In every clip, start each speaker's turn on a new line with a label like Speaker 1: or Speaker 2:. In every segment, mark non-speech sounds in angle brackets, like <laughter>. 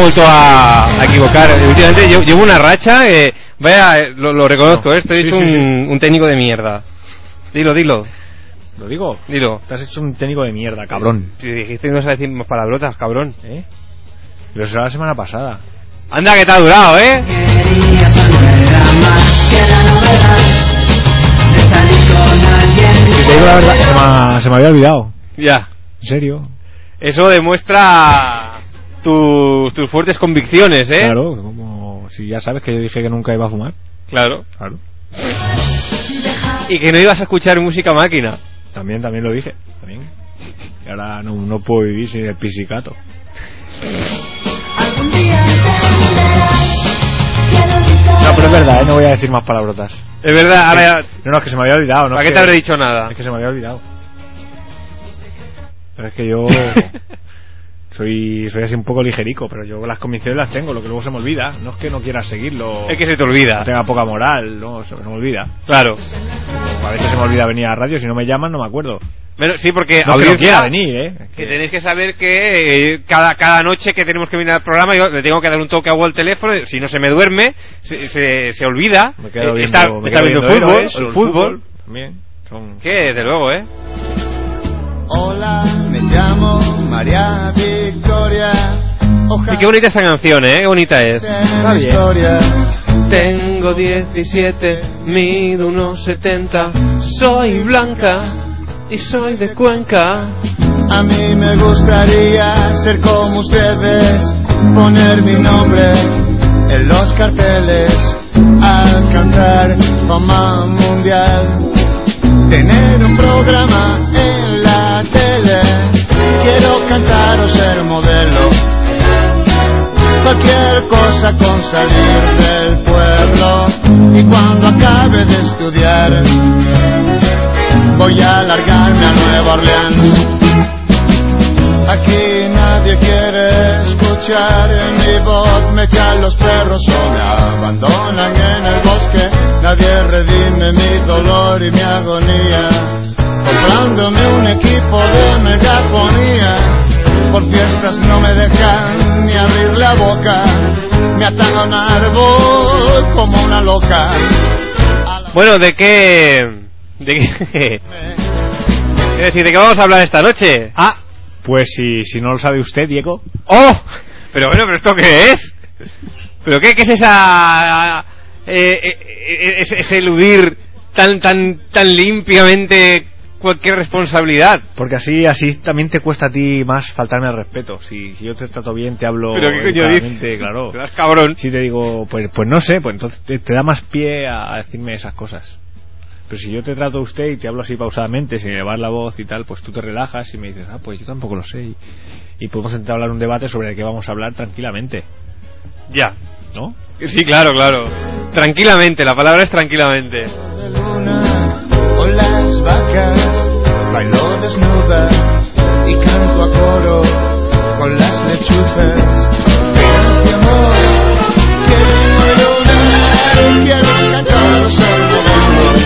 Speaker 1: vuelto a, a equivocar. Últimamente lle- llevo una racha, eh, vaya, eh, lo, lo reconozco,
Speaker 2: No.
Speaker 1: eh, estoy
Speaker 2: Sí,
Speaker 1: hecho
Speaker 2: sí, sí.
Speaker 1: un, un técnico de mierda. Dilo, dilo,
Speaker 2: Lo digo.
Speaker 1: dilo.
Speaker 2: Te has hecho un técnico de mierda, cabrón.
Speaker 1: Si dijiste que no sabes decir más palabrotas, cabrón.
Speaker 2: ¿Eh? Lo será la semana pasada.
Speaker 1: Anda que te ha durado, ¿eh?
Speaker 3: Querías no era más que la novedad de salir con alguien.
Speaker 2: Si te digo la verdad, se me, se me había olvidado.
Speaker 1: Ya.
Speaker 2: En serio.
Speaker 1: Eso demuestra tu- tus fuertes convicciones, ¿eh?
Speaker 2: Claro, como si ya sabes que yo dije que nunca iba a fumar.
Speaker 1: Claro.
Speaker 2: Claro.
Speaker 1: Y que no ibas a escuchar música máquina.
Speaker 2: También, también lo dije. También. Y ahora no, no puedo vivir sin el pisicato.
Speaker 4: Algún día entenderás que lo visto
Speaker 2: No, <laughs> pero es verdad, ¿eh? no voy a decir más palabrotas.
Speaker 1: Es verdad, ahora ya...
Speaker 2: No, no, es que se me había olvidado. No
Speaker 1: ¿Para
Speaker 2: es
Speaker 1: qué
Speaker 2: que-
Speaker 1: te habré dicho nada?
Speaker 2: Es que se me había olvidado. Pero es que <laughs> yo soy, soy así un poco ligerico, pero yo las convicciones las tengo, lo que luego se me olvida. No es que no quiera seguirlo,
Speaker 1: <laughs> Es que se te
Speaker 2: no
Speaker 1: olvida.
Speaker 2: tenga poca moral, no, se, se me olvida.
Speaker 1: Claro.
Speaker 2: A veces se me olvida venir a radio, si no me llaman no me acuerdo.
Speaker 1: Menos- sí, porque
Speaker 2: No que no
Speaker 1: Eh, audiencia-
Speaker 2: quiera venir, ¿eh? Es
Speaker 1: Que
Speaker 2: que-
Speaker 1: tenéis que saber que eh, cada, cada noche que tenemos que venir al programa yo le tengo que dar un toque a Hugo al teléfono, si no se me duerme, se, se, se olvida,
Speaker 2: Me quedo
Speaker 1: eh,
Speaker 2: viendo,
Speaker 1: está,
Speaker 2: me
Speaker 1: está
Speaker 2: quedo
Speaker 1: viendo
Speaker 2: viendo
Speaker 1: fútbol,
Speaker 2: Héroes, o
Speaker 1: el fútbol,
Speaker 2: También. Son...
Speaker 1: que desde luego, ¿eh?
Speaker 5: Hola, me llamo María Victoria. Ojalá
Speaker 1: Y qué bonita esta canción, ¿eh? Qué bonita es.
Speaker 5: sea mi historia.
Speaker 1: Tengo 17, mido unos 70, soy blanca y soy de Cuenca.
Speaker 5: A mí me gustaría ser como ustedes, poner mi nombre en los carteles, alcanzar fama mundial, tener un programa en la tele. Quiero cantar o ser modelo, cualquier cosa con salir del pueblo y cuando acabe de estudiar. Voy a largarme a Nueva Orleans. Aquí nadie quiere escuchar mi voz, me echan los perros o me abandonan en el bosque. Nadie redime mi dolor y mi agonía, comprándome un equipo de megafonía. Por fiestas no me dejan ni abrir la boca, me atan a un árbol como una loca. A la-
Speaker 1: Bueno, ¿de qué... de qué... <laughs> es decir, ¿de qué vamos a hablar esta noche?
Speaker 2: Ah, pues si, si no lo sabe usted, Diego,
Speaker 1: ¡Oh! Pero bueno, ¿pero esto qué es? ¿Pero qué, qué es esa... eh, eh, eh, ese, ese eludir tan, tan, tan limpiamente cualquier responsabilidad?
Speaker 2: porque así así también te cuesta a ti más faltarme al respeto. Si, si yo te trato bien, te hablo
Speaker 1: ¿Pero qué coño
Speaker 2: educadamente,
Speaker 1: dices? <laughs>
Speaker 2: claro.
Speaker 1: Estás cabrón.
Speaker 2: Si te digo, pues, pues no sé, pues entonces te, te da más pie a, a decirme esas cosas. Pero si yo te trato a usted y te hablo así pausadamente, sin elevar la voz y tal, pues tú te relajas y me dices, ah, pues yo tampoco lo sé. Y, y podemos entablar un debate sobre de qué vamos a hablar tranquilamente,
Speaker 1: Ya.
Speaker 2: ¿no?
Speaker 1: Sí, claro, claro. Tranquilamente, la palabra es tranquilamente.
Speaker 5: de luna con las vacas bailo desnuda y canto a coro con las lechuzas penas de amor quiero mi luna quiero cantar los hermanos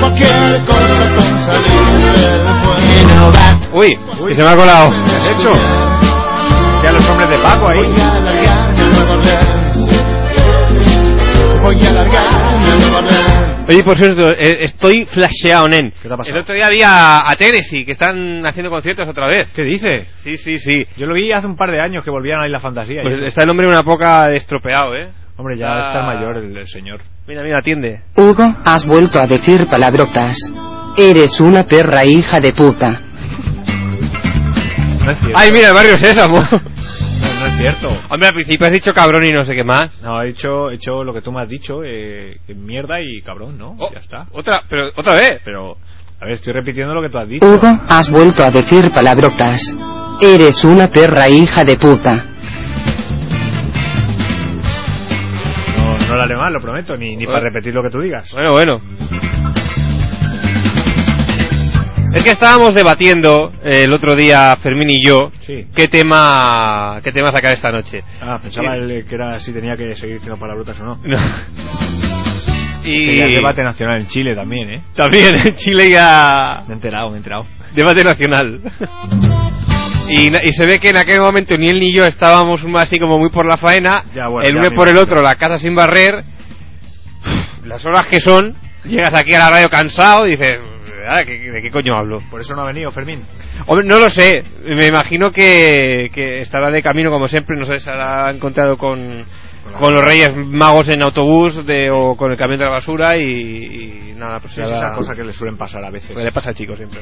Speaker 5: cualquier cosa con salir del
Speaker 3: Que
Speaker 5: pueblo
Speaker 3: no va,
Speaker 1: Uy, que se me ha colado.
Speaker 2: has hecho? Ya los hombres de Paco eh. ahí.
Speaker 5: Voy a largarme a Nueva Orleans. Voy a largarme a Nueva Orleans.
Speaker 1: Oye, por cierto, eh, estoy flasheado, nen.
Speaker 2: ¿Qué te ha pasado?
Speaker 1: El otro día vi a, a Tennessee, que están haciendo conciertos otra vez.
Speaker 2: ¿Qué dices?
Speaker 1: Sí, sí, sí.
Speaker 2: Yo lo vi hace un par de años que volvían a la fantasía.
Speaker 1: Pues
Speaker 2: Y-
Speaker 1: está el hombre una poca estropeado, ¿eh?
Speaker 2: Hombre, ya
Speaker 1: Ah.
Speaker 2: está mayor el, el señor.
Speaker 1: Mira, mira, atiende.
Speaker 6: Hugo, has vuelto a decir palabrotas. Eres una perra hija de puta.
Speaker 2: No es cierto. Ah.
Speaker 1: Ay, mira, el barrio <laughs> Sésamo.
Speaker 2: No, no es cierto.
Speaker 1: Hombre, al principio has dicho cabrón y no sé qué más.
Speaker 2: No, he hecho, he hecho lo que tú me has dicho, eh, que mierda y cabrón, ¿no?
Speaker 1: Oh,
Speaker 2: Ya está.
Speaker 1: Otra, pero otra vez.
Speaker 2: Pero, a ver, estoy repitiendo lo que tú has dicho.
Speaker 6: Hugo, has vuelto a decir palabrotas. Eres una perra hija de puta.
Speaker 2: No, no lo haré mal, lo prometo, ni, ni
Speaker 1: Bueno.
Speaker 2: para repetir lo que tú digas.
Speaker 1: Bueno, bueno. Es que estábamos debatiendo eh, el otro día Fermín y yo
Speaker 2: Sí.
Speaker 1: qué tema qué tema sacar esta noche. <laughs>
Speaker 2: Ah, pensaba el, eh, que era si tenía que seguir diciendo palabrotas o no.
Speaker 1: No.
Speaker 2: Y...
Speaker 1: Y
Speaker 2: el debate nacional en Chile también, ¿eh?
Speaker 1: también en Chile ya
Speaker 2: Me he enterado, me he enterado.
Speaker 1: debate nacional. Y, na- y se ve que en aquel momento ni él ni yo estábamos más así como muy por la faena,
Speaker 2: Ya, bueno,
Speaker 1: el
Speaker 2: ya
Speaker 1: uno
Speaker 2: me
Speaker 1: por el
Speaker 2: imagino.
Speaker 1: otro, la casa sin barrer, las horas que son, llegas aquí a la radio cansado y dices, "Ah, ¿qué- ¿de qué coño hablo?
Speaker 2: Por eso no ha venido Fermín.
Speaker 1: Hombre, no lo sé. Me imagino que, que estará de camino, como siempre. No sé, se habrá encontrado con, con los Reyes Magos en autobús de, o con el camión de la basura y, y nada, pues
Speaker 2: Sí, es
Speaker 1: ya
Speaker 2: esa
Speaker 1: la-
Speaker 2: cosa que le suelen pasar a veces.
Speaker 1: pues le pasa al chico siempre.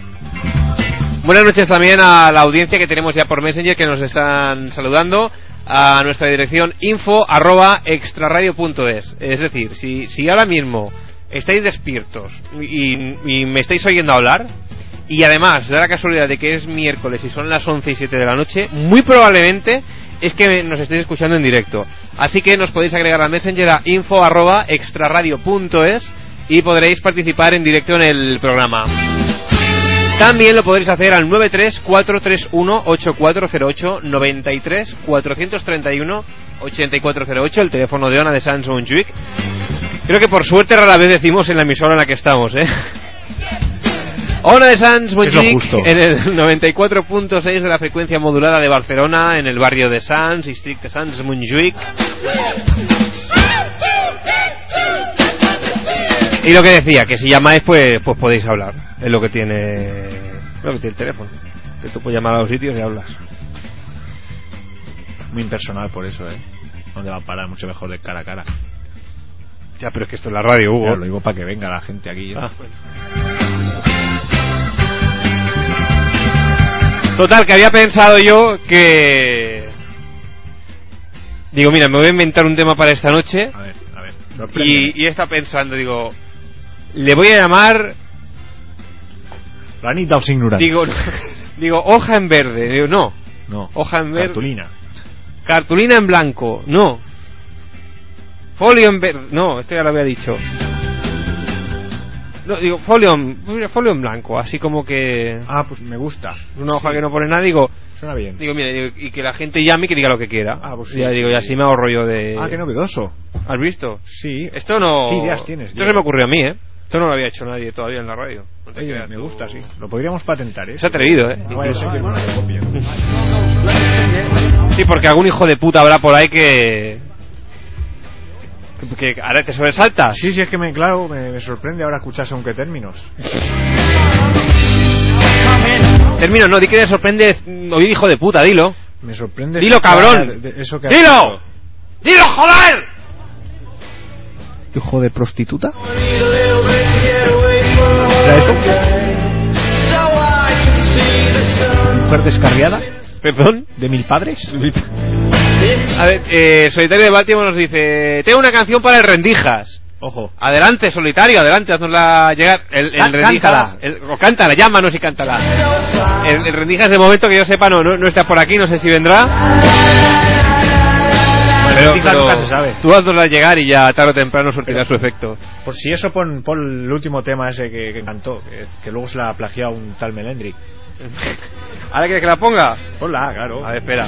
Speaker 1: Buenas noches también a la audiencia que tenemos ya por Messenger que nos están saludando a nuestra dirección info arroba extraradio.es. Es decir, si, si ahora mismo estáis despiertos y, y me estáis oyendo hablar y además da la casualidad de que es miércoles y son las 11 y 7 de la noche, muy probablemente es que nos estéis escuchando en directo. Así que nos podéis agregar a Messenger a info arroba extraradio.es y podréis participar en directo en el programa. También lo podréis hacer al 934318408 93 431 8408, el teléfono de Ona de Sans Montjuic. Creo que por suerte rara vez decimos en la emisora en la que estamos, ¿eh? Ona de Sans Montjuic
Speaker 2: justo.
Speaker 1: en el 94.6 de la frecuencia modulada de Barcelona, en el barrio de Sans, distrito de Sans Montjuic. Y lo que decía, que si llamáis, pues, pues podéis hablar. Es lo que tiene, lo que tiene el teléfono. Que tú puedes llamar a los sitios y hablas.
Speaker 2: Muy impersonal por eso, ¿eh? Donde va a parar mucho mejor de cara a cara.
Speaker 1: Ya, pero es que esto es la radio,
Speaker 2: Ya, lo digo para que venga la gente aquí. ¿eh?
Speaker 1: Ah. Total, que había pensado yo que... Digo, mira, me voy a inventar un tema para esta noche.
Speaker 2: A ver, a ver.
Speaker 1: Y, y está pensando, digo, le voy a llamar...
Speaker 2: Lo han dado sin ignorar.
Speaker 1: Digo, <laughs> digo, hoja en verde. Digo, no.
Speaker 2: no.
Speaker 1: hoja en verde.
Speaker 2: Cartulina.
Speaker 1: Cartulina en blanco, no. Folio en verde, no, esto ya lo había dicho. No, digo, folio en, folio en blanco, así como que
Speaker 2: Ah, pues me gusta.
Speaker 1: una hoja que no pone nada, digo,
Speaker 2: Suena bien.
Speaker 1: digo, mira, digo, y que la gente llame y que diga lo que quiera.
Speaker 2: Ah, pues sí,
Speaker 1: ya
Speaker 2: sí,
Speaker 1: digo, y
Speaker 2: sí.
Speaker 1: así me ahorro yo de...
Speaker 2: Ah, qué novedoso.
Speaker 1: ¿Has visto?
Speaker 2: Sí.
Speaker 1: Esto no...
Speaker 2: ¿Qué ideas tienes,
Speaker 1: Esto
Speaker 2: Diego?
Speaker 1: se me ocurrió a mí, ¿eh? Esto no lo había hecho nadie todavía en la radio. No te
Speaker 2: Oye,
Speaker 1: creas,
Speaker 2: me
Speaker 1: tú-
Speaker 2: gusta, sí. Lo podríamos patentar, ¿eh?
Speaker 1: Es atrevido, ¿eh?
Speaker 2: Ah, vale, eso que no lo copio.
Speaker 1: <laughs> Sí, porque algún hijo de puta habrá por ahí que... Que, que ahora te sobresalta.
Speaker 2: Sí, sí, es que me, claro, me, me sorprende ahora escuchar según qué términos.
Speaker 1: Termino, no, di que te sorprende mm, oír hijo de puta, dilo.
Speaker 2: Me sorprende.
Speaker 1: Dilo,
Speaker 2: escuchar
Speaker 1: cabrón.
Speaker 2: de- Eso que
Speaker 1: ¡Dilo! ¡Dilo, joder!
Speaker 2: ¿Hijo de prostituta? ¿Era eso? ¿Mujer descarriada?
Speaker 1: ¿Perdón?
Speaker 2: <laughs> ¿De mil padres?
Speaker 1: A ver, eh, Solitario de Baltimore nos dice: Tengo una canción para el Rendijas.
Speaker 2: Ojo.
Speaker 1: Adelante, Solitario, adelante, haznosla llegar. El, el
Speaker 2: Cá-
Speaker 1: Rendijas.
Speaker 2: cántala.
Speaker 1: el- o cántala, llámanos y cántala. El, el Rendijas, de momento que yo sepa, no, no, no está por aquí, no sé si vendrá. Pero,
Speaker 2: Rendijas
Speaker 1: pero
Speaker 2: nunca se sabe.
Speaker 1: tú haznosla llegar y ya tarde o temprano surtirá su efecto.
Speaker 2: Por si eso, pon, pon el último tema ese que, que cantó, que, que luego se la ha plagiado un tal Melendrick.
Speaker 1: ¿Ahora quieres que la ponga?
Speaker 2: Hola, claro.
Speaker 1: A ver, espera.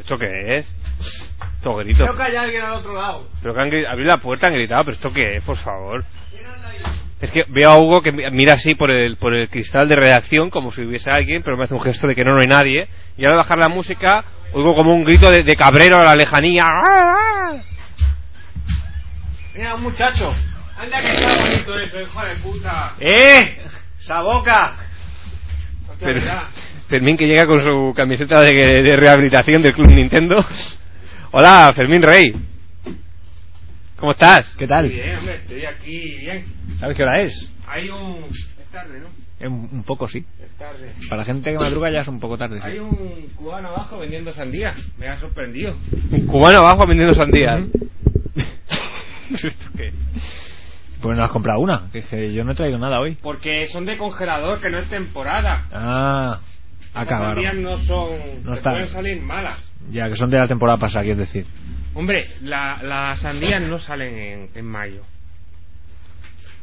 Speaker 1: ¿Esto qué es? Esto grito. Creo que hay alguien al otro lado. Pero que han gri- abrir la puerta han gritado, pero esto qué es, por favor. Es que veo a Hugo que mi- mira así por el, por el cristal de redacción como si hubiese alguien, pero me hace un gesto de que no, no hay nadie. Y al bajar la música, oigo como un grito de, de cabrero a la lejanía.
Speaker 2: Mira, un muchacho.
Speaker 1: Anda que está bonito eso, hijo de puta.
Speaker 2: ¡Eh! ¡Esa boca!
Speaker 1: Fer- Fermín que llega con su camiseta de, de rehabilitación del Club Nintendo. Hola, Fermín Rey. ¿Cómo estás?
Speaker 2: ¿Qué tal?
Speaker 1: hombre, estoy aquí bien.
Speaker 2: ¿Sabes qué hora es?
Speaker 1: Hay un... Es tarde, ¿no?
Speaker 2: Eh, Un, un poco sí.
Speaker 1: Es tarde.
Speaker 2: Para la gente que madruga ya es un poco tarde. sí.
Speaker 1: un cubano abajo vendiendo sandías. Me ha sorprendido. <laughs> Un cubano abajo vendiendo sandías. no sé esto qué es.
Speaker 2: Pues no has comprado una, que es que yo no he traído nada hoy.
Speaker 1: Porque son de congelador, que no es temporada.
Speaker 2: Ah,
Speaker 1: Las sandías
Speaker 2: acabaron.
Speaker 1: no son.
Speaker 2: No
Speaker 1: te
Speaker 2: están.
Speaker 1: pueden salir malas.
Speaker 2: Ya, que son de la temporada pasada, quiero decir.
Speaker 1: Hombre, la- las sandías no salen en, en mayo.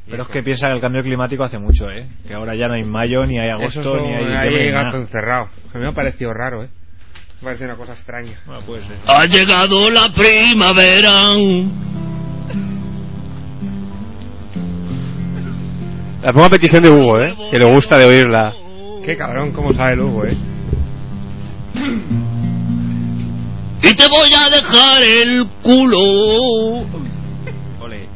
Speaker 1: Y
Speaker 2: Pero es
Speaker 1: eso.
Speaker 2: que piensa que el cambio climático hace mucho, ¿eh? Que ahora ya no hay mayo, ni hay agosto,
Speaker 1: Eso son-
Speaker 2: ni hay...
Speaker 1: ahí
Speaker 2: diciembre, ni
Speaker 1: gato
Speaker 2: nada.
Speaker 1: encerrado. A mí me ha parecido raro, ¿eh? Me parece una cosa extraña.
Speaker 2: Bueno, pues, eh, puede ser.
Speaker 1: Ah.
Speaker 3: Ha llegado la primavera.
Speaker 1: La pongo a petición de Hugo, ¿eh? Que le gusta de oírla. Qué
Speaker 3: Qué
Speaker 1: cabrón, cómo sabe el Hugo, ¿eh?
Speaker 3: Y te voy a dejar el culo.
Speaker 2: Ole.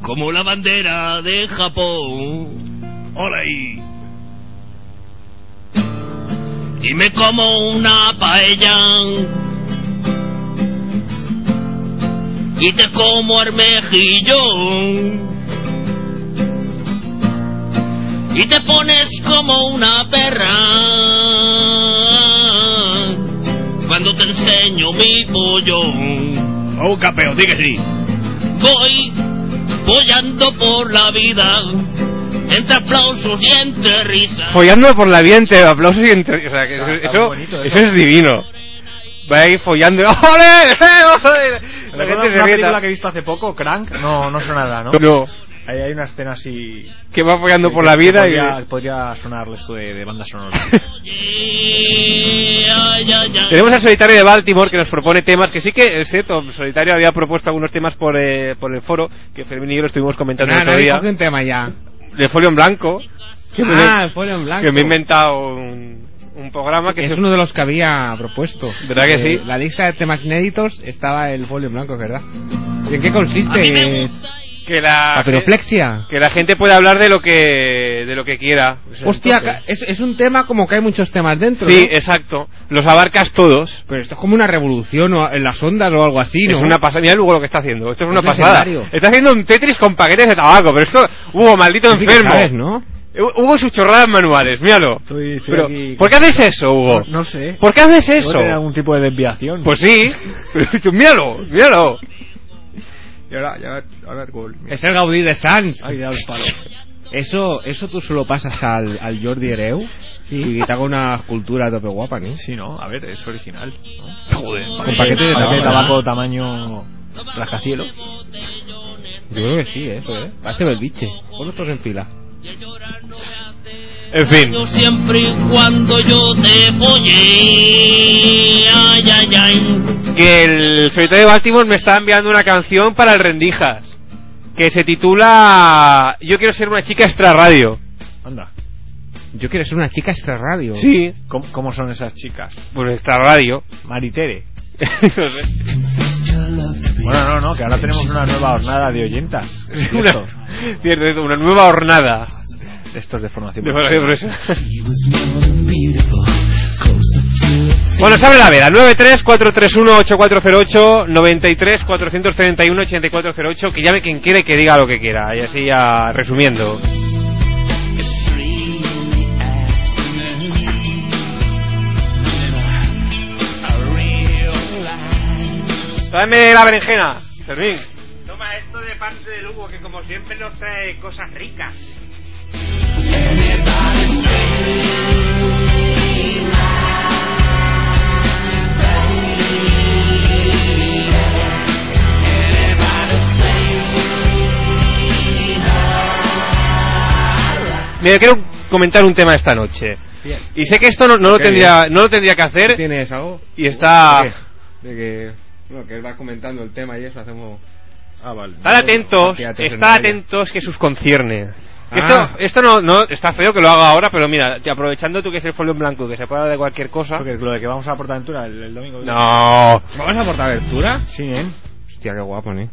Speaker 3: Como la bandera de Japón. Hola ahí. Y me como una paella. Y te como armejillón. Y te pones como una perra. Cuando te enseño mi pollón. Oh, capeo, di que sí. Voy follando por la vida, entre aplausos y entre risas.
Speaker 1: Follando por la vida entre aplausos y entre... O sea, que
Speaker 2: Está-
Speaker 1: eso,
Speaker 2: está
Speaker 1: eso,
Speaker 2: muy bonito ¿eh?
Speaker 1: eso
Speaker 2: eso.
Speaker 1: es divino. Va ahí follando... <laughs> ¡Ole! ¡Ole! La
Speaker 2: ¿Recuerdas
Speaker 1: gente
Speaker 2: una
Speaker 1: se ríe.
Speaker 2: película que
Speaker 1: tal.
Speaker 2: he visto hace poco, Crank? No, no sonará, ¿no?
Speaker 1: No,
Speaker 2: Ahí hay una escena así...
Speaker 1: que va follando por la
Speaker 2: Eh, que
Speaker 1: vida
Speaker 2: podría,
Speaker 1: y...
Speaker 2: podría sonar esto de, de banda sonora.
Speaker 7: <laughs>
Speaker 1: <laughs>
Speaker 3: Oye, ay, ay, ay.
Speaker 1: Tenemos al solitario de Baltimore que nos propone temas que sí que es cierto, el solitario había propuesto algunos temas por, eh, por el foro, que Fermín y yo lo estuvimos comentando el otro día,
Speaker 7: un tema ya.
Speaker 1: de Folio en Blanco, que, me,
Speaker 7: ah, el folio en blanco.
Speaker 1: que me he inventado un, un programa que
Speaker 7: es
Speaker 1: se-
Speaker 7: uno de los que había propuesto.
Speaker 1: ¿Verdad que sí?
Speaker 7: Eh, La lista de temas inéditos estaba el folio en blanco, ¿verdad? ¿Y en qué consiste?
Speaker 1: que la,
Speaker 7: ¿La peroflexia?
Speaker 1: que la gente puede hablar de lo que de lo que quiera. O sea,
Speaker 7: Hostia,
Speaker 1: entonces-
Speaker 7: ca- es, es un tema como que hay muchos temas dentro.
Speaker 1: Sí,
Speaker 7: ¿no?
Speaker 1: exacto. Los abarcas todos.
Speaker 7: Pero esto es como una revolución o en las ondas o algo así, ¿no?
Speaker 1: Es una pasada. Mira Hugo lo que está haciendo. Esto es una
Speaker 7: Es
Speaker 1: pasada.
Speaker 7: legendario.
Speaker 1: Está haciendo un Tetris con paquetes de tabaco. Pero esto, Hugo, maldito
Speaker 7: Sí que
Speaker 1: enfermo.
Speaker 7: sabes, ¿no?
Speaker 1: Hu- Eh, Hugo sus chorradas manuales, míralo.
Speaker 2: Estoy- estoy
Speaker 1: Pero,
Speaker 2: aquí-
Speaker 1: ¿Por qué haces eso, Hugo?
Speaker 2: No sé.
Speaker 1: ¿Por qué haces
Speaker 2: Debo
Speaker 1: eso?
Speaker 2: tener algún tipo de desviación.
Speaker 1: Pues
Speaker 2: <laughs>
Speaker 1: sí. Tú míralo, míralo.
Speaker 2: Y ahora, y ahora, ahora el gol.
Speaker 7: Es el Gaudí de Sanz.
Speaker 2: Ay, da el palo.
Speaker 7: Eso, eso tú solo pasas al, al Jordi Ereu y te haga una escultura tope guapa, ¿no?
Speaker 2: Sí, no, a ver, es original.
Speaker 3: Joder.
Speaker 7: Con paquete de
Speaker 2: Paquete de
Speaker 7: tabaco.
Speaker 2: tabaco tamaño rascacielos.
Speaker 7: Yo creo que sí, eso, ¿eh? Parece Belviche. Pon los dos en fila.
Speaker 1: En fin.
Speaker 3: Yo siempre y cuando yo te follé. Ay, ay, ay.
Speaker 1: que el solitario de Baltimore me está enviando una canción para el Rendijas que se titula Yo quiero ser una chica extra radio.
Speaker 2: Anda.
Speaker 7: Yo quiero ser una chica extra radio.
Speaker 1: Sí,
Speaker 2: ¿Cómo, cómo son esas chicas?
Speaker 1: pues extra radio.
Speaker 2: Maritere.
Speaker 1: <laughs> No sé.
Speaker 2: Bueno, no, no, que ahora tenemos una nueva hornada de
Speaker 7: <laughs>
Speaker 2: oyentas.
Speaker 1: una,
Speaker 2: Cierto.
Speaker 1: cierto, es una nueva hornada
Speaker 2: De Estos de formación.
Speaker 1: de Radio Progresa. Bueno, sabe la vela, 93-431-8408, 93-431-8408, que llame quien quiera y que diga lo que quiera, y así ya resumiendo. Dame la berenjena, Fermín. Toma esto de parte de Lugo, que como siempre nos trae cosas ricas. Mira, quiero comentar un tema esta noche.
Speaker 7: Bien.
Speaker 1: Y sé que esto no, no lo
Speaker 7: Qué
Speaker 1: tendría no lo tendría que hacer.
Speaker 7: ¿Tienes algo?
Speaker 1: Y está-
Speaker 7: ¿De qué? De que... Bueno, que él va comentando el tema y eso hacemos...
Speaker 2: Ah, vale.
Speaker 1: Estad atentos,
Speaker 7: Quédate en
Speaker 1: estad
Speaker 7: raya.
Speaker 1: atentos que sus concierne.
Speaker 7: Ah.
Speaker 1: Esto, esto no, no está feo que lo haga ahora, pero mira, te- aprovechando tú que es el folio en blanco, que se puede hablar de cualquier cosa.
Speaker 2: Eso que- lo de que vamos a Portaventura el, el domingo.
Speaker 1: No,
Speaker 7: ¿Vamos a Portaventura?
Speaker 2: Sí, ¿eh?
Speaker 7: Hostia, qué guapo, ¿eh?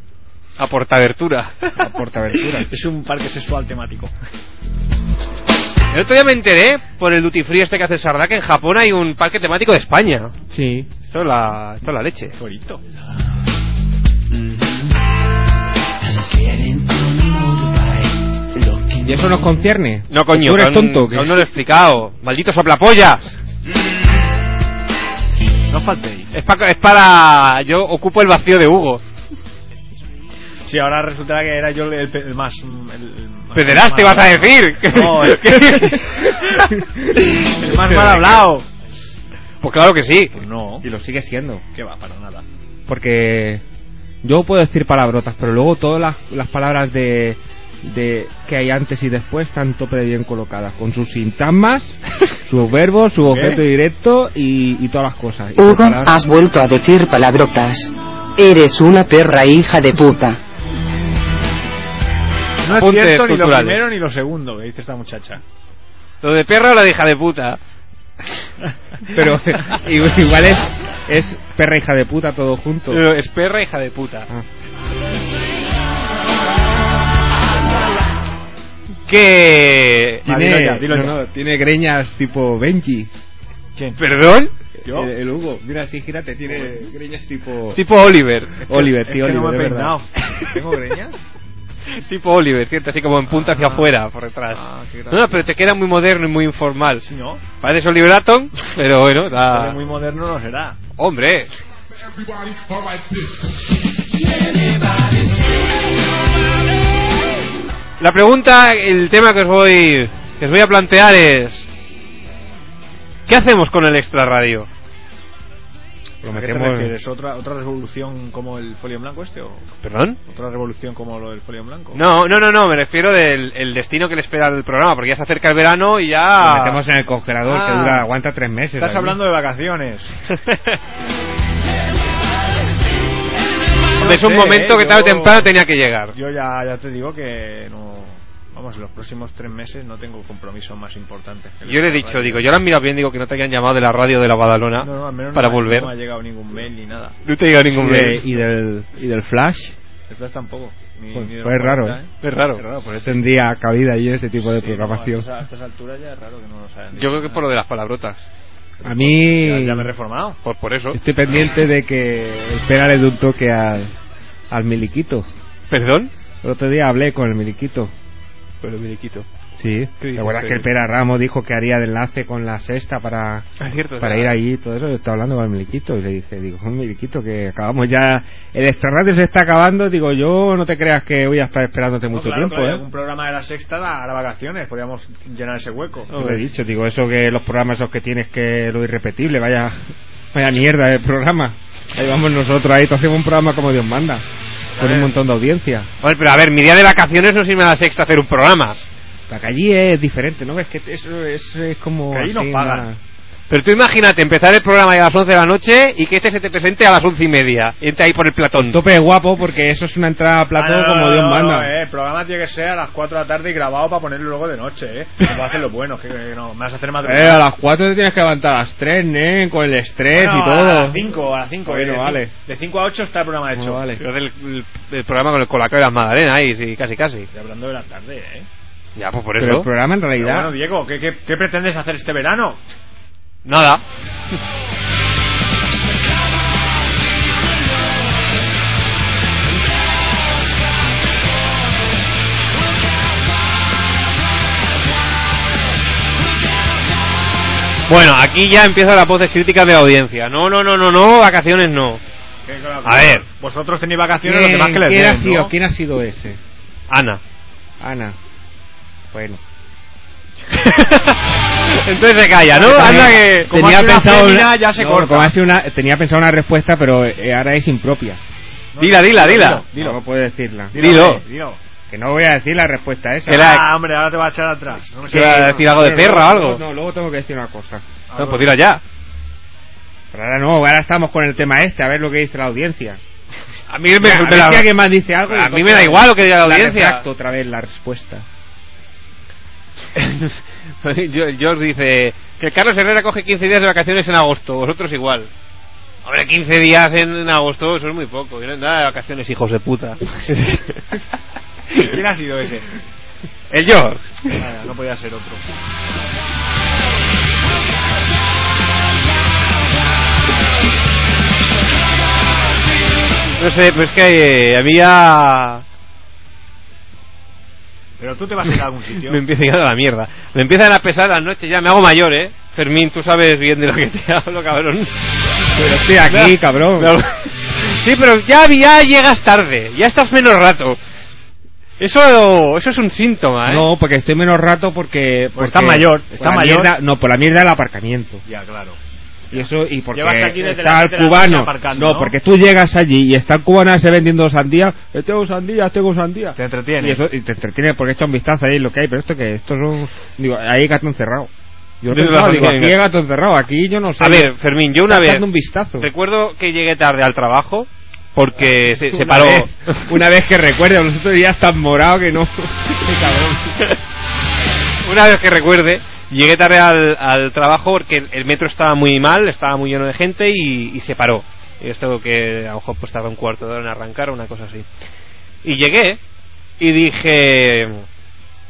Speaker 1: a portavertura.
Speaker 7: A Portaventura.
Speaker 2: <laughs> Es un parque sexual temático.
Speaker 1: <laughs> El otro día me enteré por el duty free este que hace Sardá que en Japón hay un parque temático de España.
Speaker 7: sí.
Speaker 1: Esto es la, esto es la leche.
Speaker 2: Bonito.
Speaker 7: ¿Y eso nos concierne?
Speaker 1: No, coño,
Speaker 7: ¿Tú eres
Speaker 1: aún-
Speaker 7: tonto? o qué?
Speaker 1: aún no lo he explicado. Maldito soplapollas.
Speaker 2: No faltéis.
Speaker 1: Es, pa- es para. Yo ocupo el vacío de Hugo.
Speaker 2: Si ahora resultará que era yo el, pe- el más. mm, El, el-
Speaker 1: Pederaste,
Speaker 2: más-
Speaker 1: vas a decir. <laughs>
Speaker 2: No, el, el más mal hablado.
Speaker 1: Pues claro que sí.
Speaker 2: Pues no.
Speaker 7: Y lo sigue siendo.
Speaker 2: Que va, para nada.
Speaker 7: Porque yo puedo decir palabrotas, pero luego todas las, las palabras de, de que hay antes y después están tope de bien colocadas, con sus sintagmas, sus verbos, su objeto directo y, y todas las cosas. Y sus
Speaker 6: Hugo,
Speaker 7: palabras-
Speaker 6: has vuelto a decir palabrotas. Eres una perra hija de puta.
Speaker 2: No es
Speaker 1: Apuntes
Speaker 2: cierto ni lo
Speaker 1: culturales.
Speaker 2: primero ni lo segundo que dice esta muchacha.
Speaker 1: Lo de perra o la de hija de puta.
Speaker 7: Pero <laughs> igual igual es, es perra hija de puta todo junto.
Speaker 2: Eh,
Speaker 1: Pero es perra hija de puta.
Speaker 7: Ah.
Speaker 1: Que...
Speaker 2: Ah, dilo ya, dilo
Speaker 7: no,
Speaker 2: ya.
Speaker 7: no, tiene greñas tipo Benji.
Speaker 2: ¿Quién?
Speaker 1: ¿Perdón?
Speaker 2: ¿Yo?
Speaker 7: El, el Hugo, mira, sí, gírate, tiene greñas
Speaker 2: Oh.
Speaker 7: tipo...
Speaker 1: Tipo Oliver.
Speaker 7: Oliver,
Speaker 2: Es
Speaker 7: sí,
Speaker 2: que no
Speaker 7: Oliver,
Speaker 2: me he
Speaker 7: es verdad.
Speaker 2: peinado. ¿Tengo greñas?
Speaker 1: tipo Oliver, ¿cierto? Así como en punta hacia afuera, por detrás.
Speaker 2: Ah, qué
Speaker 1: no,
Speaker 2: gracia.
Speaker 1: no, pero te queda muy moderno y muy informal.
Speaker 2: <laughs> Si no,
Speaker 1: Pareces Oliver Atom, pero bueno, da...
Speaker 2: pero muy moderno no será.
Speaker 1: Hombre, La pregunta, el tema que os voy, que os voy a plantear es ¿qué hacemos con el extra radio?
Speaker 2: ¿A qué te refieres? ¿Otra, ¿Otra revolución como el folio en blanco este? ¿O
Speaker 1: ¿Perdón?
Speaker 2: otra revolución como lo del folio en blanco?
Speaker 1: No, no, no, no, me refiero del el destino que le espera al programa, porque ya se acerca el verano y ya...
Speaker 7: Lo metemos en el congelador que
Speaker 2: Ah.
Speaker 7: dura, aguanta tres meses.
Speaker 2: Estás
Speaker 7: allí.
Speaker 2: hablando de vacaciones. <laughs>
Speaker 1: Hombre, es un
Speaker 2: No sé,
Speaker 1: momento
Speaker 2: eh,
Speaker 1: que tarde o
Speaker 2: yo-
Speaker 1: temprano tenía que llegar.
Speaker 2: Yo ya, ya te digo que no. Vamos, en los próximos tres meses no tengo compromisos más importantes. que
Speaker 1: Yo le he
Speaker 2: la
Speaker 1: dicho,
Speaker 2: radio.
Speaker 1: digo, yo lo he mirado bien, digo que no te hayan llamado de la radio de la Badalona
Speaker 2: No, no, al menos
Speaker 1: para
Speaker 2: no, me-
Speaker 1: volver.
Speaker 2: No me ha llegado ningún mail ni nada.
Speaker 1: No te he llegado ningún
Speaker 7: Y, de-
Speaker 1: mail.
Speaker 7: y del, y del Flash.
Speaker 2: El flash tampoco. Ni,
Speaker 7: Pues,
Speaker 2: ni de los
Speaker 7: pues es raro,
Speaker 2: 40,
Speaker 7: ¿eh?
Speaker 1: Es raro.
Speaker 7: Qué raro, pues tendría cabida ahí ese tipo de
Speaker 2: Sí,
Speaker 7: programación.
Speaker 2: no, a, estas, a estas alturas ya es raro que no lo saben.
Speaker 1: Yo creo que es por lo de las palabrotas.
Speaker 7: a mí
Speaker 2: Ya, ya me he reformado.
Speaker 1: Por, por eso.
Speaker 7: estoy pendiente de que espera le dé un toque al, al miliquito.
Speaker 1: ¿Perdón?
Speaker 7: El otro día hablé con el miliquito.
Speaker 1: Pero me quito.
Speaker 7: Sí.
Speaker 1: ¿Qué
Speaker 7: ¿Te
Speaker 1: dices,
Speaker 7: acuerdas que el
Speaker 1: Pedro?
Speaker 7: Pera Ramos dijo que haría el enlace con la sexta para,
Speaker 1: Es cierto.
Speaker 7: para ir allí y todo eso? Yo estaba hablando con el miliquito y le dije, digo, miliquito, que acabamos ya... El extrarradio se está acabando. Digo, yo no te creas que voy a estar esperándote
Speaker 2: No,
Speaker 7: mucho
Speaker 2: claro,
Speaker 7: tiempo,
Speaker 2: claro,
Speaker 7: ¿eh?
Speaker 2: algún programa de la sexta a las vacaciones. Podríamos llenar ese hueco. Ah,
Speaker 7: Lo he dicho, digo, eso que los programas esos que tienes que lo irrepetible, vaya, vaya mierda de programa. Ahí vamos nosotros, ahí te hacemos un programa como Dios manda, con
Speaker 1: ver.
Speaker 7: un montón de audiencia.
Speaker 1: Hombre, pero a ver, mi día de vacaciones no sirve a la sexta hacer un programa.
Speaker 7: Para que allí es diferente, ¿no ves? Que eso es, es como.
Speaker 2: Que allí nos
Speaker 7: así,
Speaker 2: pagan.
Speaker 7: nada.
Speaker 1: Pero tú imagínate empezar el programa a las 11 de la noche y que este se te presente a las 11 y media. Y entra ahí por el platón.
Speaker 7: Tope de guapo, porque eso es una entrada a
Speaker 2: Ah,
Speaker 7: platón
Speaker 2: no, no,
Speaker 7: como
Speaker 2: no,
Speaker 7: Dios
Speaker 2: no,
Speaker 7: manda.
Speaker 2: no, eh, el programa tiene que ser a las 4 de la tarde y grabado para ponerlo luego de
Speaker 7: <laughs>
Speaker 2: noche, ¿eh? No va a hacer lo bueno, que, que no, me vas a hacer
Speaker 7: Eh,
Speaker 2: madrugada.
Speaker 7: a las 4 te tienes que levantar a las 3, ¿eh? Con el estrés
Speaker 2: Bueno,
Speaker 7: y todo.
Speaker 2: A las 5, a las 5.
Speaker 7: Bueno, vale.
Speaker 2: De 5 a 8 está el programa hecho.
Speaker 7: Bueno, vale.
Speaker 1: Yo del- el, el programa con el colacao y las magdalenas ahí, sí, casi, casi.
Speaker 2: Estoy hablando de la tarde, ¿eh?
Speaker 1: Ya, pues por
Speaker 7: Pero
Speaker 1: eso.
Speaker 7: el programa en
Speaker 2: Pero
Speaker 7: realidad.
Speaker 2: bueno, Diego, ¿qué, qué, qué pretendes hacer este verano?
Speaker 1: Nada. Bueno, aquí ya empiezan las voces críticas de la audiencia. No, no, no, no, no, vacaciones no.
Speaker 2: ¿Qué- qué-
Speaker 1: A ver.
Speaker 2: Vosotros tenéis vacaciones, los
Speaker 7: ¿Quién,
Speaker 2: demás que les
Speaker 7: quién
Speaker 2: den,
Speaker 7: ha sido,
Speaker 2: ¿no?
Speaker 7: ¿Quién ha sido ese?
Speaker 1: Ana. <laughs>
Speaker 7: Ana. Bueno.
Speaker 1: Entonces se
Speaker 2: Ah,
Speaker 1: calla, ¿no? Anda que...
Speaker 2: como ha
Speaker 7: tenía
Speaker 2: sido una
Speaker 7: pensado
Speaker 2: fémina, ya se
Speaker 7: no,
Speaker 2: corta.
Speaker 7: como ha sido una- tenía pensado una respuesta, pero eh, ahora es impropia.
Speaker 1: Dila, dila, dila.
Speaker 7: No, no puedo decirla.
Speaker 1: Dilo.
Speaker 2: eh, dilo.
Speaker 7: Que no voy a decir la respuesta esa.
Speaker 1: Que la-
Speaker 2: Ah, hombre, ahora te va a echar atrás. No me
Speaker 1: Que
Speaker 2: sé-
Speaker 1: la- decir algo de
Speaker 7: No,
Speaker 1: perra o
Speaker 7: luego-
Speaker 1: algo.
Speaker 7: No, luego tengo que decir una cosa.
Speaker 1: No, pues dila ya.
Speaker 7: Pero ahora no, ahora estamos con el tema este, a ver lo que dice la audiencia.
Speaker 1: A mí me,
Speaker 7: Mira, a
Speaker 1: me
Speaker 7: ver
Speaker 1: la-
Speaker 7: si alguien más dice algo. y
Speaker 1: a mí
Speaker 7: entonces
Speaker 1: me da igual lo que diga la audiencia.
Speaker 7: refracto otra vez la respuesta.
Speaker 1: <laughs> Yo- George dice que Carlos Herrera coge 15 días de vacaciones en agosto, vosotros igual. Hombre, 15 días en, en agosto, eso es muy poco. Yo no nada de vacaciones, hijos de puta. <laughs>
Speaker 2: ¿Quién ha sido ese?
Speaker 1: El George.
Speaker 2: Vaya, no podía ser otro.
Speaker 1: No sé, pues es que eh, a mí ya
Speaker 2: Pero tú te vas a ir a algún
Speaker 1: <laughs>
Speaker 2: sitio.
Speaker 1: me empieza a la mierda. Me empiezan a pesar las noches, ya me hago mayor, ¿eh? <laughs> Fermín, tú sabes bien de lo que te hablo, cabrón.
Speaker 7: Pero estoy aquí,
Speaker 1: Me
Speaker 7: cabrón.
Speaker 1: hago- Sí, pero ya, ya llegas tarde, ya estás menos rato. Eso, eso es un síntoma, ¿eh?
Speaker 7: No, porque estoy menos rato porque... porque
Speaker 2: está mayor,
Speaker 7: por
Speaker 2: está
Speaker 7: la
Speaker 2: mayor.
Speaker 7: mierda- no, por la mierda del aparcamiento.
Speaker 2: Ya, claro.
Speaker 7: Y eso, y porque
Speaker 2: Llevas aquí desde
Speaker 7: está
Speaker 2: las
Speaker 7: el
Speaker 2: siete de la
Speaker 7: cubano.
Speaker 2: noche aparcando,
Speaker 7: no,
Speaker 2: ¿no?
Speaker 7: porque tú llegas allí y está el cubano ese vendiendo sandía. eh, Tengo sandía, tengo sandía.
Speaker 2: Te entretiene.
Speaker 7: Y, eso, y te entretiene porque echa un vistazo ahí lo que hay. Pero esto que, esto son. Digo, ahí hay gato encerrado. Yo
Speaker 1: Desde
Speaker 7: pensaba,
Speaker 1: la
Speaker 7: digo,
Speaker 1: sandía.
Speaker 7: aquí hay gato encerrado. Aquí yo no sé.
Speaker 1: A ver, Fermín, yo una
Speaker 7: Está
Speaker 1: vez...
Speaker 7: dando un vistazo.
Speaker 1: Recuerdo que llegué tarde al trabajo porque se, se
Speaker 7: Una
Speaker 1: paró... <laughs>
Speaker 7: vez- una vez que recuerdo, nosotros ya estás morado que no. <laughs> Qué cabrón.
Speaker 1: una vez que recuerde, llegué tarde al, al trabajo porque el, el metro estaba muy mal, estaba muy lleno de gente y, y se paró. Y esto que a lo mejor pues, tardó un cuarto de hora en arrancar o una cosa así. Y llegué y dije,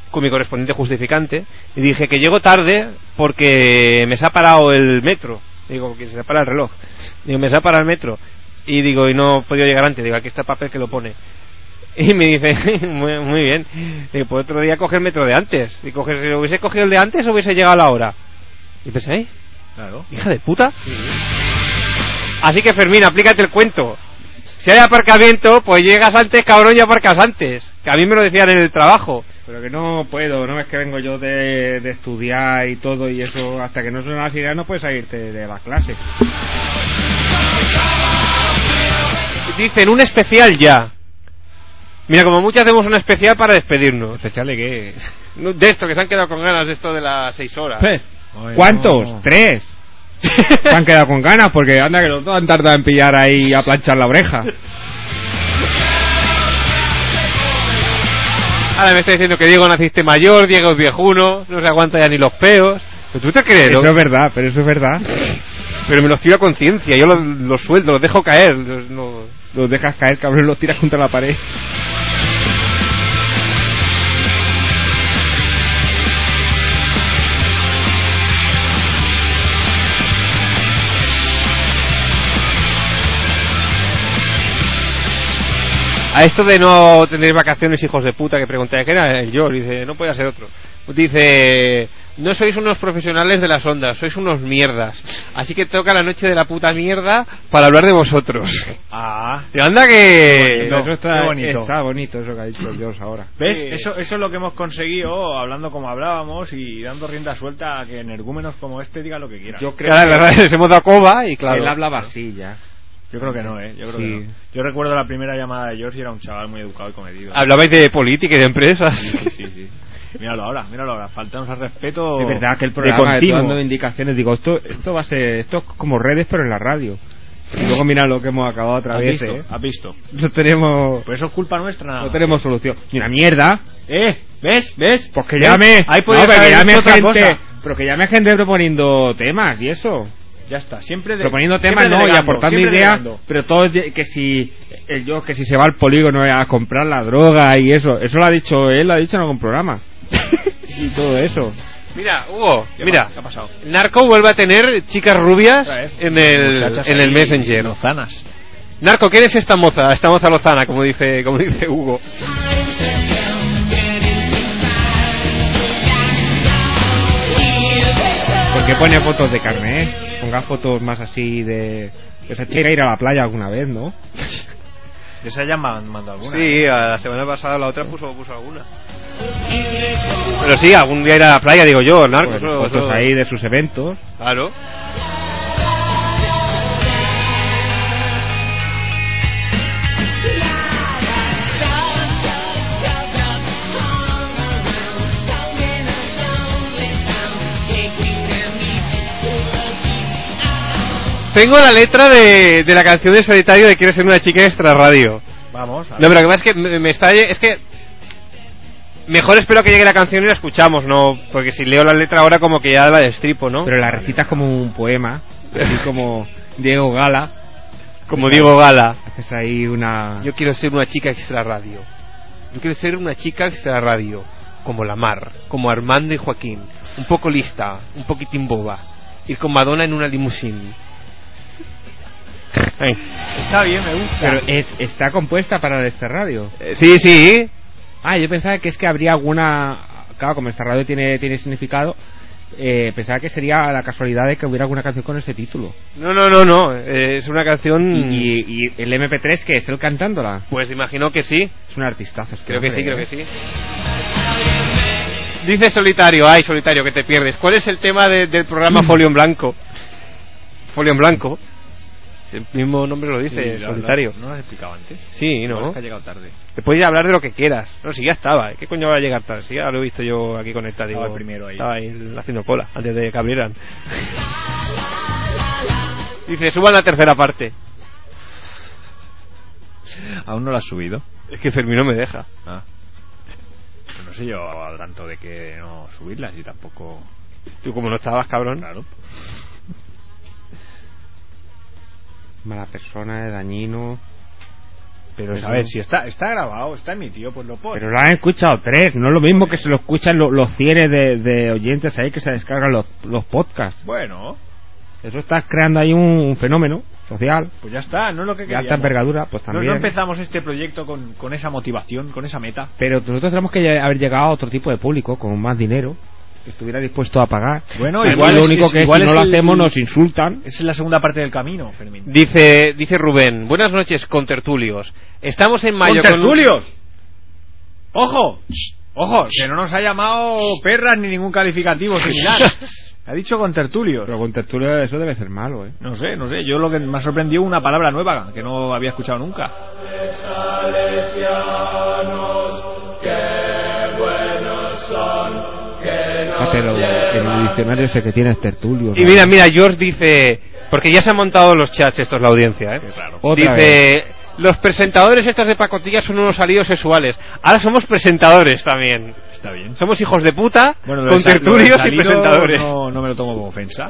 Speaker 1: con mi correspondiente justificante, y dije que llego tarde porque me se ha parado el metro. Digo, que se me para el reloj. Digo, me se ha parado el metro. Y digo, y no he podido llegar antes. Digo, aquí está el papel que lo pone. Y me dice, <laughs> muy, muy bien, digo, pues otro día coge el metro de antes. Y coge, si hubiese cogido el de antes, hubiese llegado a la hora. Y pensé, "Ay,
Speaker 2: Claro.
Speaker 1: hija de puta. Así que Fermín, aplícate el cuento. Si hay aparcamiento, pues llegas antes, cabrón, y aparcas antes. Que a mí me lo decían en el trabajo.
Speaker 7: Pero que no puedo, no es que vengo yo de, de estudiar y todo y eso, hasta que no suena la sirena no puedes salirte de la clase.
Speaker 1: Dicen, un especial ya. Mira, como mucho hacemos un especial para despedirnos.
Speaker 2: Especial de qué.
Speaker 1: No, De esto, que se han quedado con ganas de esto de las seis horas. <laughs>
Speaker 2: Ay,
Speaker 7: ¿Cuántos?
Speaker 2: no.
Speaker 7: ¿Tres? Se han quedado con ganas porque anda que los dos han tardado en pillar ahí a planchar la oreja.
Speaker 1: Ahora me está diciendo que Diego naciste mayor, Diego es viejuno, no se aguanta ya ni los peos. Pero tú te crees,
Speaker 7: Eso
Speaker 1: ¿no?
Speaker 7: es verdad, pero eso es verdad.
Speaker 1: Pero me los tiro a conciencia, yo los, los sueldo, los dejo caer. los- no-
Speaker 7: Los dejas caer, cabrón, los tiras contra la pared.
Speaker 1: A esto de no tener vacaciones, hijos de puta, que pregunté, ¿qué era el yo? Dice, no podía ser otro. Dice, no sois unos profesionales de las ondas, sois unos mierdas. Así que toca la noche de la puta mierda para hablar de vosotros.
Speaker 7: <laughs>
Speaker 2: Ah.
Speaker 1: Y anda que...
Speaker 2: Qué bonito.
Speaker 7: eso está
Speaker 2: qué bonito.
Speaker 7: Está bonito eso que ha dicho Dios ahora.
Speaker 2: ¿Ves?
Speaker 1: Sí.
Speaker 2: Eso, eso es lo que hemos conseguido hablando como hablábamos y dando rienda suelta a que energúmenos como este digan lo que quieran.
Speaker 7: Yo creo
Speaker 1: Claro, la verdad, les hemos dado coba y
Speaker 7: que
Speaker 1: claro.
Speaker 7: él hablaba así ya.
Speaker 2: Yo creo que no, ¿eh? Yo creo
Speaker 7: Sí.
Speaker 2: que no. Yo recuerdo la primera llamada de George y era un chaval muy educado y comedido.
Speaker 1: Hablabais de política y de empresas.
Speaker 2: Sí, <laughs> sí, sí, sí. Míralo ahora, míralo ahora. Faltamos al
Speaker 1: Oh,
Speaker 2: respeto.
Speaker 7: De verdad que el
Speaker 2: de
Speaker 7: programa está
Speaker 2: continuo.
Speaker 7: dando indicaciones. Digo, esto, esto va a ser, esto es como redes pero en la radio. Y luego mira lo que hemos acabado otra
Speaker 2: ¿Has
Speaker 7: vez.
Speaker 2: visto?
Speaker 7: ¿eh?
Speaker 2: ¿Has visto?
Speaker 7: No tenemos,
Speaker 2: Pues eso es culpa nuestra.
Speaker 7: no tenemos solución. Ni una mierda.
Speaker 2: ¿Eh? ¿Ves? ¿Ves?
Speaker 7: Pues que
Speaker 1: ¿Eh?
Speaker 2: ¿Ves?
Speaker 7: llame.
Speaker 2: Ahí
Speaker 7: No,
Speaker 2: podías
Speaker 7: pero que
Speaker 2: haber
Speaker 7: llame
Speaker 2: hecho otra
Speaker 7: gente.
Speaker 2: cosa.
Speaker 7: Pero que llame gente proponiendo temas y eso.
Speaker 2: Ya está. Siempre de,
Speaker 7: proponiendo
Speaker 2: siempre
Speaker 7: temas no y
Speaker 2: delegando,
Speaker 7: aportando
Speaker 2: siempre
Speaker 7: ideas.
Speaker 2: delegando.
Speaker 7: Pero todo es de- que si el yo que si se va al polígono eh, a comprar la droga y eso. Eso lo ha dicho él, lo ha dicho en algún
Speaker 1: <laughs>
Speaker 7: programa. y todo eso.
Speaker 1: Mira, Hugo,
Speaker 2: ¿Qué
Speaker 1: mira.
Speaker 2: pa- ¿Qué ha pasado?
Speaker 1: Narco vuelve a tener chicas rubias
Speaker 2: Otra vez.
Speaker 1: en el,
Speaker 2: Muchachas
Speaker 1: en el
Speaker 2: ahí,
Speaker 1: Messenger.
Speaker 2: Lozanas.
Speaker 1: Narco, ¿quién es esta moza? Esta moza lozana, como dice, como dice Hugo.
Speaker 7: Porque pone fotos de carne, ¿eh? Ponga fotos más así de... Esa chica ir a la playa alguna vez, ¿no?
Speaker 2: De esa ya me han mandado alguna. ¿eh?
Speaker 1: la semana pasada la otra puso, puso alguna. Pero sí, algún día ir a la playa, digo yo, Narco.
Speaker 7: Pues,
Speaker 1: eso-
Speaker 7: fotos
Speaker 1: eso-
Speaker 7: ahí de sus eventos.
Speaker 1: Claro. Tengo la letra de, de la canción de solitario de Quiero ser una chica extra radio.
Speaker 2: Vamos. a
Speaker 1: No,
Speaker 2: ver.
Speaker 1: pero lo que pasa es que me, me está. Es que. Mejor espero que llegue la canción y la escuchamos, ¿no? Porque si leo la letra ahora, como que ya la destripo, ¿no?
Speaker 7: Pero la recita como un poema. Así como Diego Gala.
Speaker 1: como digo Gala.
Speaker 7: Haces ahí una...
Speaker 1: Yo quiero ser una chica extra radio. Yo quiero ser una chica extra radio. Como la mar, como Armando y Joaquín. Un poco lista, un poquitín boba. Ir con Madonna en una limusín. Ay.
Speaker 2: Está bien, me gusta.
Speaker 7: Pero es, está compuesta para este radio.
Speaker 1: Eh, Sí, sí.
Speaker 7: Ah, yo pensaba que es que habría alguna... Claro, como esta radio tiene, tiene significado, eh, pensaba que sería la casualidad de que hubiera alguna canción con ese título.
Speaker 1: No, no, no, no. eh, es una canción.
Speaker 7: Y, y el MP3, que es él cantándola.
Speaker 1: Pues imagino que sí.
Speaker 7: Es un artistazo. este
Speaker 1: Creo que
Speaker 7: hombre,
Speaker 1: sí, creo que sí.
Speaker 7: ¿eh?
Speaker 1: Dice Solitario, ay Solitario, que te pierdes. ¿Cuál es el tema de- del
Speaker 2: Mm.
Speaker 1: programa Folio en Blanco? Folio en Blanco. El mismo nombre lo dice,
Speaker 2: Sí, lo-
Speaker 1: Solitario.
Speaker 2: lo- ¿No lo has explicado antes?
Speaker 1: Sí, ¿no?
Speaker 2: Es que ha llegado tarde.
Speaker 1: Te puedes hablar de lo que quieras. No, si ya estaba. ¿eh? ¿Qué coño va a llegar tarde? Si ya lo he visto yo aquí conectado.
Speaker 2: Estaba
Speaker 1: digo,
Speaker 2: primero ahí.
Speaker 1: Estaba ahí haciendo cola, antes de que abrieran. Dice, suban la tercera parte.
Speaker 2: ¿Aún no lo has subido?
Speaker 1: Es que Fermín no me deja.
Speaker 2: Ah. Pero no sé yo al tanto de que no subirlas y tampoco...
Speaker 1: Tú como no estabas, cabrón.
Speaker 2: Claro.
Speaker 7: Mala persona, eh, dañino.
Speaker 1: Pues
Speaker 2: Pero,
Speaker 7: Pero-
Speaker 2: Pues a ver, si está, está grabado, está emitido, pues lo pon.
Speaker 7: Pero lo han escuchado tres, no es lo mismo que se lo escuchan lo- los cienes de, de oyentes ahí que se descargan los, los podcasts.
Speaker 2: Bueno,
Speaker 7: Eso está creando ahí un, un fenómeno social
Speaker 2: pues ya está, no es lo que
Speaker 7: de alta
Speaker 2: queríamos.
Speaker 7: envergadura, pues
Speaker 2: No,
Speaker 7: también.
Speaker 2: no empezamos este proyecto con, con esa motivación, con esa meta.
Speaker 7: Pero nosotros tenemos que lle- haber llegado a otro tipo de público con más dinero que estuviera dispuesto a pagar.
Speaker 2: Bueno,
Speaker 7: Aquí
Speaker 2: igual
Speaker 7: lo
Speaker 2: es-
Speaker 7: único
Speaker 2: es-
Speaker 7: que
Speaker 2: igual
Speaker 7: si
Speaker 2: es
Speaker 7: no lo
Speaker 2: el-
Speaker 7: hacemos nos insultan.
Speaker 2: Esa es la segunda parte del camino, Fermín.
Speaker 1: Dice, dice Rubén, buenas noches con tertulios. Estamos en mayo
Speaker 2: ¡Con
Speaker 1: un-
Speaker 2: tertulios! ¡Ojo! ¡Ojo! Que no nos ha llamado perras ni ningún calificativo similar. ha dicho con tertulios.
Speaker 7: Pero con tertulio eso debe ser malo, ¿eh?
Speaker 2: No sé, no sé. Yo lo que me ha sorprendido una palabra nueva que no había escuchado nunca.
Speaker 7: Ah, pero en el diccionario sé que tienes tertulio.
Speaker 1: Y mira, mira, George dice, porque ya se han montado los chats estos la audiencia, ¿eh?
Speaker 7: Otra
Speaker 1: dice, los presentadores estos de pacotillas son unos salidos sexuales. Ahora somos presentadores también.
Speaker 2: Está bien.
Speaker 1: Somos hijos de puta,
Speaker 2: Bueno, lo de
Speaker 1: con
Speaker 2: sa- lo de
Speaker 1: tertulios y
Speaker 2: salido
Speaker 1: presentadores.
Speaker 2: No, no me lo tomo como ofensa.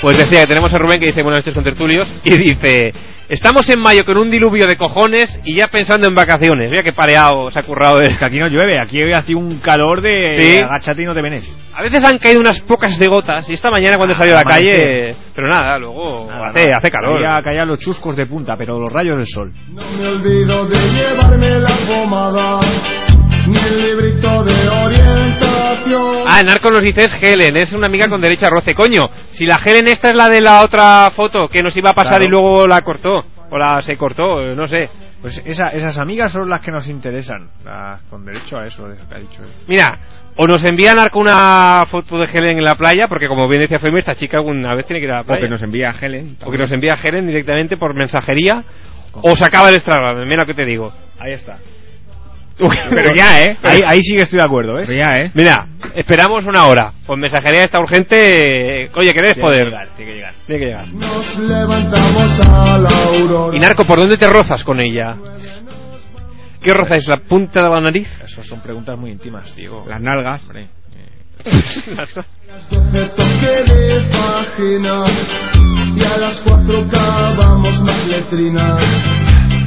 Speaker 1: Pues decía que tenemos a Rubén que dice, bueno, estos con tertulios, y dice, estamos en mayo con un diluvio de cojones y ya pensando en vacaciones. Mira que pareado se ha currado de...
Speaker 2: Que aquí no llueve, aquí hace un calor de
Speaker 1: Sí.
Speaker 2: agáchate y no te venes.
Speaker 1: A veces han caído unas pocas de gotas y esta mañana cuando salió a la
Speaker 2: Ah, amaneció.
Speaker 1: calle, pero nada, luego
Speaker 2: Nada,
Speaker 1: hace,
Speaker 2: nada.
Speaker 1: hace calor.
Speaker 2: Habría que hallar los chuscos de punta, pero los rayos del sol.
Speaker 5: No me olvido de llevarme la pomada, ni el librito de orientación.
Speaker 1: Ah, Narco nos dice es Helen, es una amiga con derecha a roce. Coño, si la Helen esta es la de la otra foto que nos iba a pasar
Speaker 2: Claro.
Speaker 1: y luego la cortó, o la se cortó, eh, no sé.
Speaker 2: Pues esa- esas amigas son las que nos interesan, las con derecho a eso de eso que ha dicho. él.
Speaker 1: Mira, o nos envía Narco una foto de Helen en la playa, porque como bien decía Fermi, esta chica alguna vez tiene que ir a la
Speaker 7: O que
Speaker 1: playa.
Speaker 7: nos envía Helen.
Speaker 1: O que nos envía Helen directamente por mensajería, o se acaba el Instagram, mira lo que te
Speaker 2: <laughs>
Speaker 1: digo.
Speaker 2: Ahí está.
Speaker 1: Pero ya, ¿eh?
Speaker 2: Ahí, ahí sí que estoy de acuerdo, ¿ves?
Speaker 7: Pero ya, ¿eh?
Speaker 1: Mira, esperamos una hora. Pues mensajería esta urgente. eh, Oye, ¿querés
Speaker 2: Tiene que
Speaker 1: poder?
Speaker 2: llegar, tiene que llegar.
Speaker 1: Tiene que llegar.
Speaker 5: Nos levantamos a la aurora.
Speaker 1: Y Narco, ¿por dónde te rozas con ella? ¿Qué rozas? ¿La punta de la nariz?
Speaker 2: Esas son preguntas muy íntimas, Diego.
Speaker 7: Las nalgas.
Speaker 5: Doce toque de vagina y a las cuatro cavamos más letrina.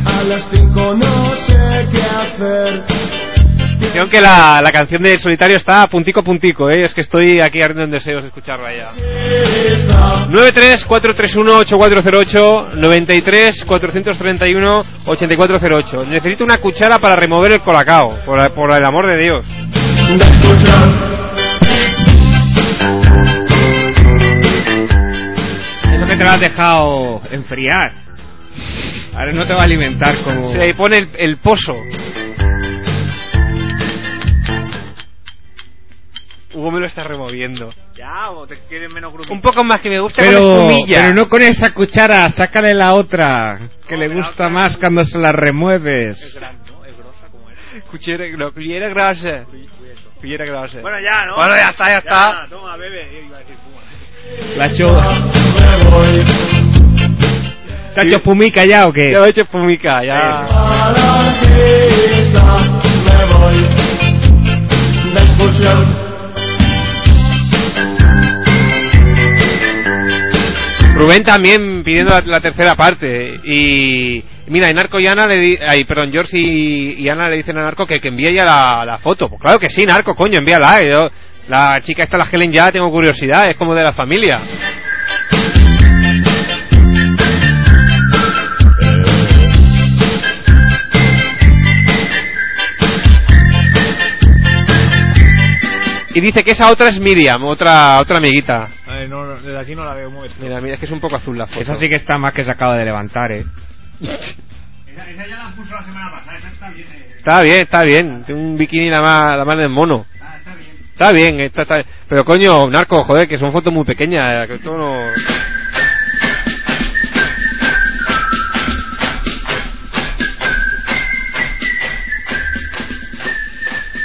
Speaker 5: A las cinco no sé qué hacer.
Speaker 1: Atención que la, la canción de Solitario está a puntico puntico, ¿eh? Es que estoy aquí ardiendo en deseos de escucharla ya. 93-431-8408 93-431-8408 Necesito una cuchara para remover el colacao, por, por el amor de Dios.
Speaker 7: Eso que te lo has dejado enfriar. Ahora no te va a alimentar como...
Speaker 1: Se pone el, el pozo. Hugo me lo está removiendo.
Speaker 2: Ya, o te quieren menos
Speaker 1: Un poco más que me gusta
Speaker 7: Pero,
Speaker 1: con espumilla.
Speaker 7: pero no con esa cuchara, sácale la otra, que le gusta más cuando se la remueves.
Speaker 1: Cuchera, no, cuchara grasa. Cuchara grasa. Bueno,
Speaker 2: ya,
Speaker 1: ¿no? Bueno, ya está, ya está.
Speaker 2: toma, bebe. Iba a decir,
Speaker 7: La choda. ¿Te ha hecho fumica ya o qué?
Speaker 1: ya lo he hecho espumica, Ah, ya.
Speaker 5: A la fiesta me voy de excursión.
Speaker 1: Rubén también pidiendo la, la tercera parte. Y mira, y Narco y Ana le di, ay, perdón, George y, y Ana le dicen a Narco que, que envíe ya la, la foto. Pues claro que sí, Narco, coño, envíala. eh, yo- la chica esta, la Helen, ya tengo curiosidad, es como de la familia. Y dice que esa otra es Miriam, otra otra amiguita.
Speaker 2: Eh, no, no, desde aquí no la veo muy bien.
Speaker 1: Mira, mira, es que es un poco azul la foto.
Speaker 7: Esa sí que está más que se acaba de levantar, ¿eh?
Speaker 2: eh.
Speaker 1: Está bien, está bien. Tiene un bikini la más, la más del mono. Está bien, eh, está, está bien. Pero coño, narco, joder, que son fotos muy pequeñas. eh, Que esto no...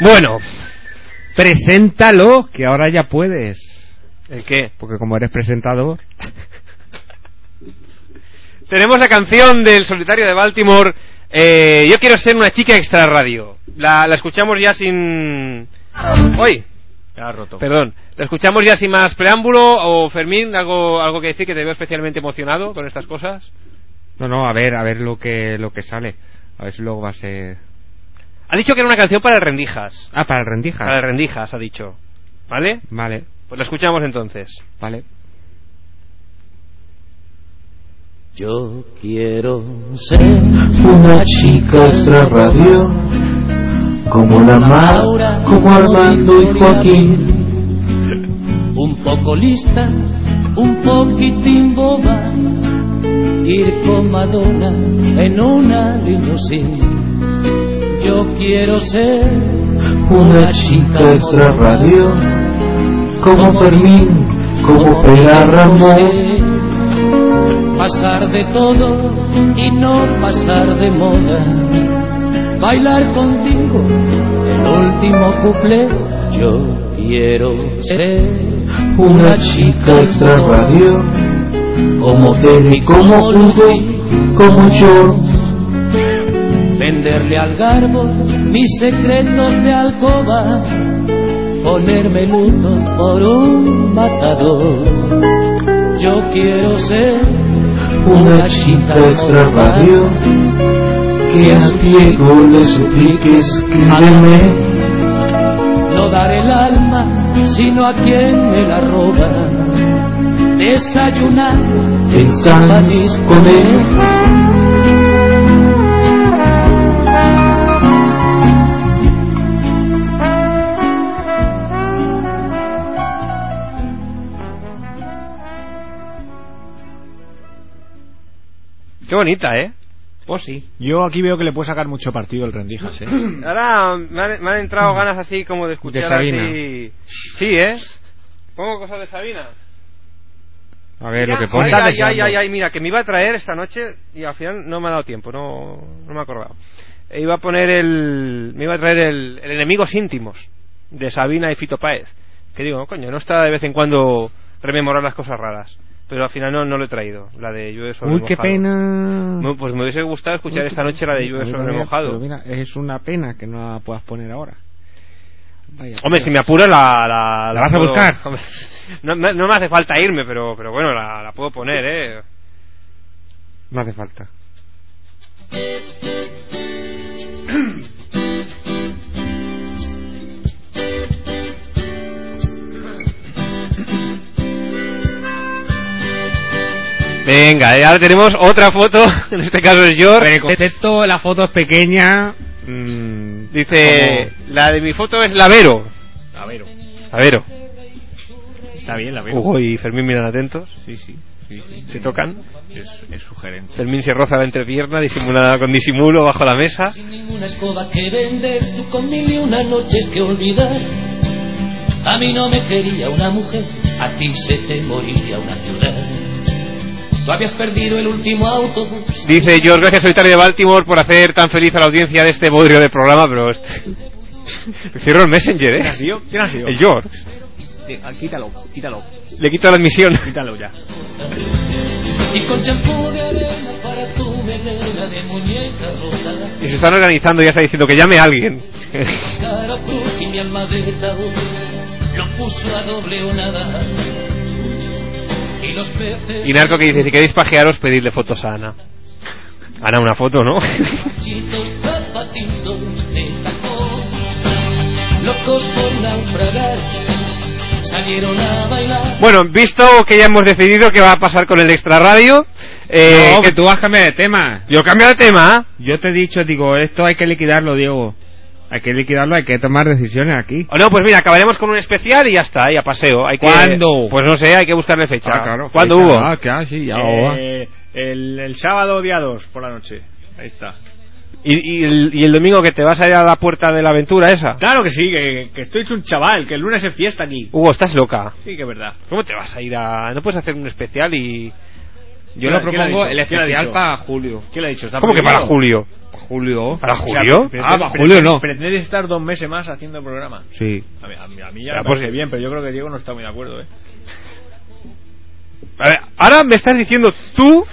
Speaker 1: Bueno,
Speaker 7: Preséntalo, que ahora ya puedes.
Speaker 1: ¿el qué?
Speaker 7: Porque como eres presentador,
Speaker 1: Tenemos la canción del solitario de Baltimore. eh, yo quiero ser una chica extra radio. La, la escuchamos ya sin. ¡Uy!
Speaker 2: Ya ha roto.
Speaker 1: Perdón. La escuchamos ya sin más preámbulo. O Fermín, algo, algo que decir que te veo especialmente emocionado con estas cosas.
Speaker 7: no, no, a ver, a ver lo que lo que sale. A ver si luego va a ser.
Speaker 1: Ha dicho que era una canción para rendijas.
Speaker 7: Ah, para el rendija.
Speaker 1: Para rendijas, ha dicho. ¿Vale?
Speaker 7: Vale,
Speaker 1: Pues la escuchamos entonces.
Speaker 7: vale.
Speaker 3: Yo quiero ser una chica extra radio, como la Maura, como Armando y Joaquín. Un poco lista, un poquitín boba, ir con Madonna en una limusina. Yo quiero ser una chica extra radio, como Fermín, como Pera Ramón pasar de todo y no pasar de moda. Bailar contigo el último couple. Yo quiero ser una chica extra radio, como Teddy, como Hugo, como George. Venderle al garbo mis secretos de alcoba, ponerme luto por un matador. Yo quiero ser una chica extra radio que a Diego le supliques que me No dar el alma, sino a quien me la roba. Desayunar en San comer.
Speaker 1: Qué bonita, ¿eh? Pues sí.
Speaker 2: Yo aquí veo que le puede sacar mucho partido el rendijas, ¿eh? <clears throat>
Speaker 1: Ahora me han, me han entrado ganas así como de escuchar
Speaker 7: De Sabina.
Speaker 1: así- Sí, ¿eh? Pongo cosas de Sabina.
Speaker 7: A ver Eh,
Speaker 1: Ya,
Speaker 7: lo que pone.
Speaker 1: Ay, ay, ay, ay, ay, mira, que me iba a traer esta noche y al final no me ha dado tiempo, no, no me he acordado. E iba a poner el. Me iba a traer el, el Enemigos Íntimos de Sabina y Fito Páez. Que digo, coño, no está de vez en cuando rememorar las cosas raras. Pero al final no, no lo he traído, la de Llueve sobre
Speaker 7: Uy, qué
Speaker 1: mojado.
Speaker 7: pena.
Speaker 1: No, pues me hubiese gustado escuchar esta noche la de Llueve
Speaker 7: Pero
Speaker 1: sobre
Speaker 7: mira, pero
Speaker 1: mojado.
Speaker 7: mira, es una pena que no la puedas poner ahora. Vaya,
Speaker 1: Hombre,
Speaker 7: tío.
Speaker 1: si me apuro la, la,
Speaker 7: ¿La vas a
Speaker 1: puedo- <laughs>
Speaker 7: buscar?
Speaker 1: No, me- no me hace falta irme, pero, pero bueno, la, la puedo poner, ¿eh?
Speaker 7: No hace falta.
Speaker 1: Venga, eh, ahora tenemos otra foto, <laughs> en este caso es George.
Speaker 7: el concepto, la foto es pequeña. mm,
Speaker 1: Dice, la de mi foto es Lavero.
Speaker 2: A ver,
Speaker 1: Lavero.
Speaker 2: está bien, la veo.
Speaker 1: Hugo y Fermín miran atentos,
Speaker 2: Sí, sí, sí, sí.
Speaker 1: se tocan.
Speaker 2: Es, es sugerente.
Speaker 1: Fermín se roza la entrepierna, disimulada con disimulo, bajo la mesa.
Speaker 3: Sin ninguna escoba que vender, tú con mil y una noches que olvidar. A mí no me quería una mujer, a ti se te moriría una ciudad. Tú habías perdido el último autobús.
Speaker 1: Dice George, gracias solitario de Baltimore por hacer tan feliz a la audiencia de este bodrio de programa, pero... <laughs> este- Cierro el messenger,
Speaker 2: ¿Quién ha
Speaker 1: ¿eh?
Speaker 2: sido? ¿Quién ha sido? ah,
Speaker 1: El George.
Speaker 2: Quítalo, quítalo.
Speaker 1: Le quito la <laughs> admisión.
Speaker 2: Quítalo ya.
Speaker 3: Y con champú de arena para tu melena de muñeca rota.
Speaker 1: Y se están organizando, ya está diciendo que llame a alguien. <laughs>
Speaker 3: Cara cruz y mi alma de taúd lo puso a doble o nada. Y los peces
Speaker 1: y Narco que dice, si queréis pajearos, pedidle fotos a Ana. Ana, una foto, ¿no? <laughs>
Speaker 3: Chitos zapatitos de tacón, locos por naufragar, salieron a bailar.
Speaker 1: Bueno, visto que ya hemos decidido qué va a pasar con el extra radio, eh,
Speaker 7: no,
Speaker 1: que
Speaker 7: que tú vas a cambiar de tema.
Speaker 1: yo cambio de tema.
Speaker 7: Yo te he dicho, digo, esto hay que liquidarlo, Diego. Hay que liquidarlo, hay que tomar decisiones aquí.
Speaker 1: O no, pues mira, acabaremos con un especial y ya está, y a paseo. Hay que,
Speaker 7: ¿Cuándo?
Speaker 1: Pues no sé, hay que buscarle fecha.
Speaker 7: Ah, claro,
Speaker 1: ¿Cuándo
Speaker 7: fecha.
Speaker 1: hubo?
Speaker 7: Ah, claro, sí, ya va.
Speaker 2: Eh, el, el sábado día 2 por la noche. Ahí está.
Speaker 1: ¿Y, y el, y el domingo que te vas a ir a la puerta de la aventura esa?
Speaker 2: Claro que sí, que, que estoy hecho un chaval, que el lunes es fiesta aquí.
Speaker 1: Hugo, estás loca.
Speaker 2: Sí, que es verdad.
Speaker 1: ¿Cómo te vas a ir a.? No puedes hacer un especial y.
Speaker 7: Yo
Speaker 2: ¿Quién
Speaker 7: lo
Speaker 2: ha- quién ha dicho?
Speaker 7: propongo el
Speaker 2: ¿Quién ha
Speaker 7: especial
Speaker 2: dicho?
Speaker 7: para julio.
Speaker 2: ¿Quién le ha dicho? ¿Está
Speaker 1: ¿Cómo que
Speaker 2: prohibido?
Speaker 1: para julio?
Speaker 7: ¿Para julio?
Speaker 1: ¿Para
Speaker 2: O sea,
Speaker 1: julio?
Speaker 2: pre-
Speaker 7: Ah, para
Speaker 2: pre-
Speaker 7: julio no.
Speaker 2: ¿Pretendes estar dos meses más haciendo el programa?
Speaker 7: Sí.
Speaker 2: A mí, a mí- a mí ya
Speaker 1: Ya,
Speaker 2: me
Speaker 1: pues-
Speaker 2: parece bien, pero yo creo que Diego no está muy de acuerdo, ¿eh?
Speaker 1: A ver, ahora me estás diciendo tú.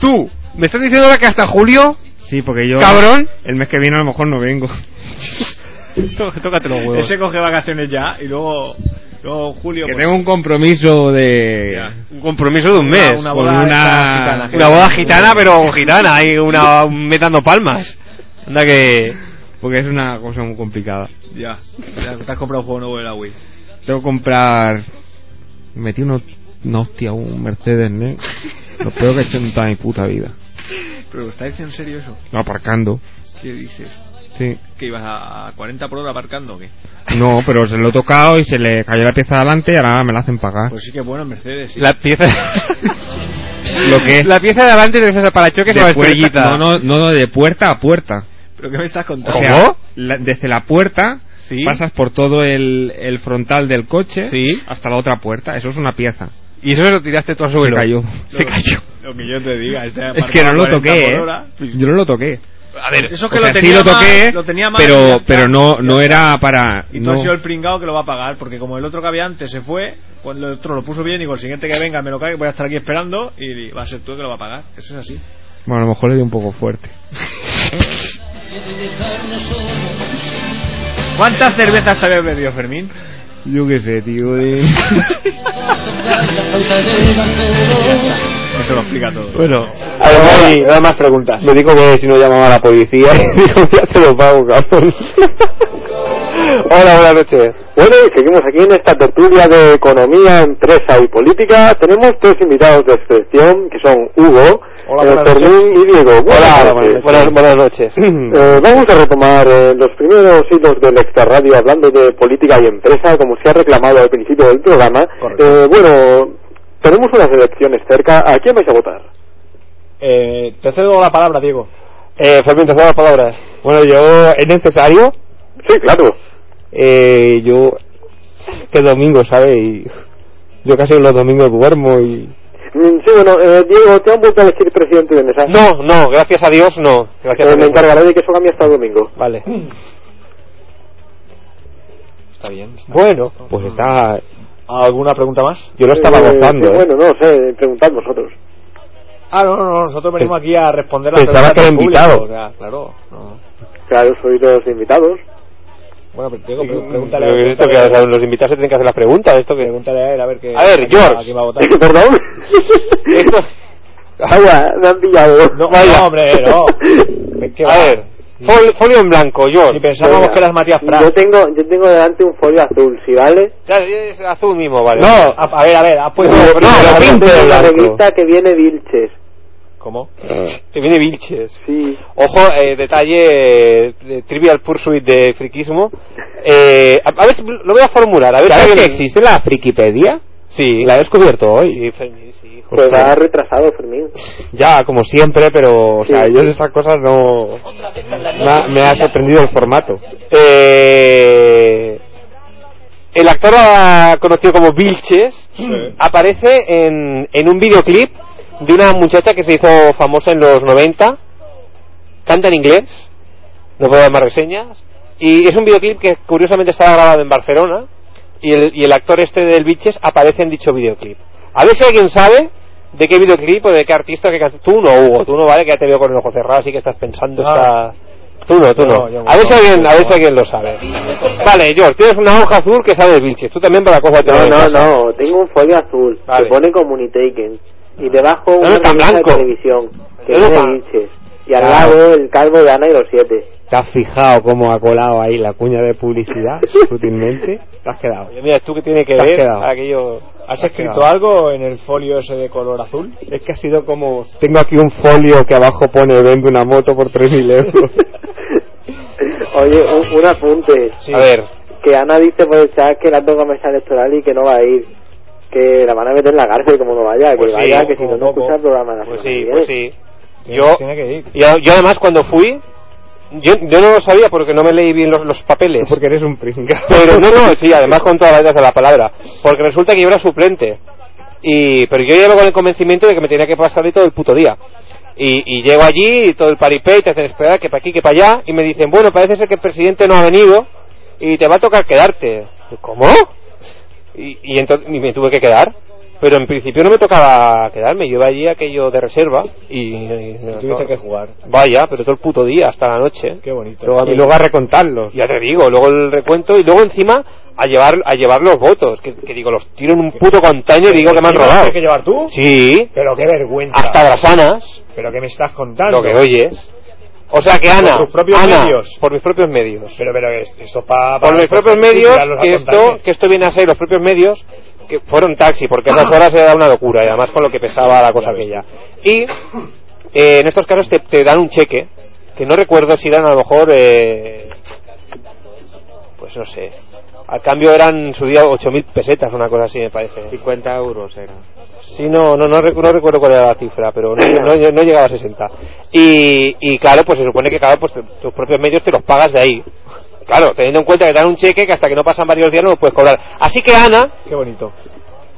Speaker 1: Tú. Me estás diciendo ahora que hasta julio.
Speaker 7: Sí, porque yo...
Speaker 1: Cabrón.
Speaker 7: El mes que viene a lo mejor no vengo.
Speaker 1: Tócate los huevos.
Speaker 2: Ese coge vacaciones ya y luego, luego Julio...
Speaker 7: Que
Speaker 2: pues,
Speaker 7: tengo un compromiso de...
Speaker 2: Ya.
Speaker 1: Un compromiso de un mes.
Speaker 2: una
Speaker 1: Con
Speaker 2: boda
Speaker 1: una,
Speaker 2: esta gitana,
Speaker 1: una boda gitana, pero gitana. Hay una. metando palmas. Anda que.
Speaker 7: Porque es una cosa muy complicada.
Speaker 2: Ya, ya te has comprado un juego nuevo de la Wii.
Speaker 7: Tengo que comprar... Metí uno... No, hostia, un Mercedes, ¿eh? ¿no? Lo peor que he hecho en toda mi puta vida.
Speaker 2: Pero ¿está diciendo en serio eso?
Speaker 7: Aparcando.
Speaker 2: ¿Qué dices?
Speaker 7: Sí.
Speaker 2: ¿Que ibas a 40 por hora aparcando o qué?
Speaker 7: No, pero se lo he tocado y se le cayó la pieza de adelante y ahora me la hacen pagar.
Speaker 2: Pues sí que bueno, Mercedes, sí.
Speaker 1: La pieza.
Speaker 7: Lo que es-
Speaker 1: La pieza de adelante no es para choques o la estrellita.
Speaker 7: no, no, no, de puerta a puerta.
Speaker 2: ¿Pero qué me estás
Speaker 7: O
Speaker 2: contando?
Speaker 1: ¿Cómo?
Speaker 7: sea, la- desde la puerta
Speaker 1: Sí.
Speaker 7: pasas por todo el, el frontal del coche
Speaker 1: Sí.
Speaker 7: hasta la otra puerta. Eso es una pieza.
Speaker 1: Y eso lo tiraste tú al suelo.
Speaker 7: cayó.
Speaker 1: Se cayó.
Speaker 2: Lo que yo te diga, este
Speaker 7: Es que no lo toqué, ¿eh? Yo no lo toqué.
Speaker 1: A ver,
Speaker 2: Eso que
Speaker 7: O sea,
Speaker 2: lo tenía
Speaker 7: sí lo
Speaker 2: mal,
Speaker 7: toqué,
Speaker 2: lo tenía mal, ya
Speaker 7: pero,
Speaker 2: está.
Speaker 7: pero no, no era para...
Speaker 2: Y tú
Speaker 7: no.
Speaker 2: has sido el pringado que lo va a pagar, porque como el otro que había antes se fue, cuando el otro lo puso bien, y con el siguiente que venga me lo cae, voy a estar aquí esperando, y va a ser tú el que lo va a pagar. Eso es así.
Speaker 7: Bueno, a lo mejor le di un poco fuerte.
Speaker 2: ¿Cuántas cervezas te habías bebido, Fermín?
Speaker 7: Yo qué sé, tío.
Speaker 8: <laughs>
Speaker 2: Eso lo explica todo.
Speaker 1: Bueno,
Speaker 8: A ver, Javi, no hay más preguntas. Le digo que si no llamaba a la policía, <laughs> y digo, ya te lo pago, cabrón. <laughs> Hola, buenas noches. Bueno, y seguimos aquí en esta tertulia de economía, empresa y política. Tenemos tres invitados de excepción, que son Hugo, eh, Fermín y Diego. Hola, eh, buenas, noches. <clears throat> Eh, vamos a retomar eh, los primeros hilos del extrarradio hablando de política y empresa, como se ha reclamado al principio del programa. Eh, bueno, tenemos unas elecciones cerca. ¿A quién vais a votar?
Speaker 2: Eh, te cedo la palabra, Diego.
Speaker 8: Eh, Fermín, te las palabras. Bueno, yo, ¿es necesario? Sí, claro. Eh, yo, que domingo, ¿sabes? yo casi los domingos duermo y... Sí, bueno, eh, Diego, ¿te han vuelto a elegir presidente de mesa?
Speaker 1: no, no, gracias a Dios no. Gracias a
Speaker 8: Eh, me
Speaker 1: Dios.
Speaker 8: encargaré de que eso cambie hasta el domingo.
Speaker 1: Vale.
Speaker 2: Está bien. está
Speaker 8: Bueno,
Speaker 2: bien.
Speaker 8: pues está...
Speaker 2: ¿Alguna pregunta más?
Speaker 8: Yo lo estaba gozando, Eh, pues Bueno, no sé, preguntad vosotros.
Speaker 2: Ah, no, no, no, nosotros venimos aquí a responder las
Speaker 8: Pensaba
Speaker 2: preguntas
Speaker 8: que era
Speaker 2: del público,
Speaker 8: invitado.
Speaker 2: o sea, claro, no.
Speaker 8: Claro, soy los invitados.
Speaker 2: Bueno, pero Diego, pre- pregúntale,
Speaker 8: Pero esto que, o
Speaker 2: pregúntale,
Speaker 8: sea, los invitados se tienen que hacer las preguntas, esto que...
Speaker 2: pregúntale a él a ver qué...
Speaker 8: A ver,
Speaker 2: quién va- a
Speaker 8: George.
Speaker 2: quién va a
Speaker 8: <laughs>
Speaker 2: votar.
Speaker 8: <laughs> Perdón. <laughs> Vaya, me han pillado.
Speaker 2: No,
Speaker 8: Vaya.
Speaker 2: no, hombre,
Speaker 8: <laughs>
Speaker 2: no. ¿Qué va?
Speaker 8: A ver, fol- folio en blanco, George.
Speaker 2: Si pensábamos que eras Matías Prat. Yo
Speaker 8: tengo, yo tengo delante un folio azul, ¿sí vale? Claro, es azul mismo, vale.
Speaker 2: No, a, a ver, a ver, has puesto...
Speaker 8: no, lo pinto de blanco. que viene Vilches.
Speaker 2: ¿Cómo?
Speaker 8: Que viene Vilches. Sí. Ojo, eh, detalle eh, de Trivial Pursuit de friquismo. Eh, a, a ver, si lo voy a formular. A ver, ¿Sabes que existe la frikipedia? Sí. La he descubierto hoy. Sí, Pues, Fermín, sí. está retrasado, Fermín. Ya, como siempre, pero, o sea, yo de esas cosas no... Me ha, me ha sorprendido el formato. Eh... El actor ah, conocido como Vilches aparece en, en un videoclip de una muchacha que se hizo famosa en los 90. Canta en inglés, no puedo dar más reseñas. Y es un videoclip que curiosamente estaba grabado en Barcelona. Y el, y el actor este del Vilches aparece en dicho videoclip. A ver si alguien sabe de qué videoclip o de qué artista que canta. Tú no, Hugo, tú no, vale, que ya te veo con el ojo cerrado, así que estás pensando.
Speaker 2: No.
Speaker 8: esta- Tú no, tú
Speaker 2: No,
Speaker 8: no.
Speaker 2: yo
Speaker 8: A ver si
Speaker 2: no,
Speaker 8: alguien,
Speaker 2: yo
Speaker 8: a ver
Speaker 2: no.
Speaker 8: si alguien lo sabe. Vale, George, tienes una hoja azul que sabe de Vilches. Tú también para cosa No, no, no. Tengo un folio azul que pone Communitaken. Y debajo una blanco. televisión que viene Vilches. Y al lado el calvo de Ana y los siete. ¿Te has fijado cómo ha colado ahí la cuña de publicidad? sutilmente. Te has quedado. Mira, tú que tienes que ver aquello.
Speaker 2: ¿Has escrito algo en el folio ese de color azul?
Speaker 8: Es que ha sido como... Tengo aquí un folio que abajo pone vende una moto por 3.000 euros. <laughs> Oye, un, un apunte.
Speaker 1: A ver,
Speaker 8: Que Ana dice por el chat que la toca comercial electoral y que no va a ir. Que la van a meter en la cárcel como no vaya.
Speaker 1: Pues
Speaker 8: que
Speaker 1: sí,
Speaker 8: vaya, que si
Speaker 1: como
Speaker 8: no, no
Speaker 1: poco.
Speaker 8: escucha el programa. la
Speaker 1: pues
Speaker 8: semana
Speaker 1: sí,
Speaker 8: que
Speaker 1: pues
Speaker 8: viene.
Speaker 1: sí. Yo,
Speaker 2: Tiene que ir.
Speaker 1: yo, yo además cuando fui, yo, yo no lo sabía porque no me leí bien los, los papeles.
Speaker 7: Porque eres un pringao.
Speaker 1: <laughs>
Speaker 2: <laughs>
Speaker 1: Pero no, no, sí, además con todas las letras de la palabra. Porque resulta que yo era suplente. Y, pero yo llevo con el convencimiento de que me tenía que pasar ahí todo el puto día. Y, y llego allí y todo el paripé y te hacen esperar que para aquí, que para allá. Y me dicen, bueno, parece ser que el presidente no ha venido y te va a tocar quedarte. Y, ¿Cómo? Y, y entonces y me tuve que quedar. Pero en principio no me tocaba quedarme. Yo iba allí aquello de reserva y... y-
Speaker 2: Tuviste que jugar.
Speaker 1: Vaya, pero todo el puto día, hasta la noche.
Speaker 2: Qué bonito.
Speaker 1: Luego a mí-
Speaker 7: Y luego a recontarlos.
Speaker 1: ya te digo, luego el recuento y luego encima a llevar a llevar los votos, que, que digo, los tiro en un puto container y digo que me han
Speaker 2: ¿Y lo
Speaker 1: robado.
Speaker 2: tienes que llevar tú?
Speaker 1: Sí,
Speaker 2: Pero qué vergüenza.
Speaker 1: hasta grasanas,
Speaker 2: Pero qué me estás contando.
Speaker 1: lo que oyes. O sea que Ana,
Speaker 2: tus propios
Speaker 1: Ana,
Speaker 2: medios.
Speaker 1: por mis propios medios.
Speaker 2: Pero, pero es- esto pues, para...
Speaker 1: por mis
Speaker 7: pues,
Speaker 1: propios medios, que esto, que esto viene a ser los propios medios, que fueron taxi, porque a
Speaker 7: Ah.
Speaker 1: esas horas era una locura, y además con lo que pesaba la cosa aquella. Y eh, en estos casos te, te dan un cheque, que no recuerdo si eran a lo mejor, eh, pues no sé, al cambio eran su día 8.000 pesetas, una cosa así me parece.
Speaker 7: 50 euros era.
Speaker 1: Sí, no, no, no, recu- no recuerdo cuál era la cifra, pero no, no- no llegaba a 60. Y, y claro, pues se supone que claro, pues te- tus propios medios te los pagas de ahí. Claro, teniendo en cuenta que te dan un cheque que hasta que no pasan varios días no lo puedes cobrar. Así que Ana,
Speaker 2: Qué bonito.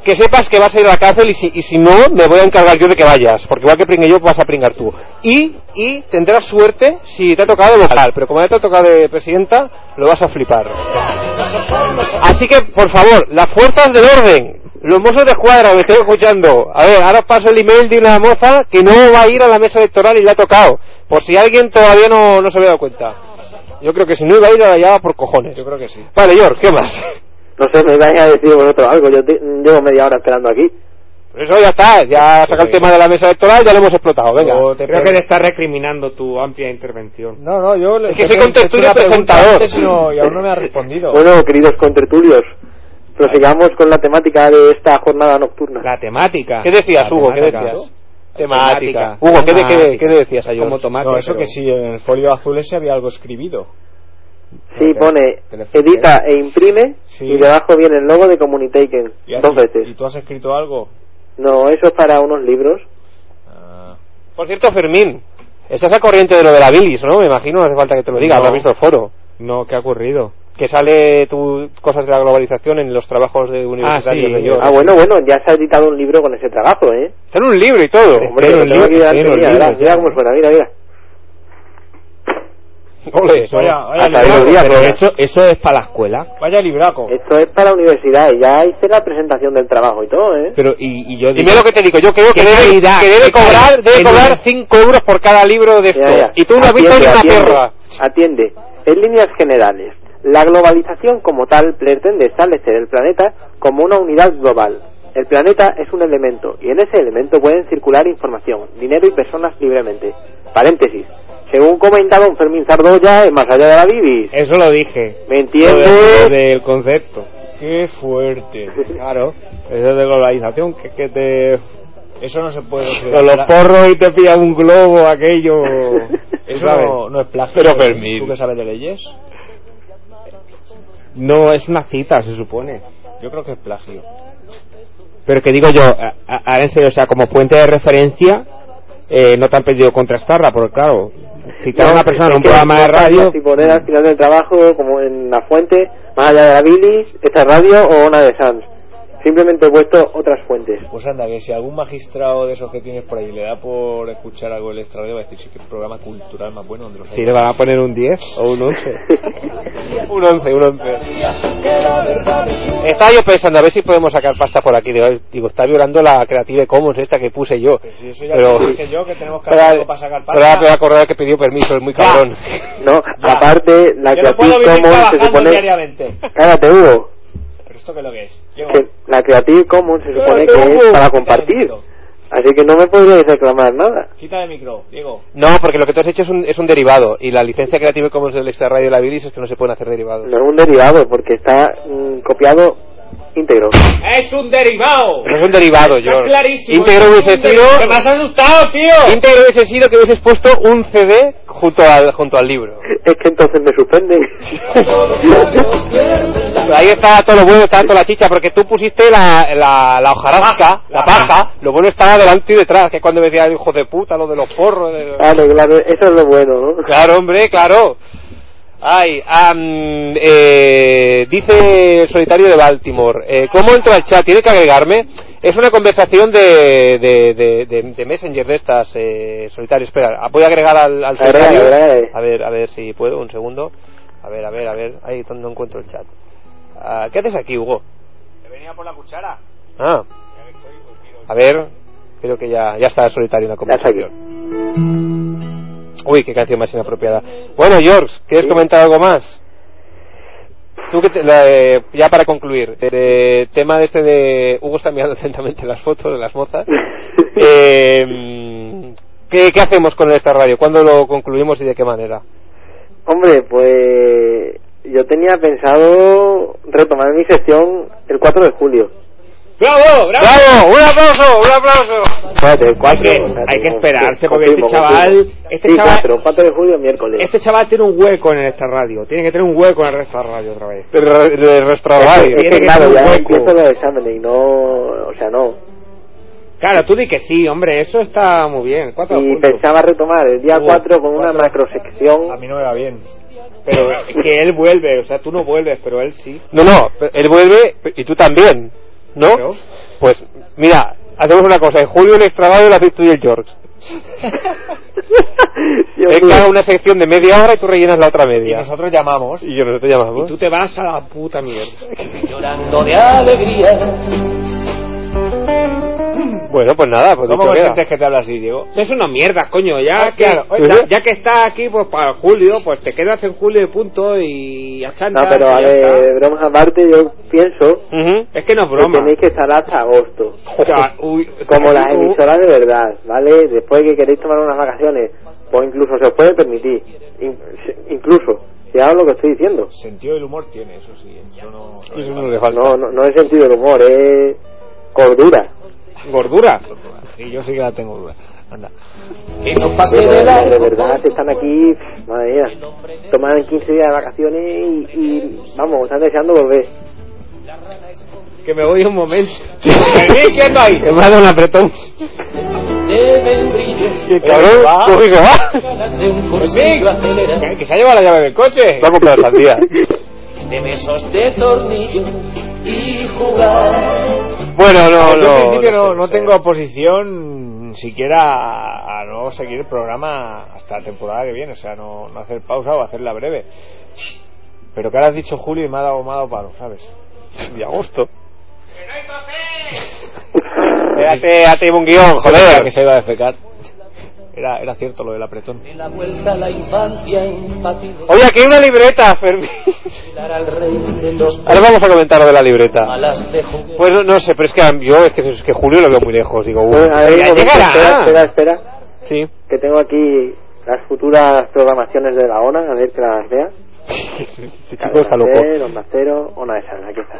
Speaker 1: que sepas que vas a ir a la cárcel y si, y si no, me voy a encargar yo de que vayas, porque igual que pringue yo, vas a pringar tú. Y, y tendrás suerte si te ha tocado de vocal, pero como ya te ha tocado de presidenta, lo vas a flipar. Así que, por favor, las fuerzas del orden, los mozos de escuadra, me estoy escuchando. A ver, ahora os paso el email de una moza que no va a ir a la mesa electoral y le ha tocado, por si alguien todavía no, no se había dado cuenta. Yo creo que si no iba a ir, ahora ya va por cojones.
Speaker 2: Yo creo que sí.
Speaker 1: Vale, George, ¿qué más?
Speaker 8: No sé, me vais a decir vosotros algo. Yo te- llevo media hora esperando aquí.
Speaker 1: Por Pues eso ya está, ya saca el tema de la mesa electoral, ya lo hemos explotado, venga.
Speaker 2: O te
Speaker 7: Creo
Speaker 2: pre-
Speaker 7: que le está recriminando tu amplia intervención.
Speaker 2: No, no, yo... le-
Speaker 1: Es que
Speaker 2: te
Speaker 1: soy
Speaker 2: pre-
Speaker 1: contestó
Speaker 2: te he hecho
Speaker 1: de
Speaker 2: una pregunta
Speaker 1: presentador.
Speaker 2: antes y no- y aún no me ha
Speaker 8: <laughs>
Speaker 2: respondido.
Speaker 8: Bueno, queridos contertulios, prosigamos con la temática de esta jornada nocturna.
Speaker 7: La temática.
Speaker 1: ¿Qué decías,
Speaker 7: La
Speaker 1: Hugo? ¿Qué
Speaker 7: temática.
Speaker 1: decías? Temática.
Speaker 7: Temática.
Speaker 1: Hugo, ¿qué, de- qué, de-
Speaker 7: Temática.
Speaker 1: qué le decías a
Speaker 7: Como
Speaker 1: George?
Speaker 7: tomate.
Speaker 2: no, eso
Speaker 7: pero-
Speaker 2: que sí, en el folio azul ese había algo escribido.
Speaker 8: Sí, pone edita e imprime
Speaker 2: Sí.
Speaker 8: y debajo viene el logo de Communitaken
Speaker 2: ¿Y, has-
Speaker 8: dos veces.
Speaker 2: ¿Y tú has escrito algo?
Speaker 8: No, eso es para unos libros.
Speaker 2: Ah,
Speaker 1: Por cierto, Fermín, estás al corriente de lo de la bilis, ¿no? Me imagino, no hace falta que te lo diga,
Speaker 7: No.
Speaker 1: lo has visto el foro.
Speaker 7: No, ¿qué ha ocurrido?
Speaker 1: Que sale tu cosas de la globalización en los trabajos de universitarios
Speaker 7: sí.
Speaker 1: de George.
Speaker 8: Ah, bueno, bueno, ya se ha editado un libro con ese trabajo, ¿eh?
Speaker 1: Está en un libro y todo.
Speaker 8: Hombre,
Speaker 1: Está
Speaker 8: lo
Speaker 1: en
Speaker 8: tengo aquí delante,
Speaker 1: está en
Speaker 8: mira,
Speaker 1: un
Speaker 8: mira,
Speaker 1: libro,
Speaker 8: mira
Speaker 1: sí.
Speaker 8: cómo suena, mira, mira.
Speaker 1: <laughs> Ole,
Speaker 2: Vaya, vaya,
Speaker 8: Hasta ahí lo diría,
Speaker 7: Pero
Speaker 8: pero-
Speaker 7: eso, eso es para la escuela.
Speaker 2: vaya libraco.
Speaker 8: Esto es para la universidad y ya hice la presentación del trabajo y todo, ¿eh?
Speaker 7: Pero, y, y yo
Speaker 1: Y
Speaker 7: digo...
Speaker 1: mira lo que te digo, yo creo que
Speaker 7: Qué
Speaker 1: debe,
Speaker 7: calidad,
Speaker 1: que debe
Speaker 7: qué
Speaker 1: cobrar
Speaker 7: calidad.
Speaker 1: debe
Speaker 7: Qué
Speaker 1: cobrar
Speaker 7: nivel.
Speaker 1: 5 euros por cada libro de esto.
Speaker 8: Ya, ya.
Speaker 1: Y tú no has visto ni
Speaker 8: Atiende,
Speaker 1: una
Speaker 8: atiende,
Speaker 1: tierra.
Speaker 8: Atiende. En líneas generales, la globalización como tal pretende establecer el planeta como una unidad global. El planeta es un elemento y en ese elemento pueden circular información, dinero y personas libremente. Paréntesis. Según comentaba un Fermín Sardoya en Más allá de la Bibis.
Speaker 7: Eso lo dije. Lo
Speaker 8: ¿Me
Speaker 7: de-
Speaker 8: entiendes?
Speaker 7: lo del concepto.
Speaker 2: Qué
Speaker 8: <laughs>
Speaker 2: fuerte.
Speaker 7: Claro. Eso de globalización, que, que te...
Speaker 2: Eso no se puede
Speaker 7: Con los
Speaker 2: considerar.
Speaker 7: porros y te pilla un globo aquello...
Speaker 2: <laughs> Eso
Speaker 7: ¿sabes?
Speaker 2: no, no es plagio.
Speaker 1: Pero
Speaker 2: ¿Tú-
Speaker 1: Fermín.
Speaker 2: ¿Tú que sabes de leyes?
Speaker 7: No, es una cita, se supone.
Speaker 2: Yo creo que es plagio.
Speaker 7: Pero que digo yo, a- a- ahora en serio, o sea, como puente de referencia, eh, no te han pedido contrastarla, porque claro, citar a una persona en
Speaker 8: es
Speaker 7: un
Speaker 8: que
Speaker 7: programa de
Speaker 8: no sabía
Speaker 7: radio, Mm.
Speaker 8: Si poner al final del trabajo, como en la fuente, más allá de la bilis, esta radio o una de Sans. Simplemente he puesto otras fuentes.
Speaker 2: Pues anda, que si algún magistrado de esos que tienes por ahí le da por escuchar algo del extraordinario, va a decir sí que es programa cultural más bueno donde los
Speaker 7: si le van a poner un 10 o un 11.
Speaker 1: Un 11, un 11. Estaba yo pensando a ver si podemos sacar pasta por aquí. Digo, digo, está violando la Creative Commons esta que puse yo.
Speaker 2: Si eso ya
Speaker 1: Pero-
Speaker 2: te dije yo, que tenemos que
Speaker 1: Pero-
Speaker 2: hacer algo para sacar
Speaker 1: pero ahora
Speaker 2: pasta.
Speaker 1: me voy a acordar que pidió permiso, es muy cabrón.
Speaker 7: <laughs>
Speaker 8: No, aparte, la
Speaker 2: Yo no
Speaker 8: Creative
Speaker 2: puedo vivir
Speaker 8: Commons se
Speaker 2: trabajando
Speaker 8: supone.
Speaker 2: diariamente.
Speaker 8: Cállate, Hugo.
Speaker 2: ¿Pero esto qué es lo
Speaker 1: <laughs>
Speaker 2: que es? Llevo-
Speaker 8: Que la Creative Commons se supone
Speaker 1: Cállate,
Speaker 8: que es
Speaker 1: Hugo.
Speaker 2: Quítale
Speaker 8: para
Speaker 2: el
Speaker 8: compartir.
Speaker 2: micro.
Speaker 8: Así que no me podríais reclamar nada.
Speaker 2: Quita el micro, Diego.
Speaker 1: No, porque lo que tú has hecho es un, es un derivado. Y la licencia Creative Commons del Extra Radio de la Bilis es que no se pueden hacer derivados.
Speaker 8: No es un derivado, porque está mm, copiado íntegro. <laughs>
Speaker 7: Es un derivado.
Speaker 1: Es un derivado, yo.
Speaker 7: clarísimo,
Speaker 1: Íntegro
Speaker 7: es un
Speaker 1: hubiese sido.
Speaker 7: derivado. Me has asustado, tío.
Speaker 1: Íntegro hubiese sido que hubieses puesto un CD junto al, junto al libro.
Speaker 8: Es que entonces me
Speaker 7: <laughs>
Speaker 8: suspenden. <laughs>
Speaker 1: Ahí está todo lo bueno, está toda la chicha, porque tú pusiste la, la, la hojarasca, la paja, lo bueno estaba delante y detrás, que es cuando me decía hijo de puta, lo de los porros. de-
Speaker 8: Claro, claro, eso es lo bueno, ¿no?
Speaker 1: <laughs> Claro, hombre, claro. Ay, am, eh, dice el solitario de Baltimore, eh, ¿cómo entro al chat? ¿Tiene que agregarme? Es una conversación de, de, de, de- de Messenger de estas, eh, solitario. Espera, voy a agregar eh. al, al
Speaker 8: Agrega,
Speaker 1: solitario.
Speaker 8: agrega.
Speaker 1: A ver, a ver si puedo, un segundo. A ver, a ver, a ver. Ahí no encuentro el chat. Ah, ¿Qué haces aquí, Hugo?
Speaker 7: Venía por la cuchara.
Speaker 1: Ah.
Speaker 7: pues
Speaker 1: A ver, creo que ya, ya está el solitario en la conversación. Uy, qué canción más inapropiada. Bueno, George, ¿quieres comentar algo más? Tú que te- la, eh, ya para concluir, el tema de este de Hugo está mirando atentamente las fotos de las
Speaker 7: <laughs>
Speaker 1: mozas. Eh, mm, ¿qué, ¿Qué hacemos con esta radio? ¿Cuándo lo concluimos y de qué manera?
Speaker 8: Hombre, pues yo tenía pensado retomar mi sesión el 4 de julio.
Speaker 7: ¡Bravo, bravo! ¡Bravo!
Speaker 1: ¡Un aplauso, un aplauso!
Speaker 8: Espérate, el 4
Speaker 7: Hay que- hay que esperarse, porque este chaval- este
Speaker 8: sí,
Speaker 7: chaval-
Speaker 8: 4, 4 de julio, miércoles.
Speaker 7: Este chaval tiene un hueco en esta radio. Tiene que tener un hueco en el resto de la radio otra vez.
Speaker 1: De nuestra
Speaker 8: es
Speaker 1: radio.
Speaker 8: que, Pues es que,
Speaker 7: que
Speaker 8: claro,
Speaker 7: tener un
Speaker 8: ya
Speaker 7: hueco.
Speaker 8: empiezo los exámenes y no, o sea, no.
Speaker 7: Claro, tú di que sí, hombre. Eso está muy bien. Cuatro
Speaker 8: Y
Speaker 7: puntos.
Speaker 8: pensaba retomar el día
Speaker 7: Hugo,
Speaker 8: 4 con una macrosección.
Speaker 2: A
Speaker 8: <laughs>
Speaker 2: mí no me va bien.
Speaker 7: Pero es que él vuelve. O sea, tú no vuelves, pero él sí.
Speaker 1: No, no, él vuelve y tú también, ¿no?
Speaker 7: Claro.
Speaker 1: Pues mira, hacemos una cosa, en julio el extra radio lo haces tú y el George. Venga, una sección de media hora y tú rellenas la otra
Speaker 7: Y
Speaker 1: media.
Speaker 7: nosotros llamamos.
Speaker 1: Y yo nosotros llamamos.
Speaker 7: Y tú te vas a la puta mierda.
Speaker 3: Llorando de alegría.
Speaker 1: Bueno, pues nada, pues
Speaker 7: ¿Cómo
Speaker 1: dicho queda.
Speaker 7: sientes que te habla así, Diego? Es una mierda, coño. Ya,
Speaker 1: Ah,
Speaker 7: que,
Speaker 1: claro.
Speaker 7: ya, ya que estás aquí pues para julio, pues te quedas en julio y punto y
Speaker 8: No,
Speaker 7: achantas.
Speaker 8: pero a
Speaker 7: y ya
Speaker 8: ver,
Speaker 7: está.
Speaker 8: bromas aparte, yo pienso
Speaker 1: Ujú.
Speaker 7: Es que no es
Speaker 8: que
Speaker 7: broma.
Speaker 8: tenéis que estar hasta agosto.
Speaker 7: O
Speaker 8: <laughs>
Speaker 7: sea, uy, o sea,
Speaker 8: Como
Speaker 7: que
Speaker 8: las
Speaker 7: tú-
Speaker 8: emisoras de verdad, ¿vale? Después de que queréis tomar unas vacaciones, pues incluso se os puede permitir. In- incluso, si hago lo que estoy diciendo.
Speaker 2: Sentido del humor tiene, eso sí. Eso no.
Speaker 1: Eso no le falta.
Speaker 8: No, no, no es sentido del humor, es cordura.
Speaker 7: Gordura.
Speaker 2: Y yo sí que la tengo duda. Anda.
Speaker 3: Que no
Speaker 8: Pero
Speaker 3: pase
Speaker 8: de,
Speaker 3: de
Speaker 8: verdad, de
Speaker 3: largo.
Speaker 8: verdad, están aquí, pff, madre mía, toman 15 días de vacaciones y, y, vamos, están deseando volver.
Speaker 7: Que me voy un momento.
Speaker 1: ¿Qué quieto ahí? Que me ha dado un apretón.
Speaker 3: Deben brillar.
Speaker 1: Y el cabrón,
Speaker 7: Eh, va.
Speaker 1: coge y se va.
Speaker 3: ganas De un cursillo acelerado.
Speaker 7: Que, que se ha llevado la llave del coche.
Speaker 1: Va a comprar sandía.
Speaker 3: De besos de tornillo. Y jugar.
Speaker 1: Bueno, no,
Speaker 2: yo en
Speaker 1: no.
Speaker 2: principio no,
Speaker 1: sé,
Speaker 2: no
Speaker 1: sé.
Speaker 2: tengo oposición siquiera a, a no seguir el programa hasta la temporada que viene, o sea, no, no hacer pausa o hacerla breve. Pero que ahora has dicho julio y me ha dado, me ha dado palo, ¿sabes?
Speaker 1: De agosto. Espérate, hazte un guión, joder.
Speaker 2: Que se iba a defecar. Era, era cierto lo del apretón.
Speaker 3: De la vuelta a la infancia en patines.
Speaker 1: Oye, aquí hay una libreta, Fermín.
Speaker 3: Bailar al rey de los
Speaker 1: Ahora vamos a comentar lo de la libreta.
Speaker 3: malas de juguete.
Speaker 1: Pues no, no sé, pero es que yo es que, es que Julio lo veo muy lejos. Digo, uy,
Speaker 8: Bueno, a ver, un
Speaker 1: ya
Speaker 8: momento, espera, espera,
Speaker 1: llegará.
Speaker 8: espera,
Speaker 1: Sí.
Speaker 8: que tengo aquí las futuras programaciones de la ONA, a ver que las veas.
Speaker 1: Este chico está loco.
Speaker 8: Cero, Onda Cero, Onda de Sal, aquí está.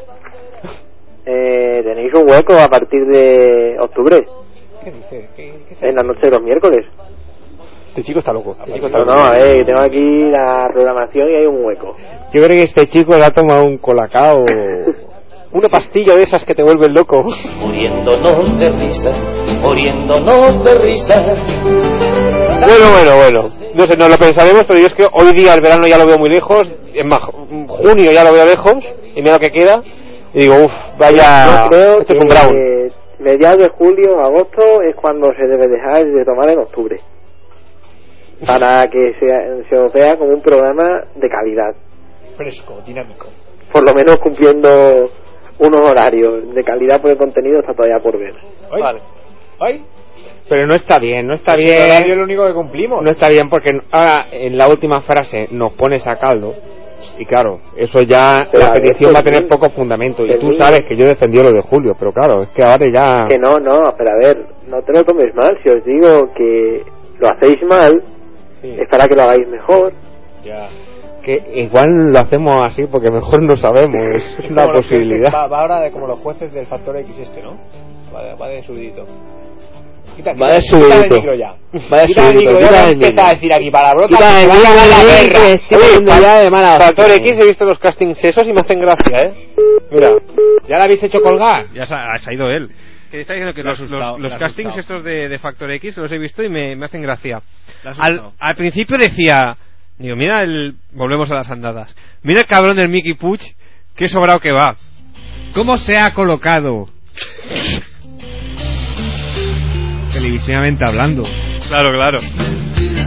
Speaker 8: Eh, tenéis un hueco a partir de octubre,
Speaker 7: ¿Qué dice? ¿Qué- qué se-
Speaker 8: en la noche de los miércoles.
Speaker 1: Este chico está loco. Este chico está
Speaker 8: No,
Speaker 1: loco.
Speaker 8: no, a ver, tengo aquí la programación y hay un hueco.
Speaker 1: Yo creo que este chico le ha tomado un colacao. Una pastilla de esas que te vuelven
Speaker 7: <laughs>
Speaker 1: loco.
Speaker 3: Muriéndonos de risa. Muriéndonos de risa.
Speaker 1: Bueno, bueno, bueno. No sé, nos lo pensaremos, pero yo es que hoy día el verano ya lo veo muy lejos. En más, junio ya lo veo lejos. Y mira lo que queda. Y digo, uff, vaya.
Speaker 7: Ah,
Speaker 8: Yo creo
Speaker 1: Esto es
Speaker 8: que
Speaker 1: un brown.
Speaker 8: mediados de julio, agosto es cuando se debe dejar de tomar en octubre. Para que se, se os vea como un programa de calidad.
Speaker 2: Fresco, dinámico.
Speaker 8: Por lo menos cumpliendo unos horarios de calidad por el contenido está todavía por ver.
Speaker 2: Hoy,
Speaker 1: Vale.
Speaker 2: hoy,
Speaker 7: Pero no está bien, no está
Speaker 2: Pues el horario es
Speaker 7: bien.
Speaker 2: lo único que cumplimos.
Speaker 7: No está bien porque ahora en la última frase nos pones a caldo. Y claro, eso ya,
Speaker 8: Pero a
Speaker 7: la
Speaker 8: ver,
Speaker 7: petición va a
Speaker 8: Fermín,
Speaker 7: tener poco fundamento. Y tú
Speaker 8: Fermín.
Speaker 7: sabes que yo defendí lo de Julio, pero claro, es que ahora ya.
Speaker 8: Que no, no, pero a ver, no te lo tomes mal. Si os digo que lo hacéis mal,
Speaker 2: Sí,
Speaker 8: es para que lo hagáis mejor.
Speaker 2: ya.
Speaker 9: Que igual lo hacemos así porque mejor no sabemos. Es una
Speaker 10: Como los jueces-
Speaker 9: posibilidad.
Speaker 10: Va, va ahora de como los jueces del factor X este, ¿no? Va de, va de subidito. Quita,
Speaker 9: Va de
Speaker 10: quita- quita
Speaker 9: subidito.
Speaker 10: el micro ya.
Speaker 9: Va de
Speaker 10: quita
Speaker 9: subidito,
Speaker 10: el micro
Speaker 9: quita
Speaker 10: ya.
Speaker 9: el
Speaker 10: Empieza a
Speaker 9: micro.
Speaker 10: decir aquí para brota.
Speaker 9: Quita el
Speaker 10: que va
Speaker 9: micro,
Speaker 10: a la
Speaker 9: que
Speaker 10: guerra.
Speaker 9: estoy viendo
Speaker 10: Oye,
Speaker 9: ya de mala
Speaker 11: Factor
Speaker 9: hostia.
Speaker 11: X he visto los castings esos y me hacen gracia, ¿eh? Mira,
Speaker 9: ¿Ya la habéis hecho colgar?
Speaker 1: Ya se ha, se ha ido él. Que está diciendo que
Speaker 2: Le ha
Speaker 1: los,
Speaker 2: asustado,
Speaker 1: los-
Speaker 2: le ha
Speaker 1: los castings
Speaker 2: asustado.
Speaker 1: estos de, de Factor X los he visto y me, me hacen gracia.
Speaker 2: Le ha
Speaker 1: Al,
Speaker 2: asustado.
Speaker 1: al principio decía, digo, mira el, volvemos a las andadas, mira el cabrón del Mickey Puch, qué sobrado que va.
Speaker 7: ¿Cómo se ha colocado? Televisivamente hablando.
Speaker 1: Claro, claro.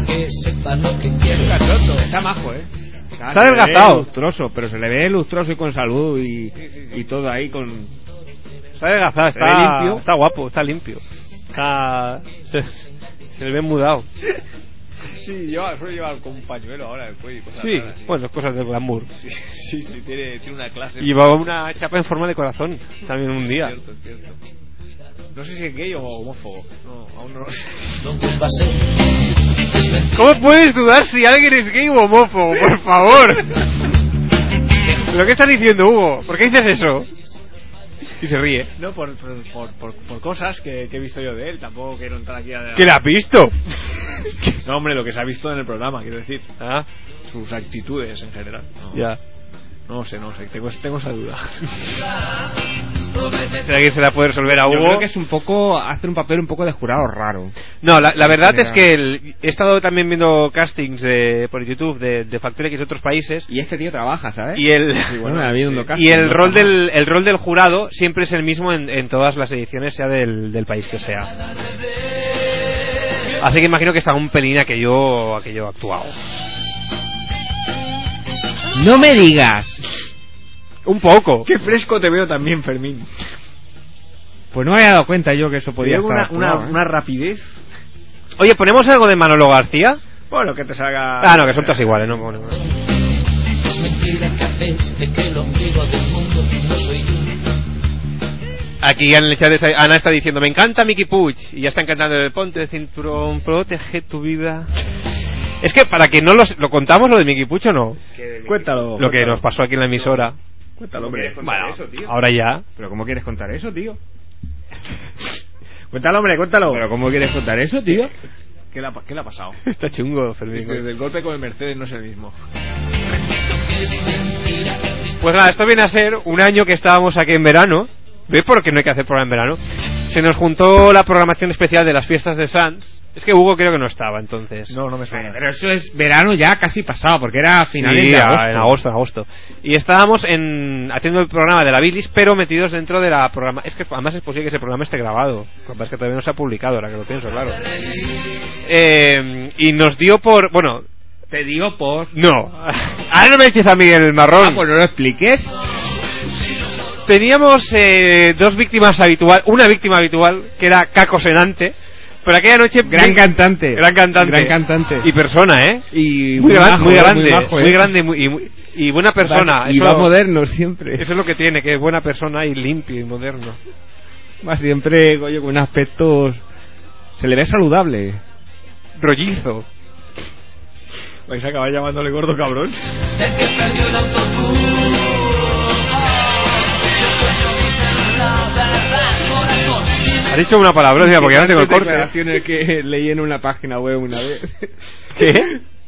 Speaker 3: Que sepa lo que quiero.
Speaker 7: Está majo, eh.
Speaker 1: Está
Speaker 7: se le ve
Speaker 1: adelgazado.
Speaker 7: lustroso, pero se le ve lustroso y con salud y, y todo ahí con...
Speaker 1: Está adelgazado,
Speaker 7: Se ve
Speaker 1: está,
Speaker 7: limpio.
Speaker 1: está guapo, está limpio. Está, se,
Speaker 7: <laughs>
Speaker 1: se le ve mudado.
Speaker 2: Sí, lleva, suele llevar con un pañuelo ahora el cuello y cosas
Speaker 1: Sí,
Speaker 2: raras,
Speaker 1: bueno, cosas del glamour.
Speaker 2: Sí, <laughs> sí, sí, tiene, tiene una clase.
Speaker 1: Y va una chapa en forma de corazón, también un día.
Speaker 2: Cierto, es cierto. No sé si es gay o homófobo. No, aún no lo sé.
Speaker 1: ¿Cómo puedes dudar si alguien es gay o homófobo? Por favor. ¿Lo que estás diciendo, Hugo? ¿Por qué dices eso? Y se ríe.
Speaker 2: No, por, por, por, por, por cosas que, que he visto yo de él. Tampoco quiero entrar aquí a...
Speaker 1: ¿Qué la has visto?
Speaker 2: No, hombre, lo que se ha visto en el programa, quiero decir.
Speaker 1: Ah.
Speaker 2: Sus actitudes en general. No,
Speaker 1: Ya.
Speaker 2: no sé, no sé. Tengo, tengo esa duda.
Speaker 1: ¿Será que se la puede resolver a
Speaker 7: Yo
Speaker 1: Hugo?
Speaker 7: creo que es un poco... Hacer un papel un poco de jurado raro.
Speaker 1: No, la, la verdad es
Speaker 7: Mira.
Speaker 1: que el- he estado también viendo castings de- por YouTube de, de Factor X de otros países
Speaker 7: Y este tío trabaja, ¿sabes?
Speaker 1: y el...
Speaker 7: <laughs> Sí, bueno, ha habido un
Speaker 1: <laughs> Y
Speaker 7: casting,
Speaker 1: el
Speaker 7: ¿no?
Speaker 1: rol del, el rol del jurado siempre es el mismo en, en todas las ediciones, sea del, del país que sea. Así que imagino que está un pelín aquello, aquello actuado.
Speaker 7: ¡No me digas!
Speaker 1: Un poco.
Speaker 2: Qué fresco te veo también, Fermín.
Speaker 7: Pues no me había dado cuenta yo que eso podía
Speaker 2: Tengo una,
Speaker 7: estar...
Speaker 2: una,
Speaker 7: jurado, ¿eh?
Speaker 2: una rapidez.
Speaker 1: Oye, ¿ponemos algo de Manolo García?
Speaker 2: Bueno, que te salga...
Speaker 1: Ah, no, que son todas iguales, no, no, no.
Speaker 3: Es mentira que haces de que el ombligo del mundo no soy yo.
Speaker 1: Aquí en el chat está- Ana está diciendo, me encanta Mickey Puch. Y ya está encantando el ponte de cinturón, protege tu vida. Es que para que no los- lo contamos lo de Mickey Puch o no,
Speaker 2: Cuéntalo.
Speaker 1: lo que
Speaker 2: cuéntalo.
Speaker 1: nos pasó aquí en la emisora.
Speaker 2: Cuéntalo, hombre.
Speaker 1: Bueno, ahora ya.
Speaker 7: ¿Pero cómo quieres contar eso, tío? <laughs>
Speaker 2: Cuéntalo, hombre, cuéntalo.
Speaker 7: ¿Pero cómo quieres contar eso, tío?
Speaker 2: ¿Qué le ha, qué le ha <laughs> pasado?
Speaker 1: Está chungo, Fermín.
Speaker 2: Desde el golpe con el Mercedes no es el mismo.
Speaker 1: Pues nada, esto viene a ser un año que estábamos aquí en verano. ¿Ves por qué no hay que hacer programa en verano? Se nos juntó la programación especial de las fiestas de Sans. Es que Hugo creo que no estaba entonces.
Speaker 2: No, no me <laughs> suena.
Speaker 7: Pero eso es verano ya casi pasado, porque era a finales
Speaker 1: Sí,
Speaker 7: de
Speaker 1: a-
Speaker 7: agosto. Ah,
Speaker 1: en agosto, en agosto. Y estábamos en, haciendo el programa de la bilis, pero metidos dentro de la programa. Es que además es posible que ese programa esté grabado. Lo que pasa es que todavía no se ha publicado, ahora que lo pienso, claro. Eh, y nos dio por. Bueno,
Speaker 7: Te digo por...
Speaker 1: no. <laughs> Ahora no me eches a mí el marrón.
Speaker 7: Ah, pues no lo expliques.
Speaker 1: Teníamos eh, dos víctimas habitual, una víctima habitual, que era Caco Senante. Pero aquella noche.
Speaker 7: Gran cantante.
Speaker 1: Gran cantante.
Speaker 7: Gran cantante.
Speaker 1: Y persona, ¿eh?
Speaker 7: Y
Speaker 1: Muy, gran-
Speaker 7: majo,
Speaker 1: muy grande, muy,
Speaker 7: majo, ¿eh?
Speaker 1: grande y muy- y, muy- y buena persona.
Speaker 7: Va- Y
Speaker 1: Eso-
Speaker 7: va moderno siempre.
Speaker 1: Eso es lo que tiene, que es buena persona y limpio y moderno.
Speaker 7: Va siempre, coño, con aspectos... Se le ve saludable.
Speaker 1: Rollizo.
Speaker 2: Vais a acabar llamándole gordo cabrón.
Speaker 3: El que perdió el autobús. Pero sueño dice la verdad, corazón.
Speaker 1: Has dicho una palabra, tía, porque ya no
Speaker 2: <laughs>
Speaker 1: tengo el corte.
Speaker 7: declaraciones que <laughs> leí en una página web una vez.
Speaker 1: ¿Qué?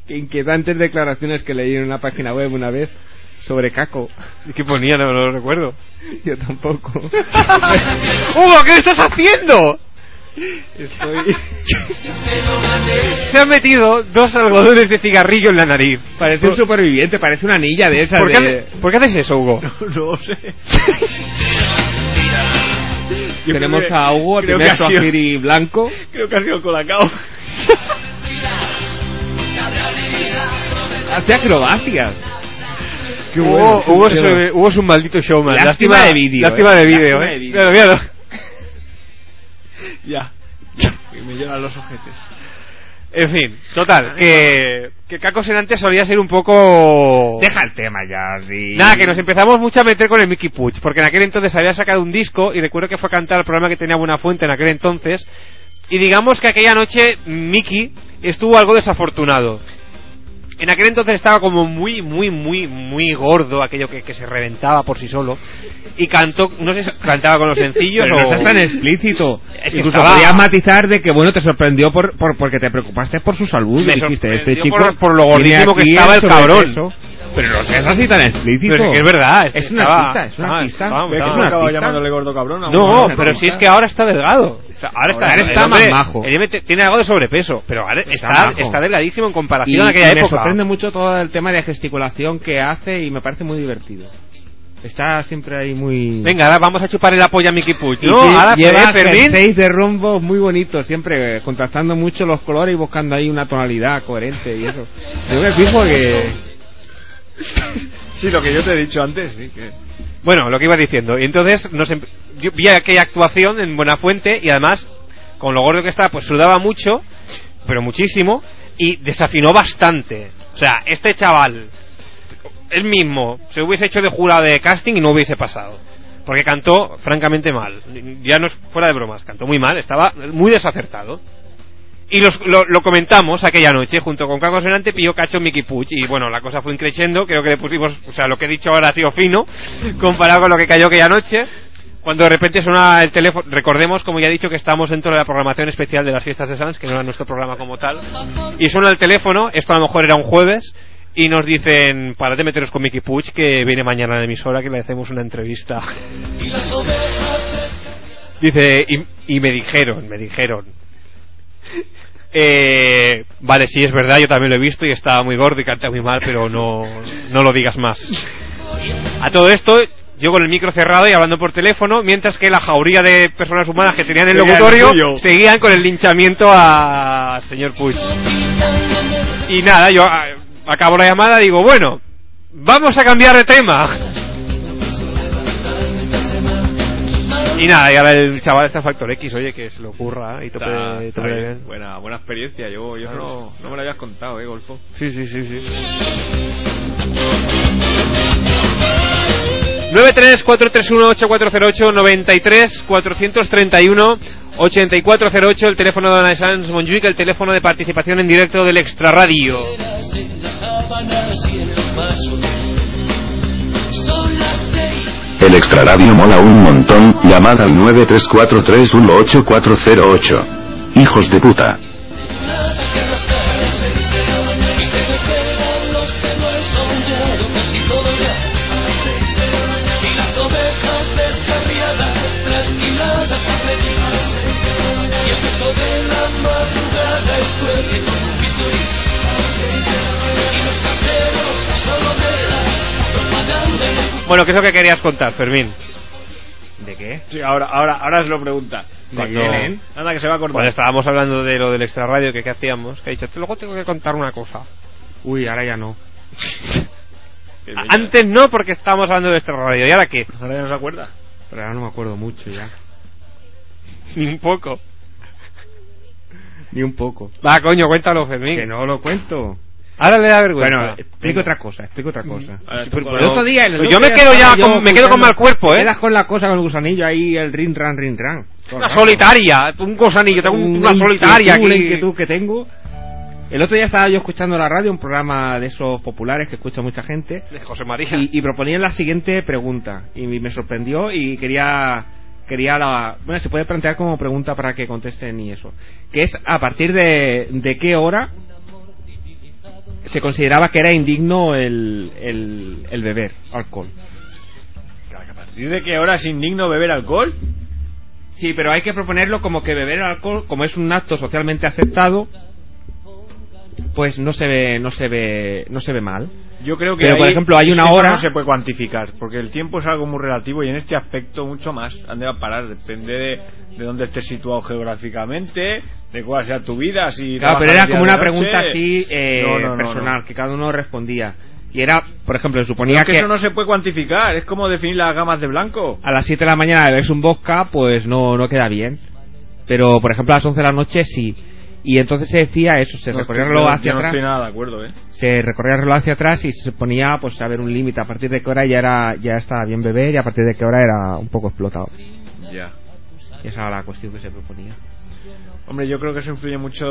Speaker 7: Que Inquietantes declaraciones que leí en una página web una vez sobre Caco.
Speaker 1: ¿Qué ponía? No, no lo recuerdo.
Speaker 7: <laughs> Yo tampoco.
Speaker 1: <laughs> ¡Hugo, qué estás haciendo!
Speaker 7: Estoy...
Speaker 1: <laughs> Se han metido dos algodones de cigarrillo en la nariz.
Speaker 7: Parece un superviviente, parece una anilla de esas
Speaker 1: ¿Por qué,
Speaker 7: de...
Speaker 1: hace- por qué haces eso, Hugo?
Speaker 2: no sé. <laughs> Yo
Speaker 7: Tenemos
Speaker 2: creo que-
Speaker 7: a Hugo, el
Speaker 2: creo que
Speaker 7: primer
Speaker 2: ha sido-
Speaker 7: suajiri blanco.
Speaker 2: Creo que ha sido colacao.
Speaker 7: Hace acrobacias. <laughs> Qué
Speaker 1: Hugo, Hugo
Speaker 7: qué
Speaker 1: es,
Speaker 7: bueno.
Speaker 1: eh, Hugo es un maldito showman.
Speaker 7: Lástima de vídeo,
Speaker 1: Lástima
Speaker 7: eh.
Speaker 1: de vídeo,
Speaker 7: Lástima de
Speaker 1: eh.
Speaker 7: vídeo.
Speaker 1: Míralo, míralo.
Speaker 2: <laughs> ya. Y me lloran los ojetes.
Speaker 1: En fin, total, que, que Caco Senante solía ser un poco...
Speaker 7: Deja el tema ya, sí.
Speaker 1: Nada, que nos empezamos mucho a meter con el Mickey Puch, porque en aquel entonces había sacado un disco y recuerdo que fue a cantar el programa que tenía Buena Fuente en aquel entonces. Y digamos que aquella noche Mickey estuvo algo desafortunado. en aquel entonces estaba como muy, muy, muy, muy gordo, aquello que, que se reventaba por sí solo. Y cantó, no sé, si cantaba <laughs> con los sencillos
Speaker 7: Pero
Speaker 1: o.
Speaker 7: no seas tan explícito.
Speaker 1: Es que
Speaker 7: Incluso
Speaker 1: estaba-
Speaker 7: podías matizar de que, bueno, te sorprendió por, por- porque te preocupaste por su salud.
Speaker 1: Me
Speaker 7: y dijiste, este
Speaker 1: sorprendió
Speaker 7: chico
Speaker 1: por- por lo
Speaker 7: tiene
Speaker 1: gordísimo que
Speaker 7: aquí
Speaker 1: estaba el cabrón.
Speaker 7: sobrepeso. Pero no seas así tan explícito.
Speaker 1: Pero es que es verdad, es que
Speaker 7: Es una
Speaker 1: estaba-
Speaker 7: pista, es una
Speaker 1: estaba-
Speaker 7: pista.
Speaker 1: estaba-
Speaker 7: Es
Speaker 1: estaba-
Speaker 7: una
Speaker 1: acababa
Speaker 7: pista.
Speaker 1: llamándole
Speaker 2: gordo cabrón.
Speaker 1: No, pero si es que ahora está delgado. O sea, ahora,
Speaker 2: Ahora
Speaker 1: está,
Speaker 2: está
Speaker 1: el hombre-
Speaker 2: más majo.
Speaker 1: el hombre te- tiene algo de sobrepeso, pero ahora está,
Speaker 7: majo.
Speaker 1: está, delgadísimo en comparación
Speaker 7: Y
Speaker 1: a aquella
Speaker 7: me
Speaker 1: época.
Speaker 7: sorprende mucho todo el tema de gesticulación que hace y me parece muy divertido. Está siempre ahí muy...
Speaker 1: Venga, ahora vamos a chupar el apoyo a Mickey Puig.
Speaker 7: Y
Speaker 1: No,
Speaker 7: sí,
Speaker 1: ahora
Speaker 7: lleva
Speaker 1: Fede Fermín.
Speaker 7: seis de rombo muy bonito, siempre eh, contrastando mucho los colores y buscando ahí una tonalidad coherente y eso. Yo me fijo que...
Speaker 2: <laughs> Sí, lo que yo te he dicho antes, sí, que...
Speaker 1: Bueno, lo que iba diciendo. Y entonces nos em- yo vi aquella actuación en Buenafuente y además, con lo gordo que estaba, pues sudaba mucho, pero muchísimo, y desafinó bastante. O sea, este chaval, él mismo, se hubiese hecho de jurado de casting y no hubiese pasado. Porque cantó francamente mal. Ya no es fuera de bromas, cantó muy mal, estaba muy desacertado. Y los- lo, lo comentamos aquella noche junto con Caco Sonante, Pío Cacho, Mickey Puch. Y bueno, la cosa fue increciendo. Creo que le pusimos, o sea, lo que he dicho ahora ha sido fino <laughs> comparado con lo que cayó aquella noche. Cuando de repente suena el teléfono, recordemos, como ya he dicho, que estamos dentro de la programación especial de las fiestas de Sans, que no era nuestro programa como tal. Y suena el teléfono, esto a lo mejor era un jueves, y nos dicen, para de meteros con Mickey Puch, que viene mañana a la emisora, que le hacemos una entrevista. <laughs> Dice, y, y me dijeron, me dijeron. Eh, vale, sí, es verdad, yo también lo he visto y estaba muy gordo y canta muy mal, pero no, no lo digas más. A todo esto, yo con el micro cerrado y hablando por teléfono, mientras que la jauría de personas humanas que tenían el
Speaker 2: Seguía el
Speaker 1: locutorio
Speaker 2: suyo.
Speaker 1: seguían con el linchamiento a señor Puig. Y nada, yo ah, acabo la llamada y digo, bueno, vamos a cambiar de tema. Y nada, y ahora el chaval está en Factor X, oye, que se lo ocurra y tope,
Speaker 2: Está-
Speaker 1: tope
Speaker 2: Ah, está
Speaker 1: de
Speaker 2: bien.
Speaker 1: bien.
Speaker 2: Buena, buena experiencia, yo, yo no, no me lo habías contado, eh, Golfo.
Speaker 1: Sí, sí, sí, sí. 93-431-8408-93-431-8408, el teléfono de Ana Sanz Monjuic, el teléfono de participación en directo del Extra Radio.
Speaker 3: En las sábanas y en los vasos. Son las seis.
Speaker 12: El extraradio mola un montón, llamada al 934318408. Hijos de puta.
Speaker 3: Nada que rascarse el cerebro. Y se nos quedan los que no han soñado casi todo ya. Y las ovejas descarriadas, trasquiladas a pedir. Y el beso de la madrugada es fuerte como un bisturí. Y los carteros solo dejan propaganda en el
Speaker 1: Bueno, ¿qué es lo que querías contar, Fermín?
Speaker 2: ¿De qué? Sí, ahora, ahora, ahora es lo pregunta.
Speaker 1: Cuando-
Speaker 2: Anda, que se va a acordar.
Speaker 1: Cuando estábamos hablando de lo del Extra Radio, que qué hacíamos, que he dicho, luego tengo que contar una cosa.
Speaker 7: Uy, ahora
Speaker 1: <laughs>
Speaker 7: ya no.
Speaker 1: Antes no, porque estábamos hablando de Extra Radio, ¿y ahora qué?
Speaker 2: Ahora ya no se acuerda.
Speaker 7: Pero ahora no me acuerdo mucho ya.
Speaker 1: <laughs> Ni un poco.
Speaker 7: Ni un poco.
Speaker 1: Va, coño, cuéntalo, Fermín.
Speaker 7: Que no lo cuento.
Speaker 1: Ahora le da vergüenza.
Speaker 7: Bueno, eh, explico
Speaker 1: Venga.
Speaker 7: otra cosa, explico otra cosa.
Speaker 1: Ahora
Speaker 7: Sí,
Speaker 1: tú
Speaker 7: pero
Speaker 1: con
Speaker 7: el
Speaker 1: lo-
Speaker 7: otro día, el
Speaker 1: Pues
Speaker 7: otro
Speaker 1: yo me
Speaker 7: día
Speaker 1: quedo
Speaker 7: estaba
Speaker 1: ya con- me quedo con mal cuerpo, ¿eh?
Speaker 7: Me das con la cosa, con el gusanillo ahí, el rin ran, rin ran. Todo el
Speaker 1: Una
Speaker 7: rato.
Speaker 1: solitaria, un gusanillo, tengo
Speaker 7: Un-
Speaker 1: una solitaria
Speaker 7: inquietud, Una
Speaker 1: aquí.
Speaker 7: inquietud que tengo. El otro día estaba yo escuchando la radio, un programa de esos populares que escucha mucha gente.
Speaker 1: De José María.
Speaker 7: Y, y proponían la siguiente pregunta. Y me sorprendió y quería. Quería la. Bueno, se puede plantear como pregunta para que contesten y eso. Que es a partir de, de qué hora se consideraba que era indigno el, el, el beber alcohol.
Speaker 2: ¿Dice que ahora es indigno beber alcohol?
Speaker 7: Sí, pero hay que proponerlo como que beber alcohol, como es un acto socialmente aceptado, pues no se ve, no se ve, no se ve mal.
Speaker 2: Yo creo que
Speaker 7: Pero, por
Speaker 2: ahí-
Speaker 7: ejemplo, hay
Speaker 2: es
Speaker 7: una
Speaker 2: que eso
Speaker 7: hora-
Speaker 2: no se puede cuantificar porque el tiempo es algo muy relativo y en este aspecto mucho más han de parar depende de, de dónde estés situado geográficamente de cuál sea tu vida si
Speaker 7: Claro,
Speaker 2: trabajas
Speaker 7: pero era
Speaker 2: los días
Speaker 7: como una
Speaker 2: de noche.
Speaker 7: pregunta así eh,
Speaker 2: No, no, no,
Speaker 7: personal que cada uno respondía y era, por ejemplo, se
Speaker 2: no.
Speaker 7: suponía
Speaker 2: Es que
Speaker 7: que,
Speaker 2: eso no se puede cuantificar es como definir las gamas de blanco
Speaker 7: a las 7 de la mañana beberse un vodka, pues no, no queda bien. Pero, por ejemplo, a las 11 de la noche sí. Y entonces se decía eso, se
Speaker 2: No
Speaker 7: recorría el
Speaker 2: estoy-
Speaker 7: reloj
Speaker 2: yo
Speaker 7: hacia
Speaker 2: no
Speaker 7: atrás.
Speaker 2: estoy nada de acuerdo eh
Speaker 7: se recorría el reloj hacia atrás y se ponía pues a ver un límite a partir de qué hora ya era ya estaba bien beber y a partir de qué hora era un poco explotado
Speaker 2: ya
Speaker 7: Y esa era la cuestión que se proponía.
Speaker 2: Hombre, yo creo que eso influye mucho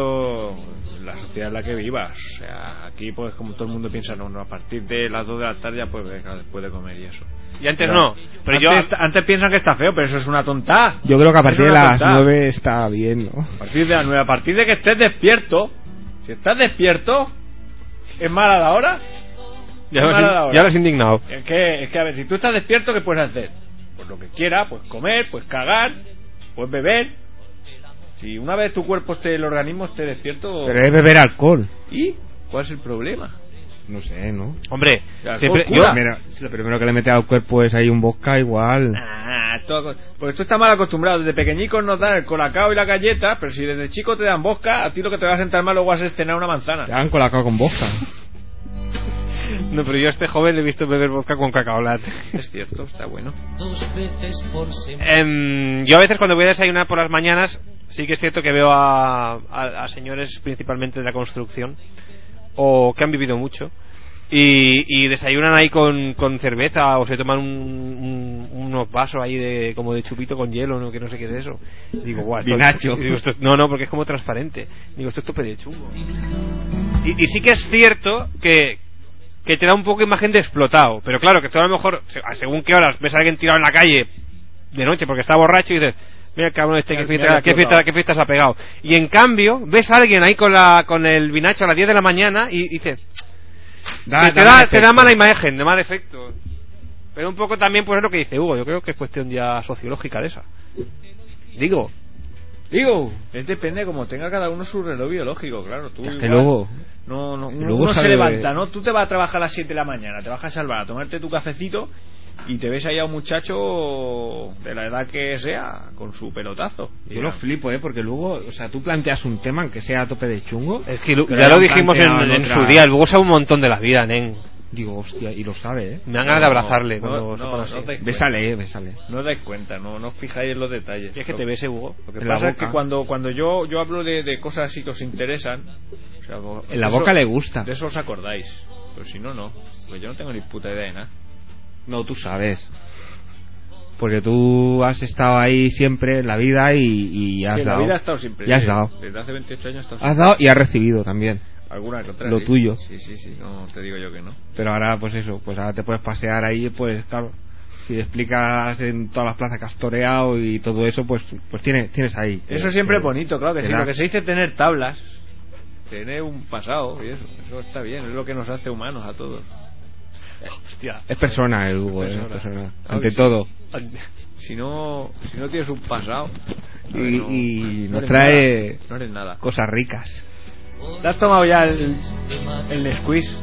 Speaker 2: la sociedad en la que vivas. O sea, aquí, pues, como todo el mundo piensa, no, no, a partir de las 2 de la tarde ya puedes, venga, después de comer y eso.
Speaker 1: Y antes no, pero yo-
Speaker 2: antes, antes piensan que está feo, pero eso es una tonta.
Speaker 7: Yo creo que a partir de las
Speaker 2: nueve
Speaker 7: 9 está bien, ¿no?
Speaker 2: A partir de las 9, a partir de que estés despierto, si estás despierto, es mala la hora.
Speaker 1: Ya
Speaker 2: Es
Speaker 1: lo has
Speaker 2: mala
Speaker 1: in-
Speaker 2: la hora.
Speaker 1: ya lo has indignado.
Speaker 2: Es que, es que, a ver, si tú estás despierto, ¿qué puedes hacer? Pues lo que quieras, pues comer, pues cagar, pues beber. Si una vez tu cuerpo esté, el organismo esté despierto.
Speaker 7: Pero es beber alcohol.
Speaker 2: ¿Y cuál es el problema?
Speaker 7: No sé, ¿no?
Speaker 1: Hombre,
Speaker 2: Alcohol
Speaker 1: siempre-
Speaker 2: cura.
Speaker 7: Mira, si lo primero que le mete al cuerpo es ahí un vodka, igual.
Speaker 2: Ah, todo- porque tú estás mal acostumbrado. Desde pequeñicos nos dan el colacao y la galleta, pero si desde chico te dan bosca, a ti lo que te va a sentar mal luego vas a ser cenar una manzana.
Speaker 7: Te dan colacao con vodka.
Speaker 1: No, pero yo a este joven le he visto beber vodka con cacaolate.
Speaker 2: Es cierto, está bueno.
Speaker 3: Dos veces por semana.
Speaker 1: Em, yo a veces cuando voy a desayunar por las mañanas, sí que es cierto que veo a, a- a señores principalmente de la construcción o que han vivido mucho y, y desayunan ahí con, con cerveza o se toman un- un- unos vasos ahí de como de chupito con hielo, no que no sé qué es eso. Digo, guau, esto-
Speaker 7: Vinacho.
Speaker 1: digo, esto- no, no, porque es como transparente. Digo, esto es tope de chungo. Y, y sí que es cierto que, que te da un poco imagen de explotado, pero claro, que tú a lo mejor, se- a según qué horas, ves a alguien tirado en la calle de noche porque está borracho y dices, mira el cabrón este, qué
Speaker 2: Mira,
Speaker 1: fiesta,
Speaker 2: mira,
Speaker 1: qué fiesta,
Speaker 2: explotado.
Speaker 1: qué fiesta se ha pegado. Y en cambio, ves a alguien ahí con, la, con el vinacho a las 10 de la mañana y dices, te, te da, te da mala imagen, de mal efecto. Pero un poco también, pues es lo que dice Hugo, yo creo que es cuestión ya sociológica de esa. Digo,
Speaker 2: Digo, es depende como tenga cada uno su reloj biológico, claro. Tú
Speaker 7: Es que
Speaker 2: igual-
Speaker 7: luego.
Speaker 2: No, no,
Speaker 7: que
Speaker 2: uno,
Speaker 7: luego
Speaker 2: uno se
Speaker 7: sale-
Speaker 2: levanta, ¿no? Tú te vas a trabajar a las 7 de la mañana, te vas a salvar a tomarte tu cafecito y te ves ahí a un muchacho de la edad que sea con su pelotazo.
Speaker 7: Yo lo flipo, ¿eh? Porque luego, o sea, tú planteas un tema, aunque sea a tope de chungo.
Speaker 1: Es que lo- ya lo dijimos en, en su día, el Hugo sabe un montón de la vida, nen.
Speaker 7: Digo, hostia, y lo sabe, ¿eh?
Speaker 1: Me dan ganas de abrazarle.
Speaker 2: No,
Speaker 1: cuando
Speaker 2: no,
Speaker 1: se pone así.
Speaker 2: no te-
Speaker 7: Bésale, eh, bésale.
Speaker 2: No os dais cuenta, no, no os fijáis en los detalles.
Speaker 1: ¿Quieres que
Speaker 2: Lo-
Speaker 1: te bese, Hugo?
Speaker 2: Lo que
Speaker 7: En la
Speaker 2: pasa es
Speaker 7: boca.
Speaker 2: que cuando, cuando yo, yo hablo de, de cosas así que os interesan... o sea, vos-
Speaker 7: En la
Speaker 2: de
Speaker 7: boca
Speaker 2: eso-
Speaker 7: le gusta.
Speaker 2: De eso os acordáis. Pero si no, no. Pues yo no tengo ni puta idea de nada.
Speaker 7: No, tú sabes. Porque tú has estado ahí siempre en la vida y, y has
Speaker 2: Sí, en
Speaker 7: dado.
Speaker 2: la vida he estado siempre.
Speaker 7: Y has
Speaker 2: desde-
Speaker 7: dado.
Speaker 2: Desde hace 28 años he estado
Speaker 7: Has dado y has recibido también.
Speaker 2: Alguna que otra,
Speaker 7: Lo
Speaker 2: sí.
Speaker 7: tuyo.
Speaker 2: Sí, sí, sí. No te digo yo que no.
Speaker 7: Pero ahora, pues eso, pues ahora te puedes pasear ahí, pues claro. Si explicas en todas las plazas que has toreado y todo eso, pues, pues tienes, tienes ahí. Eh,
Speaker 2: Eso
Speaker 7: Te-
Speaker 2: siempre
Speaker 7: te-
Speaker 2: es bonito, claro que
Speaker 7: te
Speaker 2: sí.
Speaker 7: da-
Speaker 2: Lo que se dice es tener tablas, tener un pasado, y eso, eso está bien, es lo que nos hace humanos a todos. Hostia.
Speaker 7: Es persona el Hugo, eh, es
Speaker 2: persona.
Speaker 7: persona.
Speaker 2: Claro
Speaker 7: Ante
Speaker 2: que sí.
Speaker 7: todo.
Speaker 2: Si no, si no tienes un pasado.
Speaker 7: Y,
Speaker 2: ver, no-
Speaker 7: y
Speaker 2: no
Speaker 7: nos
Speaker 2: eres
Speaker 7: trae
Speaker 2: nada, no eres nada.
Speaker 7: cosas ricas.
Speaker 2: ¿Te has tomado ya el, el Nesquiz?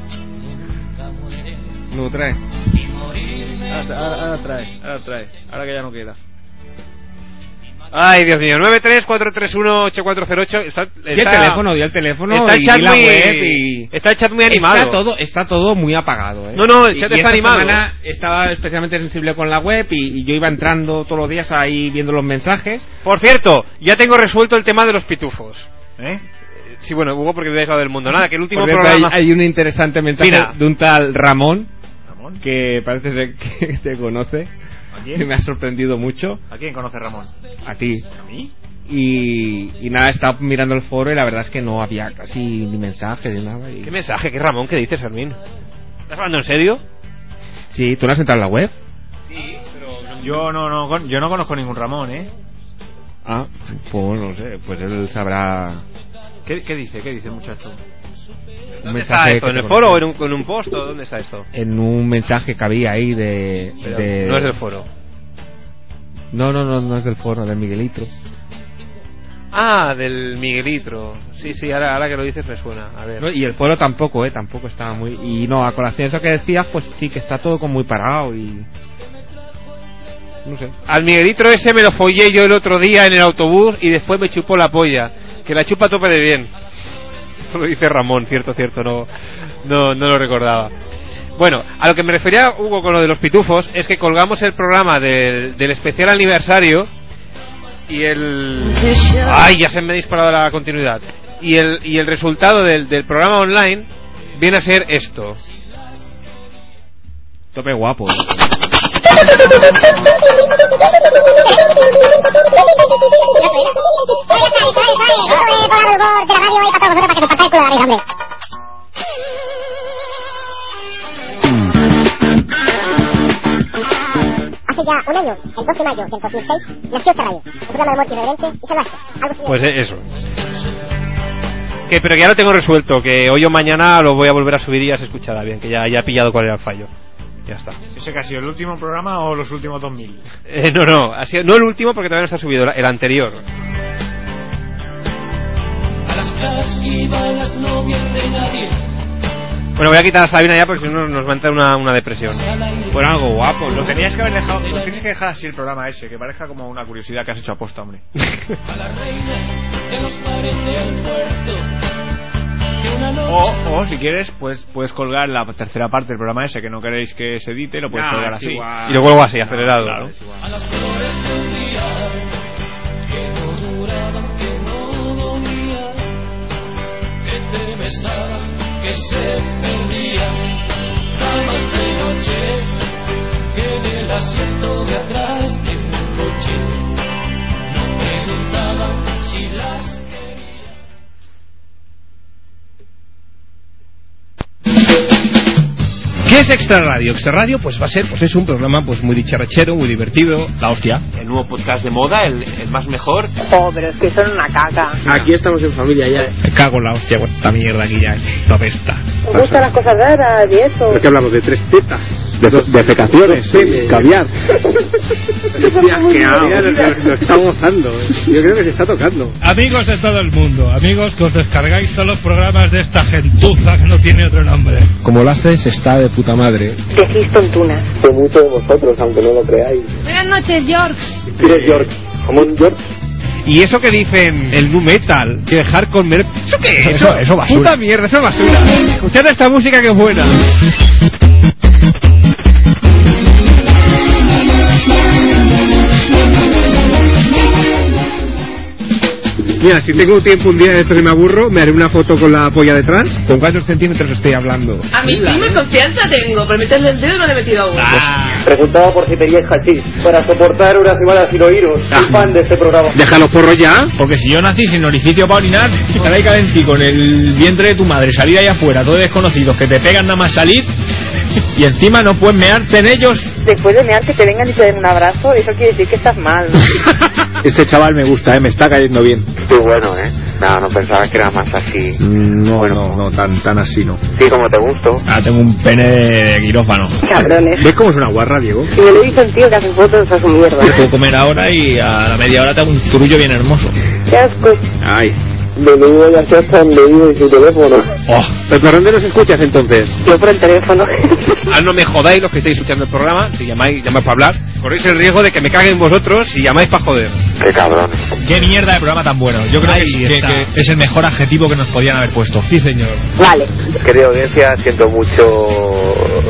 Speaker 7: No trae.
Speaker 2: Ahora, ahora- ahora trae, ahora trae, ahora que ya no queda.
Speaker 1: Ay, Dios mío, 934318408. Está,
Speaker 7: Y el
Speaker 1: está-
Speaker 7: teléfono, y el teléfono.
Speaker 1: Está el
Speaker 7: y
Speaker 1: chat
Speaker 7: la
Speaker 1: muy,
Speaker 7: web y-
Speaker 1: está el chat muy animado.
Speaker 7: Está todo, está todo muy apagado, ¿eh?
Speaker 1: No, no, el
Speaker 7: Y-
Speaker 1: chat
Speaker 7: y
Speaker 1: está
Speaker 7: esta
Speaker 1: animado.
Speaker 7: semana estaba especialmente sensible con la web y, y yo iba entrando todos los días ahí viendo los mensajes.
Speaker 1: Por cierto, ya tengo resuelto el tema de los pitufos.
Speaker 2: ¿Eh?
Speaker 1: Sí, bueno, Hugo, porque te he dejado del mundo. Nada, que el último
Speaker 7: Por cierto,
Speaker 1: programa.
Speaker 7: hay, hay un interesante mensaje
Speaker 1: Mira.
Speaker 7: de un tal Ramón,
Speaker 2: ¿Ramón?
Speaker 7: que parece ser que <laughs> te conoce, <laughs>
Speaker 2: ¿A
Speaker 7: que me ha sorprendido mucho,
Speaker 2: ¿A quién conoce Ramón?
Speaker 7: a ti.
Speaker 2: ¿A mí?
Speaker 7: Y, y nada, estaba mirando el foro y la verdad es que no había casi ni mensajes ni nada. y-
Speaker 1: ¿Qué mensaje, qué Ramón, qué dices, Fermín? ¿Estás hablando en serio?
Speaker 7: Sí, ¿tú no has entrado en la web?
Speaker 2: Yo no, no, con- yo no conozco ningún Ramón, ¿eh?
Speaker 7: Ah, pues no sé, pues él sabrá
Speaker 2: ¿Qué, qué dice? ¿Qué dice el muchacho?
Speaker 7: un
Speaker 1: ¿Dónde está
Speaker 7: mensaje
Speaker 1: esto?
Speaker 7: que
Speaker 1: ¿En
Speaker 7: te
Speaker 1: el foro o
Speaker 7: conoce.
Speaker 1: en un, en un post? ¿O ¿Dónde está esto?
Speaker 7: en un mensaje que había ahí de,
Speaker 1: Pero
Speaker 7: de-
Speaker 1: No es del foro.
Speaker 7: no no no no es del foro de Miguelito
Speaker 1: Ah, del Miguelitro. Sí, sí, ahora, ahora que lo dices me suena. A ver.
Speaker 7: No, y el foro tampoco eh tampoco estaba muy y no a colación de eso que decías pues sí que está todo como muy parado y no sé
Speaker 1: Al Miguelitro ese me lo follé yo el otro día en el autobús y después me chupó la polla. Que la chupa a tope de bien. <laughs> Esto lo dice Ramón, cierto, cierto, no, no, no lo recordaba. Bueno, a lo que me refería Hugo con lo de los pitufos es que colgamos el programa del, del especial aniversario y el... ¡Ay, ya se me ha disparado la continuidad! Y el, y el resultado del, del programa online viene a ser esto.
Speaker 7: tope guapo
Speaker 13: Hace ya un año, el 12 de mayo del 2006, nació esta radio, un programa de muerte irreverente y salvaje, algo similar.
Speaker 7: Pues eh, eso. Que, pero que ya lo tengo resuelto, que hoy o mañana lo voy a volver a subir y ya se escuchará bien, que ya, ya he pillado cuál era el fallo. Ya está.
Speaker 1: ¿Ese que ha sido el último programa o los últimos 2000?
Speaker 7: Eh, no, no, ha sido- no el último porque todavía no está subido, el anterior.
Speaker 3: A las casas iban las novias de nadie.
Speaker 7: Bueno, voy a quitar a Sabina ya porque si no nos va a entrar una, una depresión. Bueno, algo guapo.
Speaker 1: Lo tenías que haber dejado, lo tenías que dejar así el programa ese, que parezca como una curiosidad que has hecho aposta, hombre.
Speaker 3: De los bares del puerto. Que una noche.
Speaker 1: O, o si quieres, pues puedes colgar la tercera parte del programa ese que no queréis que se edite, lo puedes
Speaker 7: No,
Speaker 1: colgar
Speaker 7: es
Speaker 1: así.
Speaker 7: igual. Y lo cuelgo así, acelerado.
Speaker 1: Claro.
Speaker 3: A las flores del día. Que no duraban, que no dolía. Que te besaban, que se perdían. Damas de noche. Que en el asiento de atrás de un coche. No preguntaban si las
Speaker 2: ¿Qué es Extra Radio? Extra Radio pues va a ser, pues es un programa pues muy dicharachero, muy divertido. La hostia.
Speaker 14: El nuevo podcast de moda, el, el más mejor.
Speaker 6: Pobres, que son una caca.
Speaker 14: Aquí estamos en familia ya.
Speaker 2: Me cago en la hostia, cuánta mierda aquí ya, esto apesta.
Speaker 6: Me gustan las cosas raras y eso.
Speaker 2: que hablamos de tres tetas? De, fecaciones, caviar.
Speaker 8: Lo está gozando. Yo creo que se está tocando.
Speaker 15: Amigos de todo el mundo, amigos que os descargáis todos los programas de esta gentuza que no tiene otro nombre.
Speaker 2: Como lo haces, está de puta madre.
Speaker 6: Decís tontunas.
Speaker 8: Soy mucho de vosotros, aunque no lo creáis.
Speaker 16: Buenas noches, George.
Speaker 8: ¿Quieres George? ¿Cómo un George?
Speaker 2: Y eso que dicen el nu metal, que dejar con mer... ¿Eso qué
Speaker 7: es?
Speaker 2: Eso, eso basura.
Speaker 7: Puta mierda, eso es basura. Escuchad esta música que es buena.
Speaker 2: Mira, si tengo tiempo un día de estos y me aburro, me haré una foto con la polla detrás. ¿Con cuántos centímetros estoy hablando?
Speaker 16: A mi firme confianza tengo, por meterle el dedo no le he metido aún.
Speaker 2: Ah.
Speaker 8: Preguntaba por si teníais hachís para soportar una semana sin oíros.
Speaker 2: pues,
Speaker 8: Soy fan de este programa.
Speaker 2: Déjalo porro ya. Porque si yo nací sin orificio para orinar, estar ahí cadenci con el vientre de tu madre, salir ahí afuera, todos desconocidos, que te pegan nada más salir, y encima no <laughs> puedes mearte en ellos.
Speaker 6: Después de mear que te vengan y te den un abrazo, eso quiere decir que estás mal.
Speaker 1: Este chaval me gusta, ¿eh? me está cayendo bien.
Speaker 8: Qué bueno, ¿eh? No, no pensaba que era más así.
Speaker 2: Mm,
Speaker 1: No, no, no, tan, tan así no.
Speaker 8: Sí, como te gusto.
Speaker 2: Ah, tengo un pene de quirófano.
Speaker 6: Cabrones.
Speaker 2: ¿Ves cómo es una guarra, Diego?
Speaker 6: Si me lo dice un tío que hace fotos a su mierda.
Speaker 2: Puedo comer ahora y a la media hora te hago un turullo bien hermoso.
Speaker 6: Qué asco.
Speaker 2: Ay.
Speaker 8: Menudo ya se hasta leído en su teléfono.
Speaker 2: Oh.
Speaker 8: ¿Pero dónde nos escuchas entonces?
Speaker 6: Yo por el teléfono.
Speaker 7: Ah, no me jodáis los que estáis escuchando el programa. Si llamáis, llamáis para hablar. Corréis el riesgo de que me caguen vosotros si llamáis para joder.
Speaker 8: Qué cabrón.
Speaker 2: Qué mierda de programa tan bueno. Yo creo que, que- que es el mejor adjetivo que nos podían haber puesto. Sí, señor.
Speaker 6: Vale.
Speaker 8: Querida audiencia, siento mucho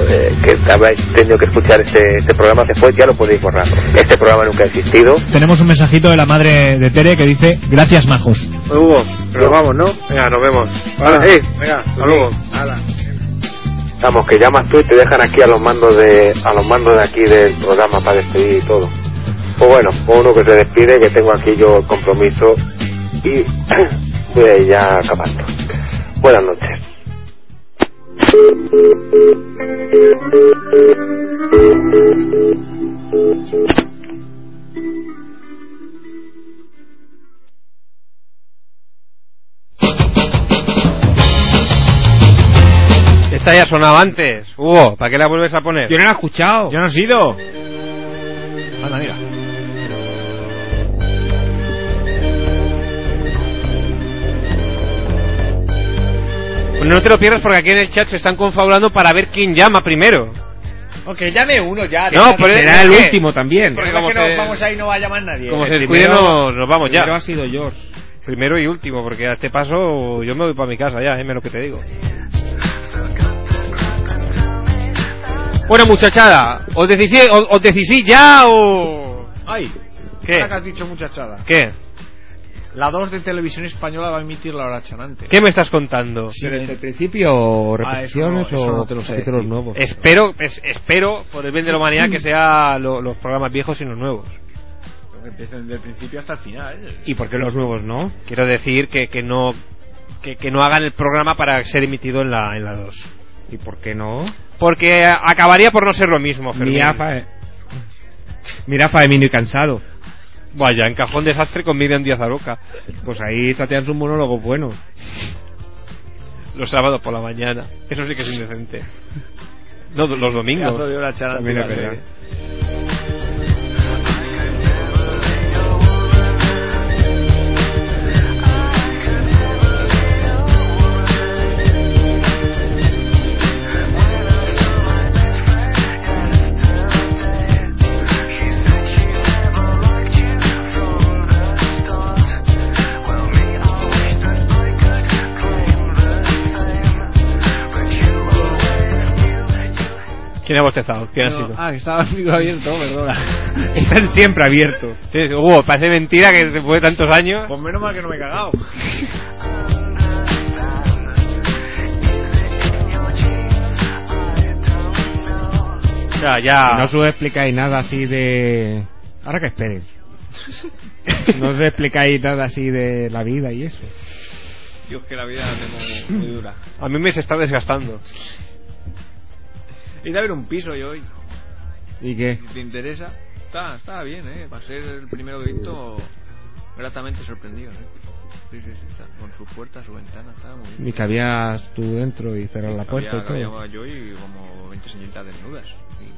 Speaker 8: eh, que habéis tenido que escuchar este, este programa. Después ya lo podéis borrar. Este programa nunca ha existido.
Speaker 2: Tenemos un mensajito de la madre de Tere que dice, gracias majos.
Speaker 8: Hugo, nos vamos, ¿no? Venga, nos vemos.
Speaker 2: Hola.
Speaker 8: Sí, venga, hasta luego. Vamos, que llamas tú y te dejan aquí a los mandos de a los mandos de aquí del programa para despedir y todo. Pues bueno, pues uno que se despide, que tengo aquí yo el compromiso y <clears throat> voy a ir ya acabando. Buenas noches.
Speaker 7: Esta ya sonaba antes. Hugo, ¿para qué la vuelves a poner?
Speaker 1: Yo
Speaker 7: no la he escuchado.
Speaker 1: Yo no he sido.
Speaker 7: Anda, mira. Bueno, no te lo pierdas porque aquí en el chat se están confabulando para ver quién llama primero.
Speaker 17: Ok, llame uno ya.
Speaker 7: No,
Speaker 17: deja-
Speaker 7: pero
Speaker 17: Será
Speaker 7: es
Speaker 17: el
Speaker 7: que-
Speaker 17: último.
Speaker 7: también.
Speaker 17: Porque
Speaker 7: Porque
Speaker 17: como
Speaker 7: como
Speaker 17: que no
Speaker 7: se-
Speaker 17: vamos ahí no va a llamar nadie.
Speaker 7: Como
Speaker 17: ¿eh?
Speaker 7: se descuide, nos, nos vamos ya.
Speaker 17: primero ha
Speaker 7: sido George. Primero y último, porque a este paso yo me voy para mi casa ya, eh, me lo que te digo. Bueno, muchachada, ¿os decís, os, os decís ya o...?
Speaker 1: Ay,
Speaker 7: ¿Qué?
Speaker 1: ahora que has dicho muchachada.
Speaker 7: ¿Qué?
Speaker 2: La 2 de Televisión Española va a emitir la hora chanante.
Speaker 3: ¿Qué me estás contando?
Speaker 2: Sí,
Speaker 7: ¿Pero desde
Speaker 2: eh.
Speaker 7: el principio o
Speaker 2: Ah, eso no-
Speaker 7: repeticiones
Speaker 2: eso
Speaker 7: o
Speaker 2: no te lo sé
Speaker 7: capítulos
Speaker 2: decir.
Speaker 7: nuevos?
Speaker 3: Espero, es- espero, por el bien de la humanidad, que sea lo- los programas viejos y los nuevos.
Speaker 2: Que empiecen del principio hasta el final. ¿eh?
Speaker 3: ¿Y por qué los nuevos no? Quiero decir que, que no que, que no hagan el programa para ser emitido en la, en la 2.
Speaker 7: ¿Y por qué no?
Speaker 3: Porque eh, acabaría por no ser lo mismo, Fermín.
Speaker 7: Mira, fa- Mira Faemino y cansado.
Speaker 3: Vaya, en cajón desastre con Miriam Díaz Aroca.
Speaker 7: Pues ahí tatean un monólogo bueno.
Speaker 3: Los sábados por la mañana. Eso sí que es indecente. No, do- los domingos.
Speaker 2: Pedazo de hora chanante.
Speaker 3: También es
Speaker 2: va a ser,
Speaker 3: verdad.
Speaker 2: ¿eh?
Speaker 3: ¿Quién ha bostezado? ¿Quién ha sido?
Speaker 2: Ah, que estaba el micro abierto, perdona.
Speaker 3: <laughs> Están siempre abiertos. Sí, sí, Hugo, parece mentira que después de tantos años.
Speaker 2: Pues menos mal que no me he cagado.
Speaker 3: Ya, ya.
Speaker 7: No os explicáis nada así de. Ahora que esperen. No os explicáis nada así de la vida y eso.
Speaker 2: Dios, que la vida la tengo muy dura.
Speaker 3: A mí me se está desgastando.
Speaker 2: He ido a ver un piso yo hoy.
Speaker 7: ¿Y qué?
Speaker 2: Si te interesa. Está, está bien, ¿eh? Va a ser el primero que he visto gratamente sorprendido, ¿eh? Sí, sí, sí, está. Con su puerta, su ventana, está muy bien.
Speaker 7: Ni que habías tú dentro y cerrar la puerta
Speaker 2: Había-
Speaker 7: y todo.
Speaker 2: había yo y como 20 señoritas desnudas. Y-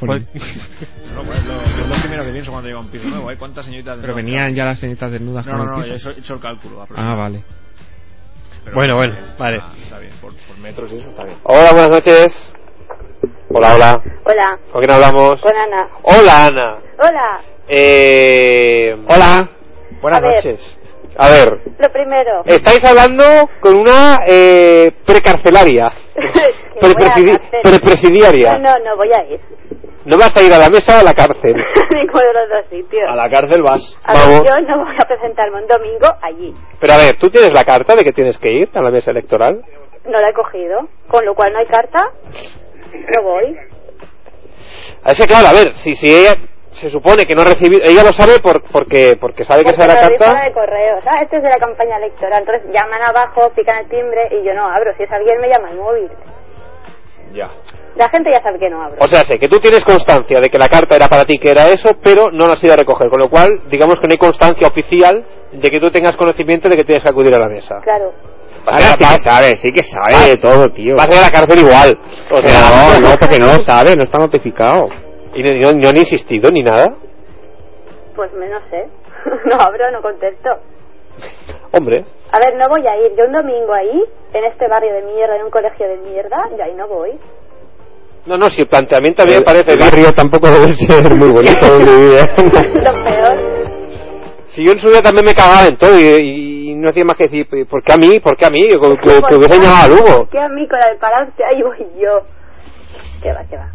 Speaker 7: Por- ¿Cuál?
Speaker 2: No, pues lo, es lo primero que pienso cuando llega un piso nuevo, ¿eh? ¿Cuántas señoritas
Speaker 7: Pero
Speaker 2: desnudas?
Speaker 7: venían ya las señoritas desnudas
Speaker 2: No,
Speaker 7: con
Speaker 2: no,
Speaker 7: el
Speaker 2: no,
Speaker 7: piso.
Speaker 2: yo he hecho el cálculo.
Speaker 7: Ah, vale.
Speaker 2: Pero
Speaker 3: Bueno, bueno,
Speaker 2: está-
Speaker 3: vale.
Speaker 2: Está bien, por, por metros y eso está bien.
Speaker 1: Hola, buenas noches. Hola, hola.
Speaker 18: Hola.
Speaker 1: ¿Con quién hablamos?
Speaker 18: Con Ana.
Speaker 1: Hola, Ana.
Speaker 18: Hola.
Speaker 1: Eh... Hola.
Speaker 18: Buenas A ver.
Speaker 1: noches. A ver, Eh,
Speaker 18: Lo primero.
Speaker 1: estáis hablando con una eh, precarcelaria,
Speaker 18: <laughs> que voy a
Speaker 1: prepresidi-
Speaker 18: cárcel.
Speaker 1: prepresidiaria.
Speaker 18: No, no, voy a ir.
Speaker 1: ¿No vas a ir a la mesa o a la
Speaker 18: <laughs>
Speaker 1: cárcel?
Speaker 18: Ninguno de los dos sitios.
Speaker 1: la cárcel vas.
Speaker 18: A ver, yo no voy a presentarme un domingo allí.
Speaker 1: Pero a ver, ¿tú tienes la carta de que tienes que ir a la mesa electoral?
Speaker 18: No la he cogido. Con lo cual no hay carta. No voy.
Speaker 1: Ah, Es que claro, a ver, si, si ella se supone que no ha recibido... Ella lo sabe por, porque, porque sabe que esa es la
Speaker 18: Porque lo dijo la
Speaker 1: carta...
Speaker 18: de correos. Ah, esto es de la campaña electoral. Entonces llaman abajo, pican el timbre y yo no abro. Si es alguien me llama el móvil.
Speaker 1: Ya.
Speaker 18: La gente ya sabe que no abro.
Speaker 1: O sea, sé que tú tienes constancia de que la carta era para ti, que era eso, pero no la has ido a recoger, con lo cual, digamos que no hay constancia oficial de que tú tengas conocimiento de que tienes que acudir a la mesa.
Speaker 18: Claro.
Speaker 1: Ahora Ah, sí que sabe, sí que sabe de todo, tío. Va a ser a la cárcel igual. O sea,
Speaker 8: No, no,
Speaker 1: <laughs>
Speaker 8: porque no lo
Speaker 1: sabe, no está notificado. Y no, no- no han insistido ni nada.
Speaker 18: Pues me- no sé. <laughs> no abro, no contesto.
Speaker 1: Hombre,
Speaker 18: A ver, no voy a ir. Yo un domingo ahí, en este barrio de mierda, en un colegio de mierda, yo ahí no voy.
Speaker 1: no, no, si el planteamiento a mí me parece...
Speaker 8: El barrio tampoco debe ser muy
Speaker 12: <laughs>
Speaker 8: bonito donde vive.
Speaker 18: Lo peor.
Speaker 1: Si yo en su día también me cagaba en todo y, y no hacía más que decir, "Pues, ¿por qué a mí? ¿Por qué a mí? Que, que-
Speaker 18: Pues
Speaker 1: que hubiese llamado a Lugo.
Speaker 18: Que a mí con la de pararse, ahí voy yo. Que va, que va.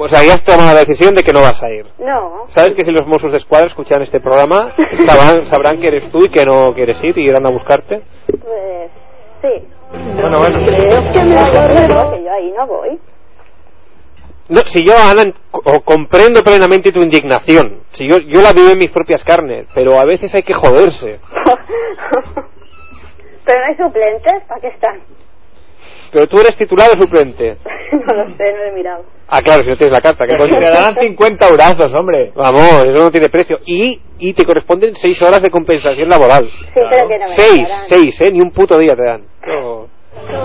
Speaker 1: O sea, ya has tomado la decisión de que no vas a ir.
Speaker 18: No.
Speaker 1: ¿Sabes que si los mozos de escuadra escuchan este programa, sabrán, sabrán que eres tú y que no quieres ir y irán a buscarte?
Speaker 18: Pues sí.
Speaker 1: Bueno, bueno.
Speaker 18: Creo que me acuerdo que yo ahí no voy. <laughs>
Speaker 1: No, si yo, Ana, en- o comprendo plenamente tu indignación. Si yo, yo la vivo en mis propias carnes, pero a veces hay que joderse.
Speaker 18: Pero no hay suplentes, ¿para qué están? <laughs>
Speaker 1: Pero tú eres titular o suplente.
Speaker 18: no lo sé, no lo he mirado.
Speaker 1: Ah, claro, si no tienes la carta. que
Speaker 18: Te darán
Speaker 1: 50 eurazos, hombre. Vamos, eso no tiene precio. Y, y te corresponden 6 horas de compensación laboral.
Speaker 18: Sí, pero que no me
Speaker 1: 6,
Speaker 18: mirarán.
Speaker 1: 6, ¿eh? Ni un puto día te dan.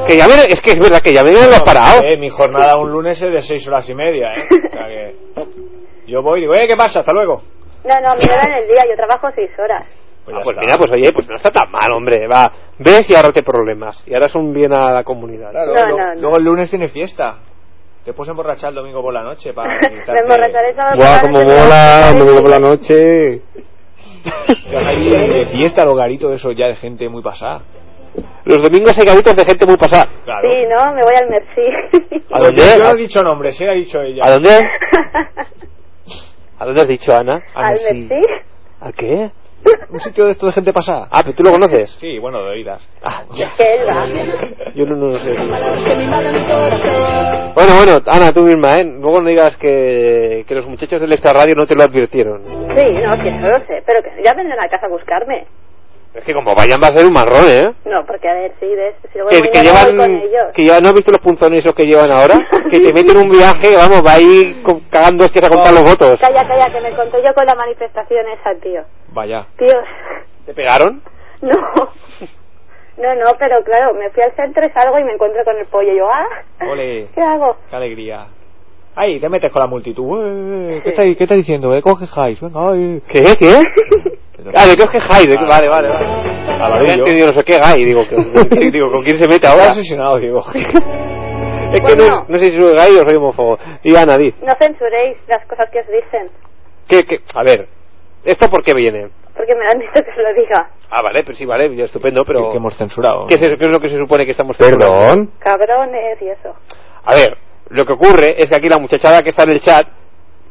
Speaker 1: Que ya me, es que es verdad que ya me lo has parado.
Speaker 2: Eh, mi jornada un lunes es de 6 horas y media, ¿eh? O sea que yo voy y digo, eh, ¿qué pasa? Hasta luego.
Speaker 18: No, no, me en el día, yo trabajo seis horas.
Speaker 1: Ah, pues mira, pues oye, pues no está tan mal, hombre. Va, ves y ahora te problemas. Y ahora es un bien a la comunidad.
Speaker 2: Claro,
Speaker 18: No,
Speaker 2: lo-
Speaker 18: no, no.
Speaker 2: Luego el lunes tiene fiesta. Te puedes emborrachar el domingo por la noche
Speaker 18: <laughs>
Speaker 2: para
Speaker 18: me emborracharé el sábado
Speaker 8: Buah,
Speaker 18: por la
Speaker 8: como
Speaker 18: noche.
Speaker 8: mola, domingo por la noche.
Speaker 2: Hay de fiesta, logarito de eso ya de gente muy pasada.
Speaker 1: Los domingos hay garitos de gente muy pasada.
Speaker 2: Claro.
Speaker 18: Sí, no, me voy al Merci.
Speaker 1: ¿A dónde?
Speaker 2: Yo no
Speaker 1: ¿A-
Speaker 2: he dicho nombre, sí ha dicho ella.
Speaker 1: ¿A
Speaker 18: <laughs>
Speaker 7: Ah,
Speaker 1: dónde? ¿A dónde has dicho, Ana?
Speaker 18: al Merci.
Speaker 1: ¿A qué?
Speaker 2: Un sitio de esto de gente pasada.
Speaker 7: Ah, pero tú lo conoces.
Speaker 2: Sí, bueno, de oídas.
Speaker 7: Yo no, no lo sé. Bueno, bueno, Ana, tú misma, ¿eh? Luego no digas que, que los muchachos del extra radio no te lo advirtieron.
Speaker 18: Sí, no, que no lo sé, pero que ya vendrán a casa a buscarme.
Speaker 7: Es que como vayan va a ser un marrón, ¿eh?
Speaker 18: No, porque a ver, sí, ves, si luego
Speaker 7: Que,
Speaker 18: voy
Speaker 7: que
Speaker 18: a hablar
Speaker 7: llevan,
Speaker 18: con ellos.
Speaker 7: que ya no has visto los punzones esos que llevan
Speaker 18: <laughs>
Speaker 7: ahora, que te meten un viaje, vamos, va a ir co- cagando hostias a contar los votos.
Speaker 18: Calla, calla, que me encontré yo con la manifestación esa, tío.
Speaker 7: Vaya.
Speaker 18: Tío, <laughs>
Speaker 7: ¿Te pegaron?
Speaker 18: no. No, no, pero claro, me fui al centro y salgo y me encuentro con el pollo. Y yo, ah,
Speaker 2: Ole,
Speaker 18: ¿qué hago?
Speaker 2: qué alegría. Ahí, te metes con la multitud. Eh, ¿Qué está, qué está diciendo? Eh? Coge Jais, venga, ay. eh.
Speaker 7: ¿Qué? ¿Qué? Ah, de que os quejáis, de que- vale, vale, vale.
Speaker 2: Alvarullo.
Speaker 7: Obviamente, digo, no sé qué, gay, digo, <laughs>
Speaker 2: <laughs>
Speaker 7: que- digo, ¿con quién se mete ahora?
Speaker 2: Está obsesionado, digo.
Speaker 7: <laughs> Es que no, no sé si soy gay o soy homófobo. Y Ana, di,
Speaker 18: No censuréis las cosas que os dicen,
Speaker 7: ¿qué, qué? a ver, ¿esto por qué viene?
Speaker 18: porque me han dicho que os lo diga.
Speaker 7: Ah, vale, pero sí, vale, ya estupendo, pero...
Speaker 2: Que hemos censurado.
Speaker 7: ¿Qué es, eso? ¿Qué es lo que se supone que estamos ¿Perdón?
Speaker 18: Cabrones y eso.
Speaker 7: A ver, lo que ocurre es que aquí la muchachada que está en el chat...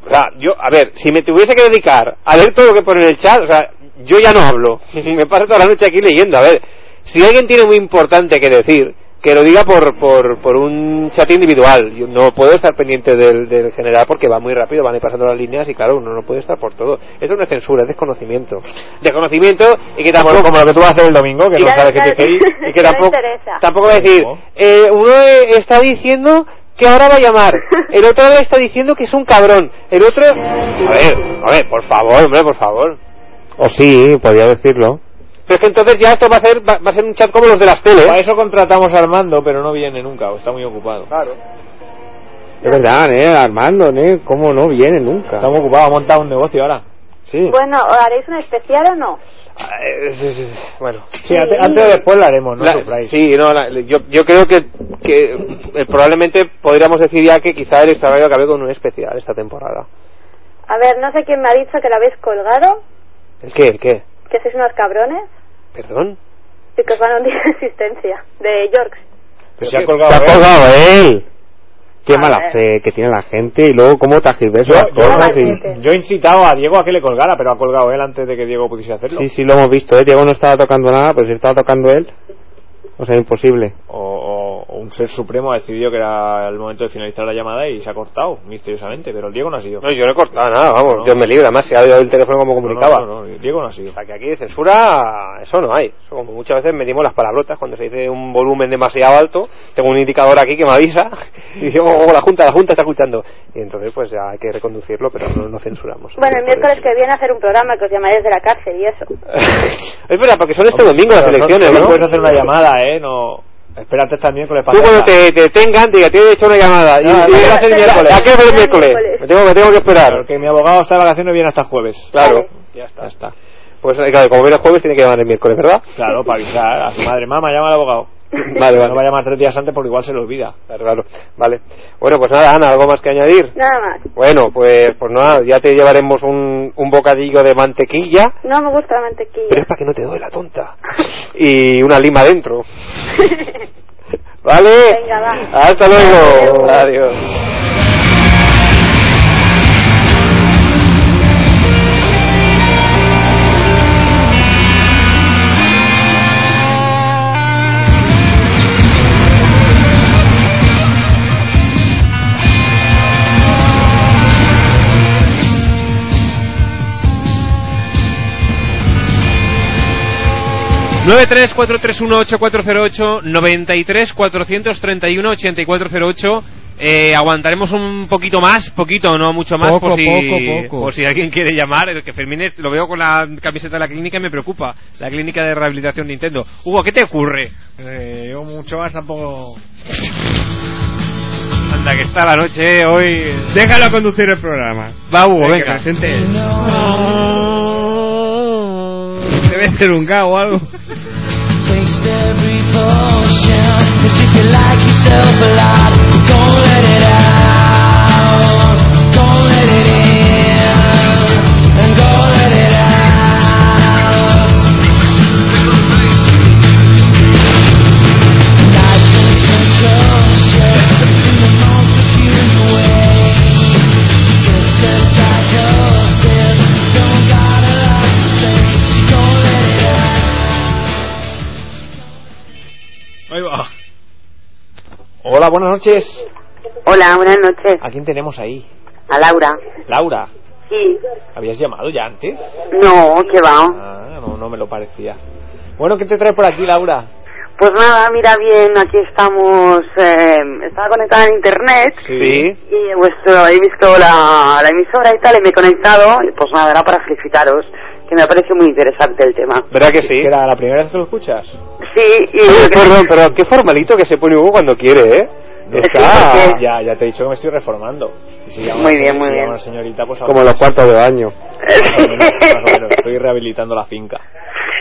Speaker 7: O sea, yo, a ver, si me tuviese que dedicar a leer todo lo que pone en el chat, o sea, yo ya no hablo. <laughs> me paso toda la noche aquí leyendo. A ver, si alguien tiene muy importante que decir, que lo diga por, por, por un chat individual. Yo no puedo estar pendiente del, del general porque va muy rápido, van a ir pasando las líneas y claro, uno no puede estar por todo. Eso no es censura, es desconocimiento. Desconocimiento y que tampoco...
Speaker 2: como lo que tú vas a hacer el domingo, que
Speaker 7: Y-
Speaker 2: no sabes qué
Speaker 18: <laughs>
Speaker 7: claro,
Speaker 2: decir. <laughs>
Speaker 7: y- Y que tampoco,
Speaker 2: interesa.
Speaker 7: tampoco va a decir, eh, uno eh, está diciendo que ahora va a llamar, el otro le está diciendo que es un cabrón, el otro... A ver, a ver, por favor, hombre, por favor.
Speaker 19: O sí, podría decirlo.
Speaker 7: Pero es que entonces ya esto va a ser, va, va a ser un chat como los de las teles.
Speaker 2: Para eso contratamos a Armando, pero no viene nunca, o está muy ocupado. Claro.
Speaker 19: Es verdad, ¿eh? Armando, ¿eh? ¿Cómo no viene nunca?
Speaker 2: Estamos ocupados, ha montado un negocio ahora.
Speaker 19: Sí.
Speaker 18: Bueno, ¿o ¿haréis un especial o no?
Speaker 7: Bueno.
Speaker 2: eh, Sí, ante- antes o después lo haremos, no
Speaker 7: La-
Speaker 2: sufráis.
Speaker 7: sí, no, la- yo, yo creo que, que eh, probablemente podríamos decir ya que quizá el Extra Radio acabe con un especial esta temporada.
Speaker 18: A ver, no sé quién me ha dicho que la habéis colgado,
Speaker 7: ¿El qué? ¿El qué?
Speaker 18: que sois unos cabrones
Speaker 7: ¿Perdón?
Speaker 18: y que os van a hundir <laughs> la existencia. De Yorks.
Speaker 2: Pero se ha colgado.
Speaker 19: Se ha colgado él. Qué
Speaker 2: A
Speaker 19: mala
Speaker 2: ver.
Speaker 19: fe que tiene la gente y luego cómo
Speaker 2: Yo,
Speaker 19: tajirversa las
Speaker 2: yo-
Speaker 19: cosas. y-
Speaker 2: yo he incitado a Diego a que le colgara, pero ha colgado él antes de que Diego pudiese hacerlo.
Speaker 19: Sí, sí, lo hemos visto, ¿eh? Diego no estaba tocando nada, pero si estaba tocando él, o sea, imposible.
Speaker 2: O, o- o un ser supremo ha decidido que era el momento de finalizar la llamada y se ha cortado, misteriosamente, pero el Diego no ha sido.
Speaker 7: No, yo no he cortado nada, vamos,
Speaker 2: No.
Speaker 7: yo me libro, además se ha oído el teléfono como
Speaker 2: No, no,
Speaker 7: comunicaba.
Speaker 2: no, no, Diego no ha sido.
Speaker 7: O sea, que aquí de censura, eso no hay. Eso como muchas veces medimos las palabrotas, cuando se dice un volumen demasiado alto, tengo un indicador aquí que me avisa, <laughs> y digo, "Oh, la Junta, la Junta está escuchando. Y entonces, pues ya hay que reconducirlo, pero no, no censuramos.
Speaker 18: Bueno, el miércoles que viene a hacer un programa que os llamaré desde la cárcel y eso.
Speaker 7: <laughs> Es verdad, porque son este domingo las
Speaker 2: Pero no-
Speaker 7: elecciones,
Speaker 2: no
Speaker 7: ¿no?
Speaker 2: puedes hacer una llamada, ¿eh? No... Espérate hasta el miércoles
Speaker 7: Tú
Speaker 2: para
Speaker 7: cuando
Speaker 2: hacerla.
Speaker 7: te, te tengan, diga, te he hecho una llamada. Y,
Speaker 2: No, no,
Speaker 7: y-
Speaker 2: no, no, no, no,
Speaker 7: ¿A qué hacer el
Speaker 2: no,
Speaker 7: miércoles?
Speaker 2: miércoles.
Speaker 7: Me tengo, me tengo que esperar.
Speaker 2: Porque mi abogado está de vacaciones y viene hasta el jueves.
Speaker 7: Claro.
Speaker 2: Ya está.
Speaker 7: Pues eh, claro, como viene el jueves, tiene que llamar el miércoles, ¿verdad?
Speaker 2: Claro, para avisar a su madre. Mamá, llama al abogado.
Speaker 7: <laughs> Vale, vale.
Speaker 2: No va a llamar tres días antes porque igual se le olvida.
Speaker 7: Claro, claro. Vale. Bueno, pues nada, Ana, ¿algo más que añadir?
Speaker 18: Nada más.
Speaker 7: Bueno, pues, pues nada, ya te llevaremos un, un bocadillo de mantequilla
Speaker 18: No me gusta la mantequilla.
Speaker 3: <laughs>
Speaker 7: Pero es para que no te doy la tonta. y una lima dentro. ¿Vale?
Speaker 18: Venga, va.
Speaker 7: Hasta luego. Adiós.
Speaker 1: Eh, aguantaremos un poquito más, poquito, no mucho más,
Speaker 20: Poco,
Speaker 1: por, si,
Speaker 20: poco, poco.
Speaker 1: por si alguien quiere llamar. El que Fermín es- lo veo con la camiseta de la clínica y me preocupa. La clínica de rehabilitación Nintendo. Hugo, ¿qué te ocurre?
Speaker 21: Eh, yo mucho más tampoco.
Speaker 1: Anda, que está la noche eh, hoy.
Speaker 20: Déjalo conducir el programa.
Speaker 1: Va, Hugo,
Speaker 20: Eh, que
Speaker 1: venga.
Speaker 20: presente él. Debe ser un gao o algo.
Speaker 22: Don't gotta lie to say
Speaker 23: Ahí va.
Speaker 2: Hola, buenas noches.
Speaker 8: Hola, buenas noches.
Speaker 2: ¿A quién tenemos ahí?
Speaker 8: A Laura.
Speaker 2: Laura,
Speaker 8: Sí.
Speaker 2: ¿habías llamado ya antes?
Speaker 8: No, que va.
Speaker 2: Ah, no, no me lo parecía. Bueno, ¿qué te trae por aquí, Laura?
Speaker 8: Pues nada, mira bien, aquí estamos. eh, estaba conectada en internet.
Speaker 2: Sí.
Speaker 8: Y pues eh, he visto la, la emisora y tal, y me he conectado. Y pues nada, era para felicitaros, que me parece muy interesante el tema.
Speaker 2: ¿Verdad que sí? era la primera vez que lo escuchas.
Speaker 8: Sí, y.
Speaker 6: perdón, perdón, qué formalito que se pone Hugo cuando quiere, ¿eh?
Speaker 2: Ah,
Speaker 6: Está
Speaker 2: ya, ya te he dicho que me estoy reformando. Y si llamo
Speaker 6: Muy
Speaker 2: a-
Speaker 6: bien, muy
Speaker 2: si
Speaker 6: bien.
Speaker 2: llamo a la señorita, pues
Speaker 6: como en los cuartos de baño.
Speaker 2: Más o menos, más o menos, estoy rehabilitando la finca.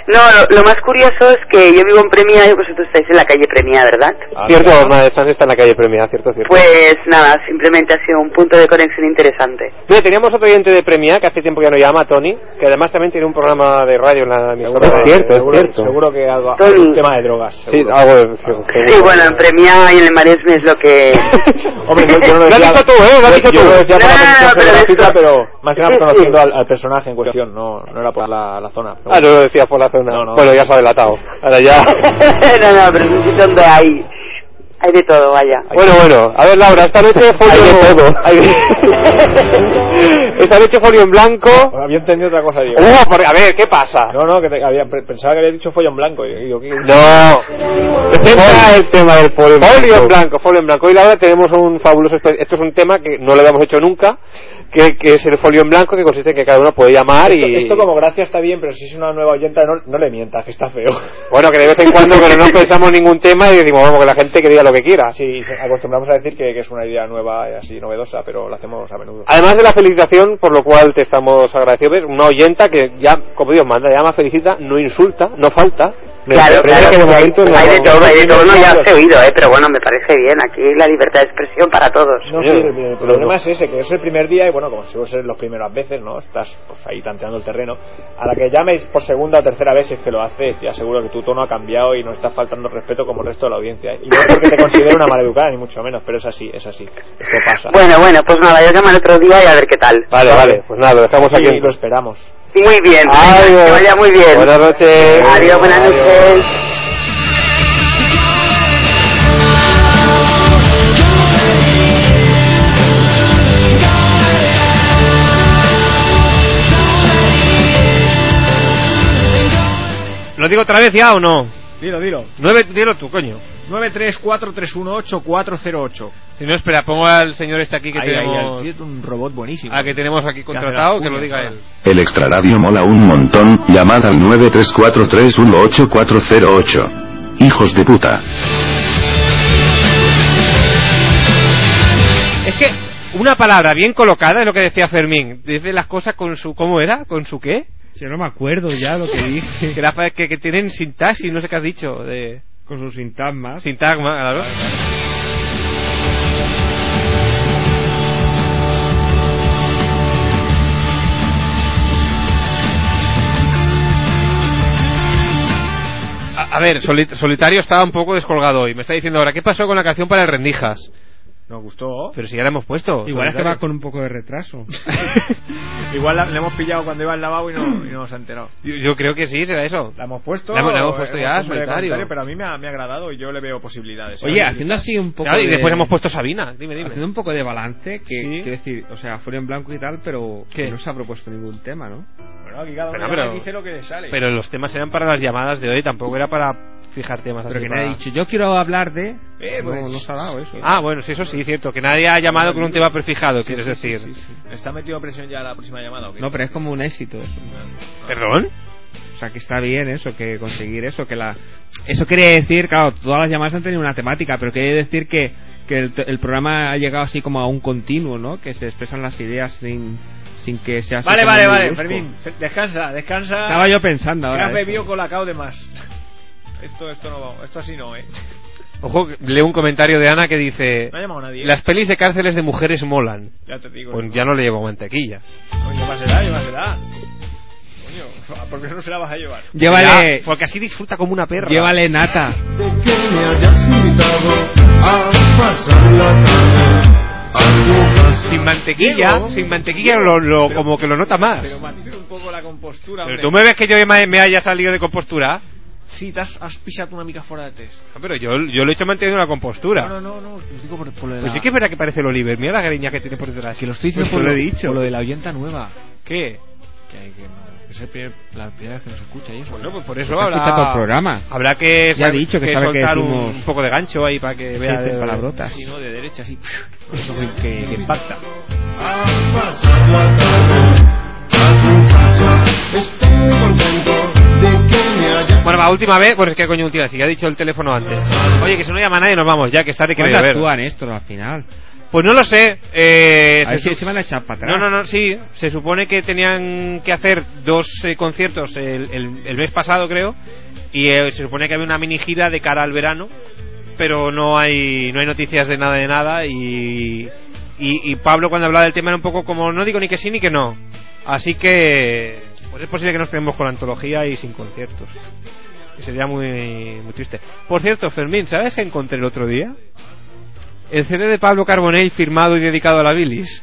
Speaker 8: No, lo, lo más curioso es que yo vivo en Premia y vosotros estáis en la calle Premia, ¿verdad?
Speaker 2: Ah,
Speaker 6: Cierto, Orna de Sanz está en la calle Premia, cierto, cierto.
Speaker 8: Pues nada, simplemente ha sido un punto de conexión interesante.
Speaker 6: Mira, teníamos otro oyente de Premia que hace tiempo ya no llama, Tony, que además también tiene un programa de radio en la emisora.
Speaker 2: Es cierto, es
Speaker 6: Seguro-
Speaker 2: cierto.
Speaker 6: Seguro que algo,
Speaker 2: Tony.
Speaker 6: algún tema de drogas.
Speaker 2: Sí,
Speaker 6: seguro. algo
Speaker 2: Eh,
Speaker 8: Sí, bueno, en Premia y en el Maresme es lo que...
Speaker 2: Hombre, yo,
Speaker 8: <laughs>
Speaker 2: yo no
Speaker 8: Lo has
Speaker 2: decía,
Speaker 8: dicho tú, ¿eh? Lo has
Speaker 2: yo-
Speaker 8: dicho
Speaker 2: yo
Speaker 8: tú.
Speaker 2: lo decía por la
Speaker 8: No,
Speaker 2: conexión
Speaker 8: pero
Speaker 2: geográfica,
Speaker 8: esto-
Speaker 2: pero más que nada
Speaker 8: <laughs> Sí,
Speaker 2: conociendo
Speaker 8: sí.
Speaker 2: al, al personaje en cuestión, no, no era por la, la zona.
Speaker 6: Ah, no lo decía por la zona.
Speaker 2: No, no.
Speaker 6: Bueno, ya se ha delatado. Ahora ya.
Speaker 8: <laughs> no, no, pero es un sitio donde hay, hay de todo, vaya.
Speaker 6: Bueno, bueno, a ver Laura, esta noche folio esta noche folio en blanco.
Speaker 2: Había entendido otra cosa, digo.
Speaker 6: Uh, por- a ver, ¿qué pasa?
Speaker 2: No, no, que te- había, pe- pensaba que había dicho follón blanco. y digo, ¿qué-
Speaker 6: No. Presenta el tema del folio en blanco. Folio en blanco, Hoy Laura tenemos un fabuloso espe- esto es un tema que no lo habíamos hecho nunca, que, que es el folio en blanco que consiste en que cada uno puede llamar
Speaker 2: esto,
Speaker 6: y
Speaker 2: esto como gracia está bien, pero si es una nueva oyenta no, no le mientas, que está feo.
Speaker 6: bueno, que de vez en
Speaker 2: <laughs>
Speaker 6: cuando pero no pensamos ningún tema y decimos, vamos, que la gente que diga lo que quiera.
Speaker 2: Sí, se- acostumbramos a decir que, que es una idea nueva y así novedosa, pero la hacemos a menudo.
Speaker 6: Además de la felicitación, por lo cual te estamos agradecidos, ¿ves? una oyenta que ya, como Dios manda, llama, felicita, no insulta, no falta. Primero
Speaker 8: Claro, claro,
Speaker 6: que de
Speaker 8: hay,
Speaker 6: momento no-
Speaker 8: hay de todo, hay de todo. No, ya os he
Speaker 6: Sí,
Speaker 8: oído, eh, pero bueno, me parece bien. Aquí la libertad de expresión para todos.
Speaker 2: No, sí, el, el problema es ese, que es el primer día y bueno, como si fuesen las primeras veces, ¿no? Estás pues, ahí tanteando el terreno. A la que llames por segunda o tercera vez es que lo haces, ya seguro que tu tono ha cambiado y no estás faltando el respeto como el resto de la audiencia. ¿eh? Y no es porque te considero una maleducada, ni mucho menos, pero es así, es así. Esto pasa.
Speaker 8: Bueno, bueno, pues nada, yo llamo el otro día y a ver qué tal.
Speaker 6: Vale, vale, pues nada, lo dejamos aquí.
Speaker 2: Y lo esperamos.
Speaker 8: Muy bien, venga, que vaya muy bien.
Speaker 6: Buenas noches.
Speaker 8: Adiós, buenas noches.
Speaker 1: ¿Lo digo otra vez ya o no?
Speaker 23: Dilo, dilo.
Speaker 1: Nueve, dilo tú, coño.
Speaker 23: 934318408.
Speaker 1: Si no, espera, pongo al señor este aquí que
Speaker 23: Ahí,
Speaker 1: tenemos...
Speaker 23: ahí, al- un robot buenísimo.
Speaker 1: Ah, que tenemos aquí contratado, que lo diga él.
Speaker 3: El extraradio mola un montón, llamada al 934318408. Hijos de puta.
Speaker 1: Es que una palabra bien colocada es lo que decía Fermín. Dice las cosas con su... ¿Cómo era? ¿Con su qué?
Speaker 7: Yo no me acuerdo ya lo que
Speaker 1: <laughs>
Speaker 7: dije.
Speaker 1: Que, la pa- que, que tienen sintaxis, no sé qué has dicho. De...
Speaker 7: Con sus sintagmas.
Speaker 1: Sintagma, claro. A, a ver, Soli- Solitario estaba un poco descolgado hoy. Me está diciendo ahora, ¿qué pasó con la canción para el Rendijas?
Speaker 23: Nos gustó.
Speaker 1: Pero si ya la hemos puesto.
Speaker 7: Igual es que
Speaker 1: Solitario.
Speaker 7: va con un poco
Speaker 1: <laughs>
Speaker 7: de retraso.
Speaker 23: Igual la, le hemos pillado cuando iba al lavabo y no, y no nos ha enterado.
Speaker 1: Yo, yo creo que sí, será eso.
Speaker 23: La hemos puesto.
Speaker 1: La hemos, la hemos puesto ya,
Speaker 23: puesto de
Speaker 1: Solitario.
Speaker 23: comentario, Pero a mí me ha, me ha agradado y yo le veo posibilidades.
Speaker 7: Oye, haciendo así un poco.
Speaker 1: Claro, y
Speaker 7: de-
Speaker 1: después hemos puesto Sabina. Dime, dime.
Speaker 7: Haciendo un poco de balance, que
Speaker 1: Sí.
Speaker 7: quiero decir, o sea, fuera en blanco y tal, pero que no se ha propuesto ningún tema, ¿no?
Speaker 23: Bueno, aquí cada uno
Speaker 1: Bueno,
Speaker 23: llama
Speaker 1: pero-
Speaker 23: y dice lo que le sale.
Speaker 1: Pero los temas eran para las llamadas de hoy, tampoco era para fijar temas
Speaker 7: Pero
Speaker 1: así
Speaker 7: que
Speaker 1: para-
Speaker 7: nadie ha dicho, yo quiero hablar de.
Speaker 23: Eh,
Speaker 7: no,
Speaker 23: pues-
Speaker 7: no se ha dado eso.
Speaker 1: Ah, bueno, sí, eso sí, cierto. Que nadie ha llamado con un tema prefijado, quieres decir.
Speaker 23: ¿Está metido presión ya a la próxima llamada o qué?
Speaker 7: No, pero es como un éxito. eso.
Speaker 1: ¿Perdón?
Speaker 7: O sea, que está bien eso, que conseguir eso, que la... Eso quiere decir, claro, todas las llamadas han tenido una temática, pero quiere decir que, que el, el programa ha llegado así como a un continuo, ¿no? Que se expresan las ideas sin, sin que sea... así
Speaker 23: Vale,
Speaker 7: como
Speaker 23: vale,
Speaker 7: muy
Speaker 23: vale,
Speaker 7: brusco.
Speaker 23: Fermín. fe- Descansa, descansa.
Speaker 7: Estaba yo
Speaker 23: Que
Speaker 7: pensando ahora
Speaker 23: has
Speaker 1: eh.
Speaker 7: eso.
Speaker 23: bebido colacao de más. Esto, esto no va- Esto así no, eh.
Speaker 1: Ojo, que leo un comentario de Ana que dice...
Speaker 23: No ha llamado nadie. eh,
Speaker 1: Las pelis de cárceles de mujeres molan.
Speaker 23: Ya te digo.
Speaker 1: Pues ya no le llevo mantequilla.
Speaker 23: Coño, llévasela, llévasela. Coño, <laughs> ¿por qué no se la vas a llevar?
Speaker 7: Llévale-
Speaker 1: Ya, porque así disfruta como una perra.
Speaker 7: Llévale nata.
Speaker 24: que me hayas invitado a pasar la tarde a tu casa.
Speaker 1: Sin mantequilla,
Speaker 23: Diego.
Speaker 1: sin mantequilla lo, lo- como que lo nota más.
Speaker 23: Pero mantiene un poco la compostura,
Speaker 1: Pero
Speaker 23: hombre.
Speaker 1: tú me ves que yo me, me haya salido de compostura.
Speaker 2: Sí, te has, has pisado una mica fuera de test.
Speaker 1: Ah, Pero yo, yo lo he hecho manteniendo la compostura.
Speaker 2: No, no, no, no, os digo por, por lo de
Speaker 1: Pues
Speaker 2: la-
Speaker 1: sí que es verdad que parece el Oliver. Mira la greña que tiene por detrás.
Speaker 2: Que lo estoy diciendo
Speaker 1: Pues
Speaker 2: por,
Speaker 1: te
Speaker 2: lo,
Speaker 1: lo he dicho.
Speaker 2: por lo de la oyenta nueva.
Speaker 1: ¿Qué?
Speaker 2: Que, hay que no- que es el primer- la primera vez que nos escucha y eso.
Speaker 1: Bueno, pues por eso
Speaker 2: Porque ha
Speaker 1: habrá...
Speaker 2: escuchado todo el programa.
Speaker 1: Habrá que,
Speaker 2: Ya ha dicho que sabe que
Speaker 1: soltar un-
Speaker 2: decimos-
Speaker 1: un poco de gancho ahí para que vea...
Speaker 2: dicen
Speaker 1: de-
Speaker 2: palabrotas.
Speaker 1: Sí, no, de derecha, sí. Eso que- que- que impacta. Bueno, va, última vez, porque es que coño última, si ya he dicho el teléfono antes. Oye, que si no llama nadie nos vamos, ya que es tarde que
Speaker 7: ¿Cuándo
Speaker 1: beber.
Speaker 7: actúan estos al final?
Speaker 1: Pues no lo sé. Eh,
Speaker 7: A ver
Speaker 1: se-
Speaker 7: si se van a echar para atrás.
Speaker 1: No, no, no, sí. Se supone que tenían que hacer dos eh, conciertos el, el- el mes pasado, creo. Y eh, se supone que había una mini gira de cara al verano. Pero no hay, no hay noticias de nada de nada. Y, y, y Pablo, cuando hablaba del tema, era un poco como: no digo ni que sí ni que no. Así que. Pues es posible que nos quedemos con la antología y sin conciertos. Que sería muy, muy triste. Por cierto, Fermín, ¿sabes qué encontré el otro día? El CD de Pablo Carbonell firmado y dedicado a la bilis.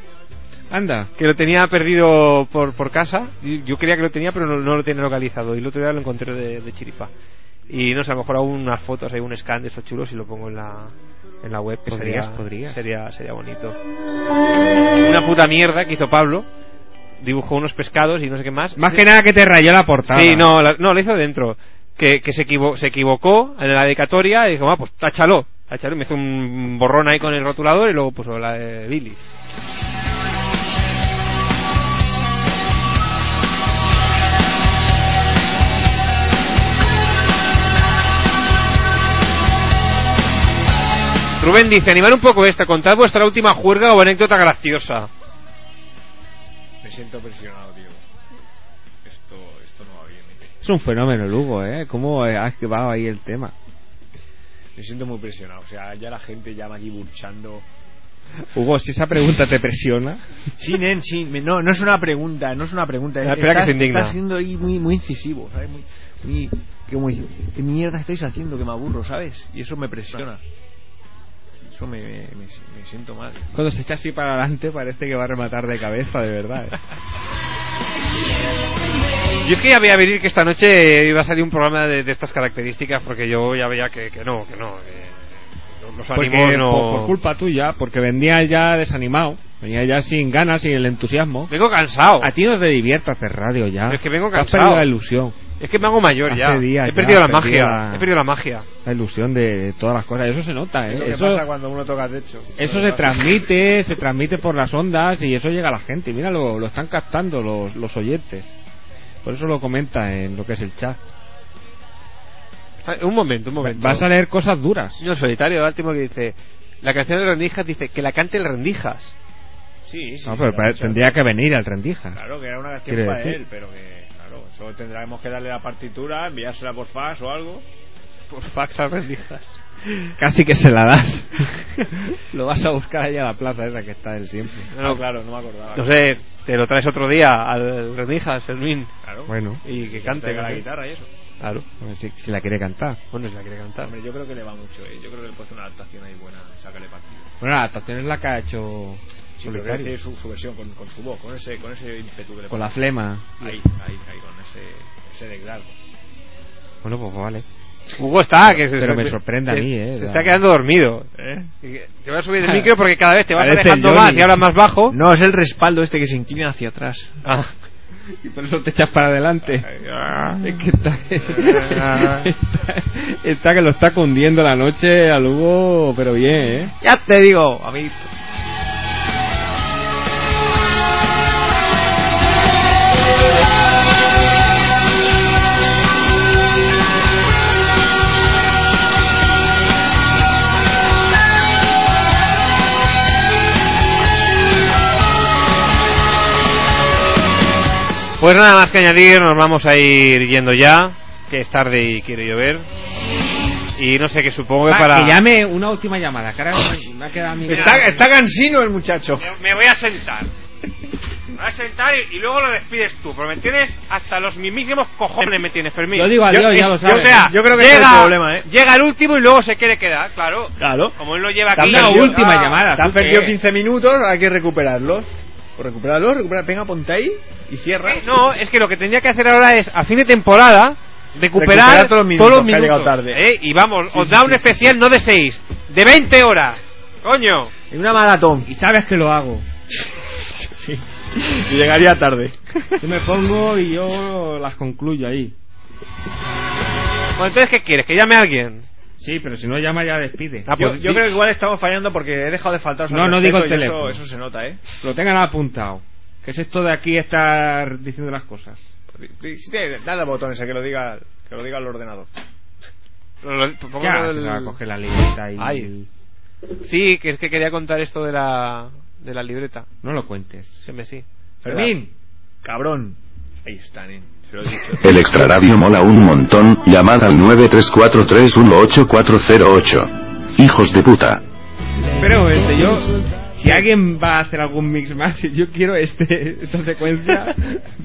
Speaker 7: Anda.
Speaker 1: Que lo tenía perdido por, por casa. Y Yo creía que lo tenía, pero no, no lo tenía localizado. Y el otro día lo encontré de, de chiripa. Y no sé, a lo mejor hago unas fotos, hay un scan de estos chulos y lo pongo en la, en la web. Que
Speaker 7: Podrías,
Speaker 1: sería,
Speaker 7: podrías.
Speaker 1: Sería, sería bonito. Una puta mierda que hizo Pablo. Dibujó unos pescados y no sé qué más.
Speaker 7: Más que nada que te rayó la portada.
Speaker 1: Sí, no, la- no, lo hizo dentro. Que, que se, equivo- se equivocó en la dedicatoria y dijo, ah, pues táchalo. táchalo. Y Me hizo un borrón ahí con el rotulador y luego puso la de Billy. Rubén dice, animar un poco esta, contad vuestra última juerga o anécdota graciosa.
Speaker 2: Me siento presionado, tío. Esto, esto no va bien.
Speaker 7: Es un fenómeno, Lugo, ¿eh? ¿Cómo eh, has llevado ahí el tema?
Speaker 2: Me siento muy presionado. O sea, ya la gente ya me aquí burchando.
Speaker 7: Hugo, si esa pregunta te presiona.
Speaker 2: Sí, nen, sí. me- No, no es una pregunta, no es una pregunta.
Speaker 7: Ah, espera que
Speaker 2: Estás-
Speaker 7: se indigna.
Speaker 2: Estás siendo ahí muy, muy incisivo, ¿sabes? Muy, muy, que muy- ¿Qué mierda estáis haciendo? Que me aburro, ¿sabes? Y eso me presiona. Eso me, me, me- me siento mal.
Speaker 7: Cuando se echa así para adelante parece que va a rematar de cabeza, de verdad. ¿eh?
Speaker 1: Yo es que ya veía venir que esta noche iba a salir un programa de, de estas características porque yo ya veía que, que no, que no. que no- los
Speaker 7: Porque
Speaker 1: ánimos no...
Speaker 7: por, por culpa tuya, porque venía ya desanimado, venía ya sin ganas, sin el entusiasmo.
Speaker 1: Vengo cansado.
Speaker 7: A ti no te divierta hacer radio ya.
Speaker 1: Es que vengo
Speaker 7: Te has
Speaker 1: cansado.
Speaker 7: perdido la ilusión.
Speaker 1: Es que me hago mayor ya.
Speaker 7: Hace días
Speaker 1: He perdido
Speaker 7: ya,
Speaker 1: la magia.
Speaker 7: perdí la-
Speaker 1: He perdido la magia.
Speaker 7: La ilusión de, de todas las cosas. Eso se nota, ¿eh?
Speaker 2: Es lo
Speaker 7: Eso,
Speaker 2: que pasa cuando uno toca techo.
Speaker 7: eso
Speaker 2: Lo que
Speaker 7: se
Speaker 2: pasa-
Speaker 7: transmite, se transmite por las ondas y eso llega a la gente. Mira, lo, lo están captando los, los oyentes. Por eso lo comenta en lo que es el chat.
Speaker 1: Un momento, un momento.
Speaker 7: Vas a leer cosas duras.
Speaker 1: Yo solitario, el último que dice... La canción de Rendijas dice que la cante el Rendijas.
Speaker 2: Sí, sí.
Speaker 7: No,
Speaker 2: sí,
Speaker 7: pero
Speaker 2: la
Speaker 7: para-
Speaker 2: escuchas.
Speaker 7: tendría que venir al rendija.
Speaker 2: Claro, que era una canción
Speaker 7: Quiero
Speaker 2: para
Speaker 7: decir.
Speaker 2: él, pero que, claro, solo tendremos que darle la partitura, enviársela por fax o algo.
Speaker 1: Por fax a rendijas.
Speaker 7: Casi que se la das.
Speaker 1: <laughs>
Speaker 7: lo vas a buscar allá a la plaza esa que está él siempre.
Speaker 1: No, no.
Speaker 2: Ah, claro, no me acordaba.
Speaker 1: No sé, te lo traes otro día al Rendijas, Fermín.
Speaker 2: Claro.
Speaker 7: Bueno.
Speaker 1: Y que
Speaker 2: se
Speaker 1: cante.
Speaker 2: traiga
Speaker 1: no
Speaker 2: la
Speaker 1: sé.
Speaker 2: guitarra y eso.
Speaker 1: Claro.
Speaker 7: Hombre, Si, si la quiere cantar.
Speaker 1: Bueno, si la quiere cantar.
Speaker 2: Hombre, yo creo que le va mucho, ¿eh? Yo creo que le puede hacer una adaptación ahí buena, sácale partido.
Speaker 7: Bueno, la adaptación es la que ha hecho
Speaker 2: Sí, pero que
Speaker 7: Solitario.
Speaker 2: hace su, su versión con, con su voz, con ese, con ese ímpetu que le
Speaker 7: Con
Speaker 2: pone.
Speaker 7: la flema.
Speaker 2: Ahí, ahí, ahí, con ese, ese desgarro.
Speaker 7: Bueno, pues vale.
Speaker 1: Hugo está, que se,
Speaker 7: Pero me
Speaker 1: se-
Speaker 7: sorprende a
Speaker 1: se-
Speaker 7: mí, eh,
Speaker 1: Se
Speaker 7: la-
Speaker 1: está quedando dormido.
Speaker 2: ¿Eh?
Speaker 1: Y que- Te voy a
Speaker 7: <laughs>
Speaker 1: subir el micro porque cada vez te vas
Speaker 2: Parece
Speaker 1: alejando
Speaker 2: el Johnny.
Speaker 1: más y hablas más bajo.
Speaker 2: No, es el respaldo este que se inclina hacia atrás.
Speaker 1: Ah.
Speaker 7: Y por <laughs> eso te echas para adelante. Es que está,
Speaker 2: <laughs>
Speaker 7: <laughs> está, está que lo está cundiendo la noche al Hugo, pero bien,
Speaker 1: <laughs>
Speaker 7: ¿eh?
Speaker 2: Ya te digo, amiguito.
Speaker 1: Pues nada más que añadir, nos vamos a ir yendo ya, que es tarde y quiere llover. Y no sé qué supongo Ah, que
Speaker 7: Va,
Speaker 1: para...
Speaker 7: Que llame una última llamada, cara. me- Me ha quedado a mí-
Speaker 2: Está, está cansino el muchacho.
Speaker 1: Me voy a sentar. Me voy a sentar y, y luego lo despides tú, porque me tienes hasta los mismísimos cojones me tienes, Fermín.
Speaker 7: Yo digo adiós, ya lo sabes.
Speaker 1: O sea,
Speaker 2: Yo creo que ese
Speaker 1: llega,
Speaker 2: es el problema, ¿eh?
Speaker 1: llega el último y luego se quiere quedar, claro.
Speaker 2: Claro.
Speaker 1: Como él lo lleva
Speaker 2: Te han
Speaker 1: aquí...
Speaker 2: perdido-
Speaker 1: Ah,
Speaker 2: Te han
Speaker 1: ¿tú qué?
Speaker 2: perdido 15 minutos, hay que recuperarlos. O recuperarlos, recuperar, venga, ponte ahí y cierra.
Speaker 1: No, es que lo que tendría que hacer ahora es, a fin de temporada, recuperar,
Speaker 2: Recuperar todos los minutos que ha llegado tarde.
Speaker 1: ¿eh? Y vamos,
Speaker 2: Sí,
Speaker 1: os
Speaker 2: sí,
Speaker 1: da
Speaker 2: sí,
Speaker 1: un
Speaker 2: sí.
Speaker 1: especial no de 6, de 20 horas. Coño.
Speaker 2: En una maratón.
Speaker 7: Y sabes que lo hago.
Speaker 2: sí. Y llegaría tarde.
Speaker 7: Yo me pongo y yo las concluyo ahí.
Speaker 1: Bueno, entonces, ¿qué quieres? ¿Que llame a alguien?
Speaker 7: Sí, pero si no llama ya despide.
Speaker 1: Ah,
Speaker 2: yo, Ah,
Speaker 1: pues,
Speaker 2: pues, yo creo que igual estamos fallando porque he dejado de faltar
Speaker 7: No, no digo el
Speaker 2: eso,
Speaker 7: teléfono.
Speaker 2: eso se nota, ¿eh?
Speaker 7: Lo tengan apuntado. ¿Qué es esto de aquí estar diciendo las cosas?
Speaker 2: Sí, sí, Dale al botón ese que lo diga, que lo diga el ordenador.
Speaker 7: Ya, se va a
Speaker 1: <laughs>
Speaker 7: coger la libreta y...
Speaker 1: Ay. Sí, que es que quería contar esto de la, de la libreta.
Speaker 7: No lo cuentes.
Speaker 1: Sí, me sí.
Speaker 2: Fermín, cabrón. Ahí está, nen. Se lo he
Speaker 7: <laughs>
Speaker 2: dicho.
Speaker 12: El extraradio mola un montón, llamada al 934318408. Hijos de puta.
Speaker 7: Espera un momento, yo... Si alguien va a hacer algún mix más, <laughs> yo quiero este, esta
Speaker 1: <laughs>
Speaker 7: secuencia.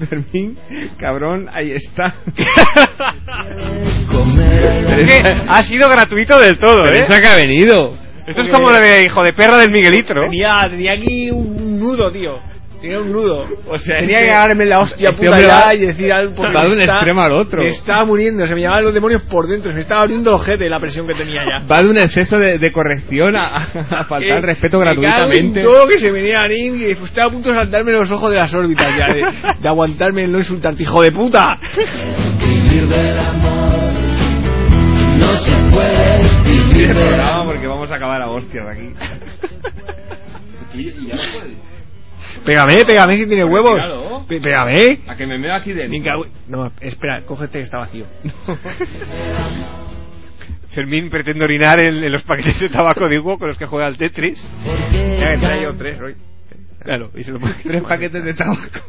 Speaker 7: Fermín, cabrón, ahí está.
Speaker 1: Es que ha sido gratuito del todo,
Speaker 7: Pero
Speaker 1: ¿eh?
Speaker 7: eso que ha venido.
Speaker 1: Esto es como lo de hijo de perra del Miguelito, ¿no?
Speaker 2: Tenía, tenía aquí un nudo, tío. Tenía un nudo.
Speaker 7: O sea,
Speaker 2: tenía
Speaker 7: es
Speaker 2: que
Speaker 7: que
Speaker 2: agarrarme la hostia
Speaker 7: este
Speaker 2: puta
Speaker 7: hombre
Speaker 2: ya
Speaker 7: va-
Speaker 2: y decir algo porque
Speaker 7: va de
Speaker 2: me
Speaker 7: un
Speaker 2: está-
Speaker 7: extremo al otro.
Speaker 2: Me estaba muriendo, se me llevaban los demonios por dentro, se me estaba abriendo el ojete la presión que tenía <laughs> ya.
Speaker 7: Va de un exceso de, de corrección a, a faltar
Speaker 2: Eh,
Speaker 7: al respeto
Speaker 2: me cago en
Speaker 7: gratuitamente.
Speaker 2: todo que se venía a Nin y pues, estaba a punto de saltarme los ojos de las órbitas ya, de, de aguantarme el no insultarte, hijo de puta.
Speaker 3: No se puede
Speaker 7: Sí, el programa porque vamos a acabar a hostias aquí.
Speaker 2: Pégame, pégame si tiene huevos.
Speaker 7: Claro.
Speaker 2: Pe- Pégame.
Speaker 7: A que me meo aquí de
Speaker 2: Ni cago- No, espera, cógete que está vacío.
Speaker 1: Fermín pretende orinar en, en los paquetes de tabaco de Hugo con los que juega al Tetris.
Speaker 2: Ya he traído tres hoy.
Speaker 1: Claro, y se lo
Speaker 2: Tres paquetes de tabaco.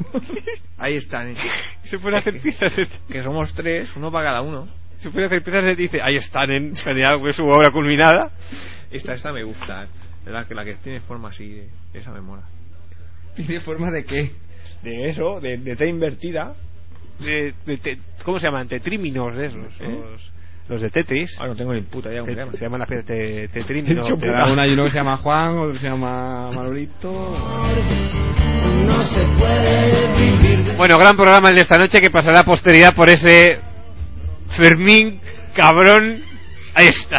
Speaker 2: Ahí están. eh.
Speaker 1: Se pueden hacer piezas esto.
Speaker 2: Que somos tres, uno para cada uno.
Speaker 1: Se pueden hacer piezas y dice, ahí están en genial, pues, su obra culminada.
Speaker 2: Esta, esta me gusta. eh. La que, la que tiene forma así, eh, esa me mola.
Speaker 7: ¿Tiene forma de qué?
Speaker 2: De eso, de, de T invertida.
Speaker 1: De- de te- ¿Cómo se llaman? Tetríminos de esos.
Speaker 2: ¿Eh?
Speaker 1: Los, los de Tetris.
Speaker 2: Ah, no tengo ni puta idea cómo se
Speaker 1: Te-
Speaker 2: llama.
Speaker 1: se llaman las piezas de
Speaker 7: <laughs> Te
Speaker 1: Tetríminos.
Speaker 7: da una hay uno que se llama Juan, otro que se llama Manolito.
Speaker 1: Bueno, gran programa el de esta noche que pasará a posteridad por ese Fermín cabrón. Ahí está.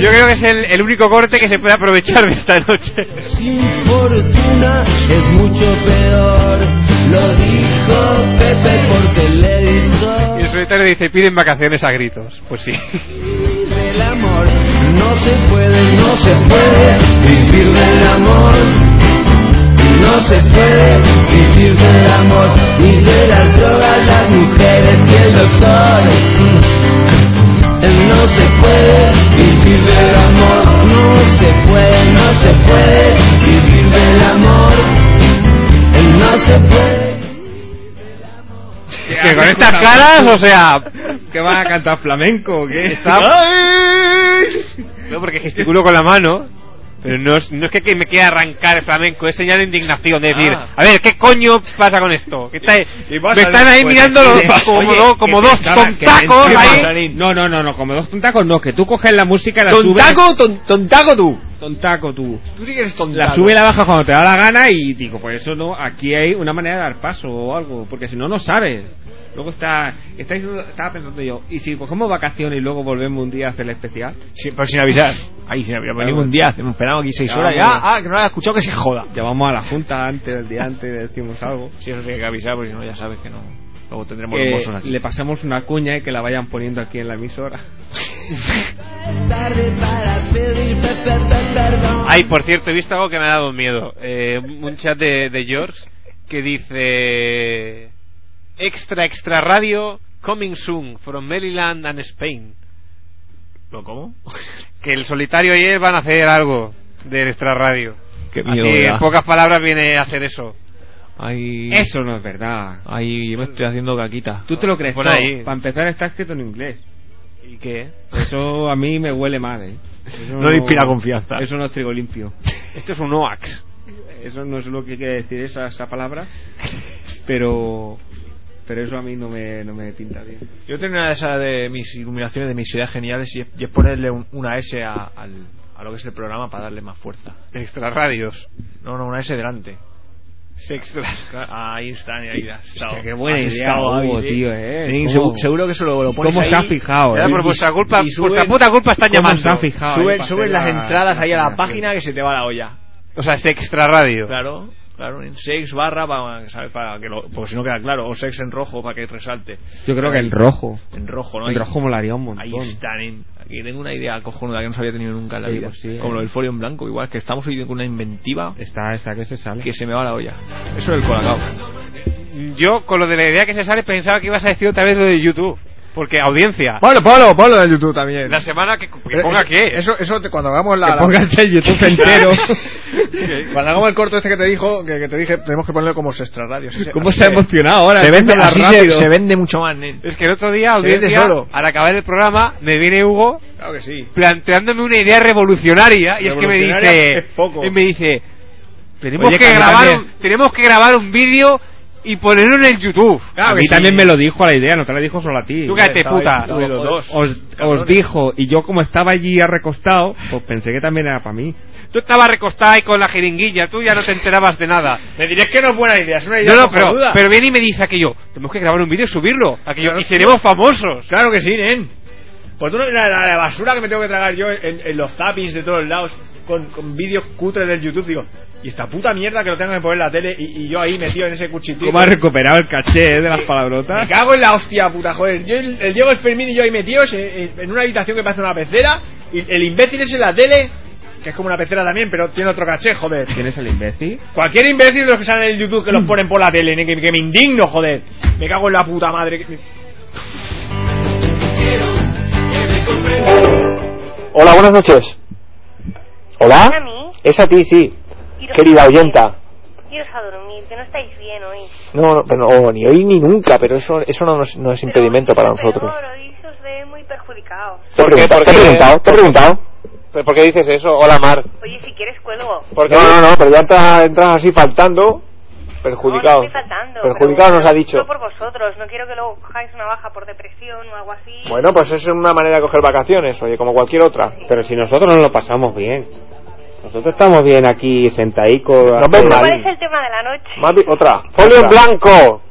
Speaker 1: Yo creo que es el, el único corte que se puede aprovechar de esta noche.
Speaker 3: Sin fortuna es mucho peor. Lo dijo Pepe por televisor.
Speaker 1: Y el solitario dice, piden vacaciones a gritos. Pues sí.
Speaker 3: Del amor no se puede, no se puede vivir del amor. No se puede vivir del amor y de las drogas, las mujeres y el doctor. No se puede vivir del amor, no se puede, no se puede vivir del amor. No se puede.
Speaker 1: Que con estas caras, o sea,
Speaker 7: ¿Que van a cantar flamenco o qué?
Speaker 1: Está- No, porque gesticulo con la mano. Pero no es, no es que que me quiera arrancar el flamenco, es señal de indignación, de decir,
Speaker 7: Ah.
Speaker 1: a ver, ¿qué coño pasa con esto? Que está-
Speaker 7: Y vas
Speaker 1: me
Speaker 7: a-
Speaker 1: están ahí
Speaker 7: pues,
Speaker 1: mirando
Speaker 7: oye,
Speaker 1: los- como,
Speaker 7: oye,
Speaker 1: do- como
Speaker 7: que
Speaker 1: dos
Speaker 7: pensaba que
Speaker 1: tontacos
Speaker 7: pensaba-
Speaker 1: ahí.
Speaker 7: No, no, no, no, como dos tontacos no, que tú coges la música, la subes...
Speaker 2: ¡Tontaco, ton- tontaco tú!
Speaker 7: Tontaco tú.
Speaker 2: Tú sí que eres tontaco.
Speaker 7: La sube y la baja cuando te da la gana y digo, por eso no, aquí hay una manera de dar paso o algo, porque si no, no sabes. Luego está, está diciendo- estaba pensando yo, ¿y si cogemos vacaciones y luego volvemos un día a hacer el especial?
Speaker 2: Sí, pero sin avisar. Ahí, sin avisar. Venimos un día, hemos esperado aquí seis
Speaker 7: Ya,
Speaker 2: horas. Ya,
Speaker 7: vamos.
Speaker 2: ah, que no lo has escuchado, que se joda.
Speaker 7: Llamamos a la junta antes, del día antes, le decimos algo.
Speaker 2: Si eso tiene que avisar, porque si no, ya sabes que no. Luego tendremos
Speaker 7: Que
Speaker 2: los mozos aquí.
Speaker 7: le pasamos una cuña y que la vayan poniendo aquí en la emisora.
Speaker 3: Tarde para pedir pe- pe- pe- perdón.
Speaker 1: Ay, por cierto, he visto algo que me ha dado miedo. Eh, un chat de, de George que dice... Extra, extra radio, coming soon, from Maryland and Spain.
Speaker 2: ¿Lo cómo?
Speaker 1: Que el solitario y él van a hacer algo del extra radio.
Speaker 2: Qué
Speaker 1: Así,
Speaker 2: miedo me da.
Speaker 1: en pocas palabras viene a hacer eso.
Speaker 2: Ay,
Speaker 7: Eso no es verdad.
Speaker 2: ay, yo me estoy haciendo caquita.
Speaker 7: Tú te lo crees
Speaker 1: Por
Speaker 7: todo.
Speaker 1: ahí.
Speaker 7: Para empezar está escrito en inglés.
Speaker 1: ¿Y qué?
Speaker 7: Eso a mí me huele mal, ¿eh? Eso
Speaker 2: No le inspira confianza.
Speaker 7: Eso no es trigo limpio.
Speaker 1: Esto es un OAX.
Speaker 7: Eso no es lo que quiere decir esa, esa palabra. Pero... Pero eso a mí no me, no me pinta bien.
Speaker 2: Yo tengo una de esas de mis iluminaciones, de mis ideas geniales, y es, y es ponerle un- una S a, al- a lo que es el programa para darle más fuerza.
Speaker 1: Extra radios.
Speaker 2: No, no, una S delante. Ahí está, mira, ahí está.
Speaker 25: Hostia, qué buena idea, Hugo, tío, eh.
Speaker 2: Sí,
Speaker 25: ¿Cómo?
Speaker 2: seguro, seguro que eso lo, lo pones
Speaker 25: ¿Cómo
Speaker 2: ahí.
Speaker 25: se ha fijado,
Speaker 2: Ya,
Speaker 25: eh?
Speaker 2: Por vuestra
Speaker 25: Y-
Speaker 2: culpa,
Speaker 25: y
Speaker 2: por vuestra
Speaker 25: suben-
Speaker 2: puta culpa están
Speaker 25: ¿cómo
Speaker 2: llamando.
Speaker 25: se ha fijado, eh,
Speaker 2: Suben,
Speaker 25: para
Speaker 2: suben
Speaker 25: hacer
Speaker 2: las
Speaker 25: la- pues.
Speaker 2: entradas ahí a
Speaker 25: la-
Speaker 2: la página que se te va la olla.
Speaker 1: O sea, es extra radio.
Speaker 2: Claro, claro, en sex barra, para, ¿sabes? Para que lo, por si no queda claro, o sex en rojo para que resalte.
Speaker 25: Yo creo que en rojo.
Speaker 2: En rojo, ¿no?
Speaker 25: En
Speaker 2: Ahí-
Speaker 25: rojo molaría un montón.
Speaker 2: Ahí está, nen. Aquí tengo una idea cojonuda que no había tenido nunca en la
Speaker 25: Sí,
Speaker 2: vida.
Speaker 25: pues sí,
Speaker 2: Como
Speaker 25: eh.
Speaker 2: lo del folio en blanco, igual que estamos hoy con una inventiva.
Speaker 25: Está, está que se sale.
Speaker 2: Que se me va la olla. Eso es el colacao.
Speaker 1: Yo, con lo de la idea que se sale, pensaba que ibas a decir otra vez lo de YouTube. Porque audiencia.
Speaker 2: Bueno, ponlo, ponlo en YouTube también.
Speaker 1: La semana que, que ponga ¿eh? qué.
Speaker 2: Eso, eso te- cuando hagamos la.
Speaker 1: Que
Speaker 2: la-
Speaker 1: pongas el
Speaker 2: <laughs>
Speaker 1: YouTube entero.
Speaker 2: cuando hagamos el corto este que te dijo, que, que te dije, tenemos que ponerlo como extra radio.
Speaker 1: ¿Cómo se ha emocionado ahora?
Speaker 2: Se vende,
Speaker 1: Empieza a
Speaker 2: así
Speaker 1: hablar
Speaker 2: se,
Speaker 1: rápido.
Speaker 2: se vende mucho más, nen.
Speaker 1: Es que el otro día,
Speaker 2: Se vende
Speaker 1: audiencia,
Speaker 2: solo.
Speaker 1: al acabar el programa, me viene Hugo
Speaker 2: Ah, Claro que sí.
Speaker 1: planteándome una idea revolucionaria y es que me
Speaker 2: Revolucionaria
Speaker 1: dice
Speaker 2: es poco.
Speaker 1: y me dice tenemos
Speaker 25: Oye, que a
Speaker 1: que
Speaker 25: mí
Speaker 1: grabar
Speaker 25: también.
Speaker 1: un, tenemos que grabar un vídeo y ponerlo en el YouTube
Speaker 7: Ah,
Speaker 25: a mí también me lo dijo la idea, no te la dijo solo a ti.
Speaker 1: Tú cállate, Estaba puta.
Speaker 25: Os,
Speaker 1: ahí, estaba los dos,
Speaker 25: os dijo, y yo como estaba allí recostado, pues pensé que también era para mí.
Speaker 1: tú estabas recostada ahí con la jeringuilla tú ya no te enterabas de nada
Speaker 2: Me diréis que no es buena idea, es una idea
Speaker 1: no no pero,
Speaker 2: cojonuda.
Speaker 1: pero viene y me dice aquello tenemos que grabar un vídeo y subirlo aquello
Speaker 2: Claro,
Speaker 1: y seremos
Speaker 2: tío.
Speaker 1: famosos
Speaker 2: Claro que sí, nen. Pues tú no- la, la- la basura que me tengo que tragar yo en, en los zappings de todos lados con, con vídeos cutres del YouTube, digo, y esta puta mierda que lo tengo que poner en la tele y, y yo ahí metido en ese cuchitito.
Speaker 25: ¿Cómo has recuperado el caché eh, de las
Speaker 2: Me
Speaker 25: palabrotas?
Speaker 2: cago en la hostia puta, joder. Yo, el, el Diego Fermín y yo ahí metidos en, en- en una habitación que parece una pecera, y el imbécil es en la tele, que es como una pecera también, pero tiene otro caché, joder.
Speaker 25: ¿Quién es el imbécil?
Speaker 2: Cualquier imbécil de los que salen en el YouTube que los ponen por la tele, ne- que, que me indigno, joder. Me cago en la puta madre. que-
Speaker 3: Hola, buenas noches. Hola.
Speaker 18: ¿A mí?
Speaker 3: Es a ti, sí.
Speaker 18: Quiero-
Speaker 3: Querida oyenta.
Speaker 18: Iros a dormir, que no estáis bien hoy.
Speaker 3: No, no, pero no, ni hoy ni nunca, pero eso, eso no, nos- no es impedimento para nosotros.
Speaker 18: Pero hoy se os ve muy perjudicados.
Speaker 3: ¿Te he preguntado? ¿Te he preguntado? ¿Te he preguntado? ¿Pero por qué dices eso? Hola, Mar.
Speaker 18: Oye, si quieres cuelgo.
Speaker 3: No, no, no, pero ya entra- entras, así faltando,
Speaker 18: No, no
Speaker 3: perjudicados.
Speaker 18: estoy faltando,
Speaker 3: perjudicados
Speaker 18: pero
Speaker 3: nos ha dicho.
Speaker 18: No por vosotros, no quiero que luego cojáis una baja por depresión o algo así.
Speaker 3: Bueno, pues eso es una manera de coger vacaciones, oye, como cualquier otra. Pero si nosotros nos lo pasamos bien.
Speaker 7: Nosotros estamos bien aquí sentadicos.
Speaker 3: Nos ves mal.
Speaker 18: ¿Cuál es el tema de la noche?
Speaker 3: Mati, otra. ¡Folio en blanco!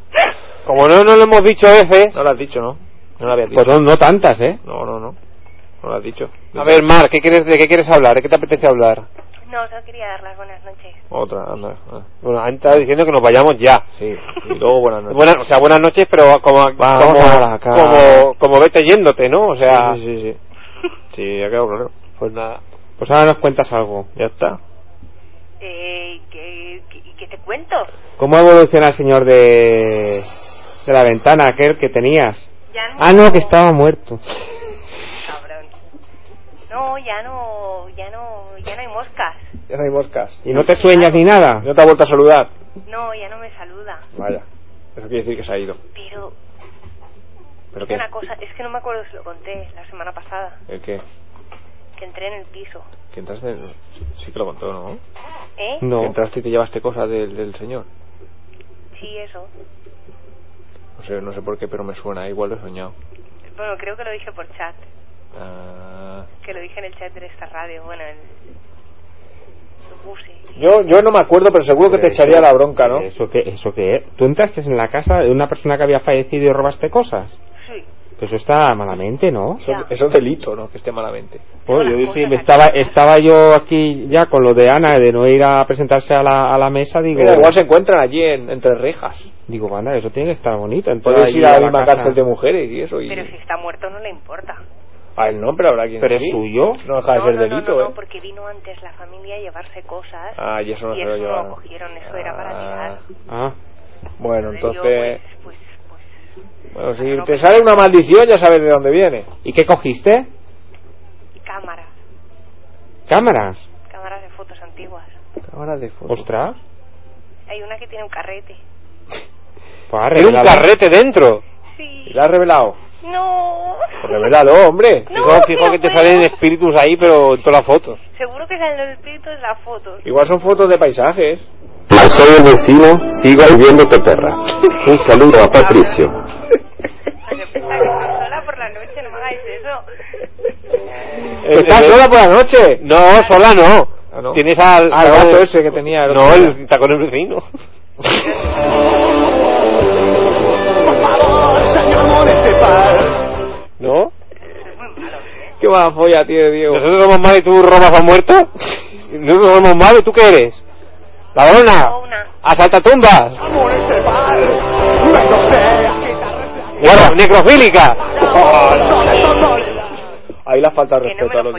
Speaker 3: Como no nos lo hemos dicho a veces. No lo has dicho, ¿no? No lo había dicho.
Speaker 7: Pues no, no tantas, ¿eh?
Speaker 3: No, no, no. No lo has dicho.
Speaker 7: A ver, Mar, ¿qué quieres, ¿de qué quieres hablar? ¿De qué te apetece hablar?
Speaker 18: No, solo quería dar las buenas noches.
Speaker 3: Otra, anda. ah. Bueno, han estado diciendo que nos vayamos ya. Sí, y luego <laughs> buenas noches.
Speaker 7: Buena- o sea, buenas noches, pero como,
Speaker 3: Vamos
Speaker 7: como-
Speaker 3: a la cara.
Speaker 7: como, como vete yéndote, ¿no? O sea,
Speaker 3: Sí, sí, sí. Sí, ya quedó claro. Pues nada. Pues ahora
Speaker 7: ahora nos cuentas algo.
Speaker 3: ya está.
Speaker 18: Eh, ¿qué, qué, qué te cuento?
Speaker 7: ¿Cómo evoluciona el señor de, de la ventana, aquel que tenías?
Speaker 18: Ya no-
Speaker 7: Ah, no, que estaba muerto.
Speaker 18: Cabrón. No, ya no, ya no, ya no hay moscas.
Speaker 3: Ya no hay moscas.
Speaker 7: ¿Y no te sueñas ni nada?
Speaker 3: No te ha vuelto a saludar.
Speaker 18: No, ya no me saluda.
Speaker 3: Vaya. Eso quiere decir que se ha ido.
Speaker 18: Pero,
Speaker 3: ¿Pero
Speaker 18: una cosa, es que no me acuerdo si lo conté la semana pasada,
Speaker 3: ¿El qué?
Speaker 18: que entré en el piso.
Speaker 3: ¿Que entraste? en- Sí que lo contó, ¿no?
Speaker 18: ¿Eh?
Speaker 3: Que entraste y te llevaste cosas del, del señor.
Speaker 18: Sí, eso.
Speaker 3: No sé, no sé por qué, pero me suena. Igual lo he soñado.
Speaker 18: Bueno, creo que lo dije por chat,
Speaker 3: Ah.
Speaker 18: que lo dije en el chat de esta radio, bueno, en... lo puse.
Speaker 3: Yo, yo no me acuerdo, pero seguro que te echaría la bronca, ¿no?
Speaker 7: ¿Eso qué, eso qué es? ¿Tú entraste en la casa de una persona que había fallecido y robaste cosas?
Speaker 18: Sí.
Speaker 7: Pues eso está malamente, ¿no?
Speaker 3: Eso, eso es delito, ¿no? Que esté malamente.
Speaker 7: Pues yo sí, me estaba, estaba yo aquí ya con lo de Ana, de no ir a presentarse a la, a la mesa, digo...
Speaker 3: Mira, igual se encuentran allí en, entre rejas.
Speaker 7: Digo, anda, eso tiene que estar bonito. entrar
Speaker 3: Puedes
Speaker 7: allí
Speaker 3: ir a la
Speaker 7: la
Speaker 3: misma
Speaker 7: casa.
Speaker 3: cárcel de mujeres y eso. Y...
Speaker 18: Pero si está muerto no le importa.
Speaker 3: A él no, pero habrá quien
Speaker 7: ¿Pero es
Speaker 3: sí.
Speaker 7: suyo?
Speaker 3: No deja de
Speaker 18: no,
Speaker 3: ser
Speaker 18: no,
Speaker 3: delito,
Speaker 18: no, no,
Speaker 3: ¿eh?
Speaker 18: porque vino antes la familia a llevarse cosas.
Speaker 3: Ah, y eso no se lo
Speaker 18: no
Speaker 3: llevaron.
Speaker 18: lo cogieron, eso era para pues, tirar.
Speaker 7: Ah.
Speaker 3: Bueno, entonces...
Speaker 18: pues,
Speaker 3: Bueno, si te
Speaker 18: no, pero-
Speaker 3: sale una maldición ya sabes de dónde viene.
Speaker 7: ¿Y qué cogiste?
Speaker 18: Cámaras,
Speaker 7: ¿Cámaras?
Speaker 18: cámaras de fotos antiguas.
Speaker 3: Cámaras de fotos.
Speaker 7: Ostras.
Speaker 18: Hay una que tiene un carrete.
Speaker 7: Pues ha
Speaker 3: Tiene un
Speaker 7: revelado-
Speaker 3: carrete dentro.
Speaker 18: Sí.
Speaker 3: ¿Y la has revelado?
Speaker 18: No.
Speaker 3: Pues revélalo, hombre.
Speaker 7: Fijo, fijo que te salen espíritus ahí, pero en todas las fotos.
Speaker 18: Seguro que salen los espíritus en las fotos.
Speaker 3: Igual son fotos de paisajes.
Speaker 26: Al soy el vecino, siga viviéndote perra. Un saludo a Patricio.
Speaker 18: Sola por la noche, no me hagáis
Speaker 3: Pues
Speaker 18: eso.
Speaker 7: ¿Estás sola por la noche? Eh, No, sola no. Tienes al...
Speaker 3: Ah, el
Speaker 7: al-
Speaker 3: gato ese que tenía.
Speaker 7: No, el tacón el vecino.
Speaker 11: ¿No?
Speaker 9: ¿Qué más folla tiene Diego?
Speaker 11: ¿Nosotros somos malos y tú robas a muerto? ¿Nosotros somos malos y tú qué eres? ¡Ladrona! ¡Asalta tumbas! ¡Necrofílica!
Speaker 10: Ahí la falta de respeto a los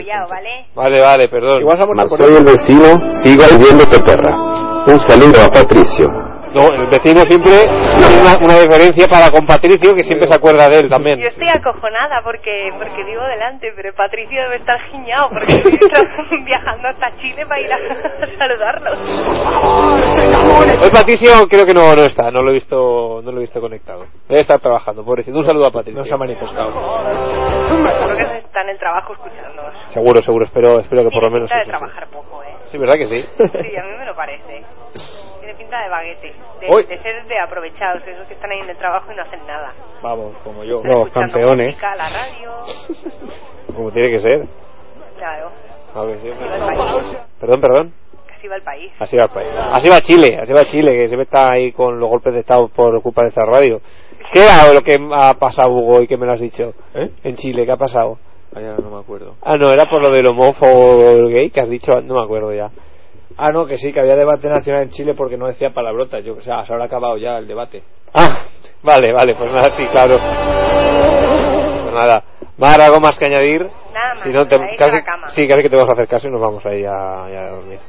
Speaker 11: Vale, vale, perdón.
Speaker 10: Igual se ha muerto por
Speaker 27: Soy el vecino, sigo viviéndote perra. Un saludo a Patricio.
Speaker 11: No, el vecino siempre tiene una, una diferencia para con Patricio que siempre se acuerda de él también.
Speaker 28: Yo estoy acojonada porque porque vivo delante, pero Patricio debe estar giñado porque estoy viajando hasta Chile para ir a saludarlos.
Speaker 11: Hoy Pues Patricio creo que no, no está, no lo he visto, no lo he visto conectado. Debe estar trabajando, pobrecito. Un saludo a Patricio. No se ha
Speaker 28: Seguro que está en el trabajo escuchando.
Speaker 11: Seguro, seguro, espero, espero que por lo
Speaker 28: Tiene
Speaker 11: menos.
Speaker 28: pinta de trabajar poco, ¿eh?
Speaker 11: Sí, ¿verdad que sí? <laughs>
Speaker 28: Sí, a mí me lo parece. Tiene pinta de baguete, de,
Speaker 11: Hoy-
Speaker 28: de ser de aprovechados, esos que están ahí en el trabajo y no hacen nada.
Speaker 10: Vamos, como yo.
Speaker 11: Los
Speaker 28: Escuchando
Speaker 11: campeones.
Speaker 28: música, la radio,
Speaker 11: <laughs> Como tiene que ser.
Speaker 28: claro.
Speaker 11: Claro que sí.
Speaker 28: Así va el país.
Speaker 11: Perdón, perdón.
Speaker 28: Así va el país.
Speaker 11: Así va el país. Así va Chile, así va Chile, que siempre está ahí con los golpes de Estado por culpa de esta radio. ¿Qué era lo que ha pasado, Hugo, y que me lo has dicho? En Chile, ¿qué ha pasado?
Speaker 10: ¿Eh? no me acuerdo.
Speaker 11: Ah, no, era por lo del homófobo gay que has dicho, no me acuerdo ya.
Speaker 10: Ah, no, que sí, que había debate nacional en Chile porque no decía palabrotas. Yo, o sea, se habrá acabado ya el debate.
Speaker 11: Ah, vale, vale, pues nada, sí, claro. Pues nada. Mar, ¿algo más que añadir?
Speaker 28: Nada
Speaker 11: Si no, te,
Speaker 28: a
Speaker 11: casi,
Speaker 28: la cama.
Speaker 11: sí, casi que te vamos a hacer caso y nos vamos ahí a, a dormir.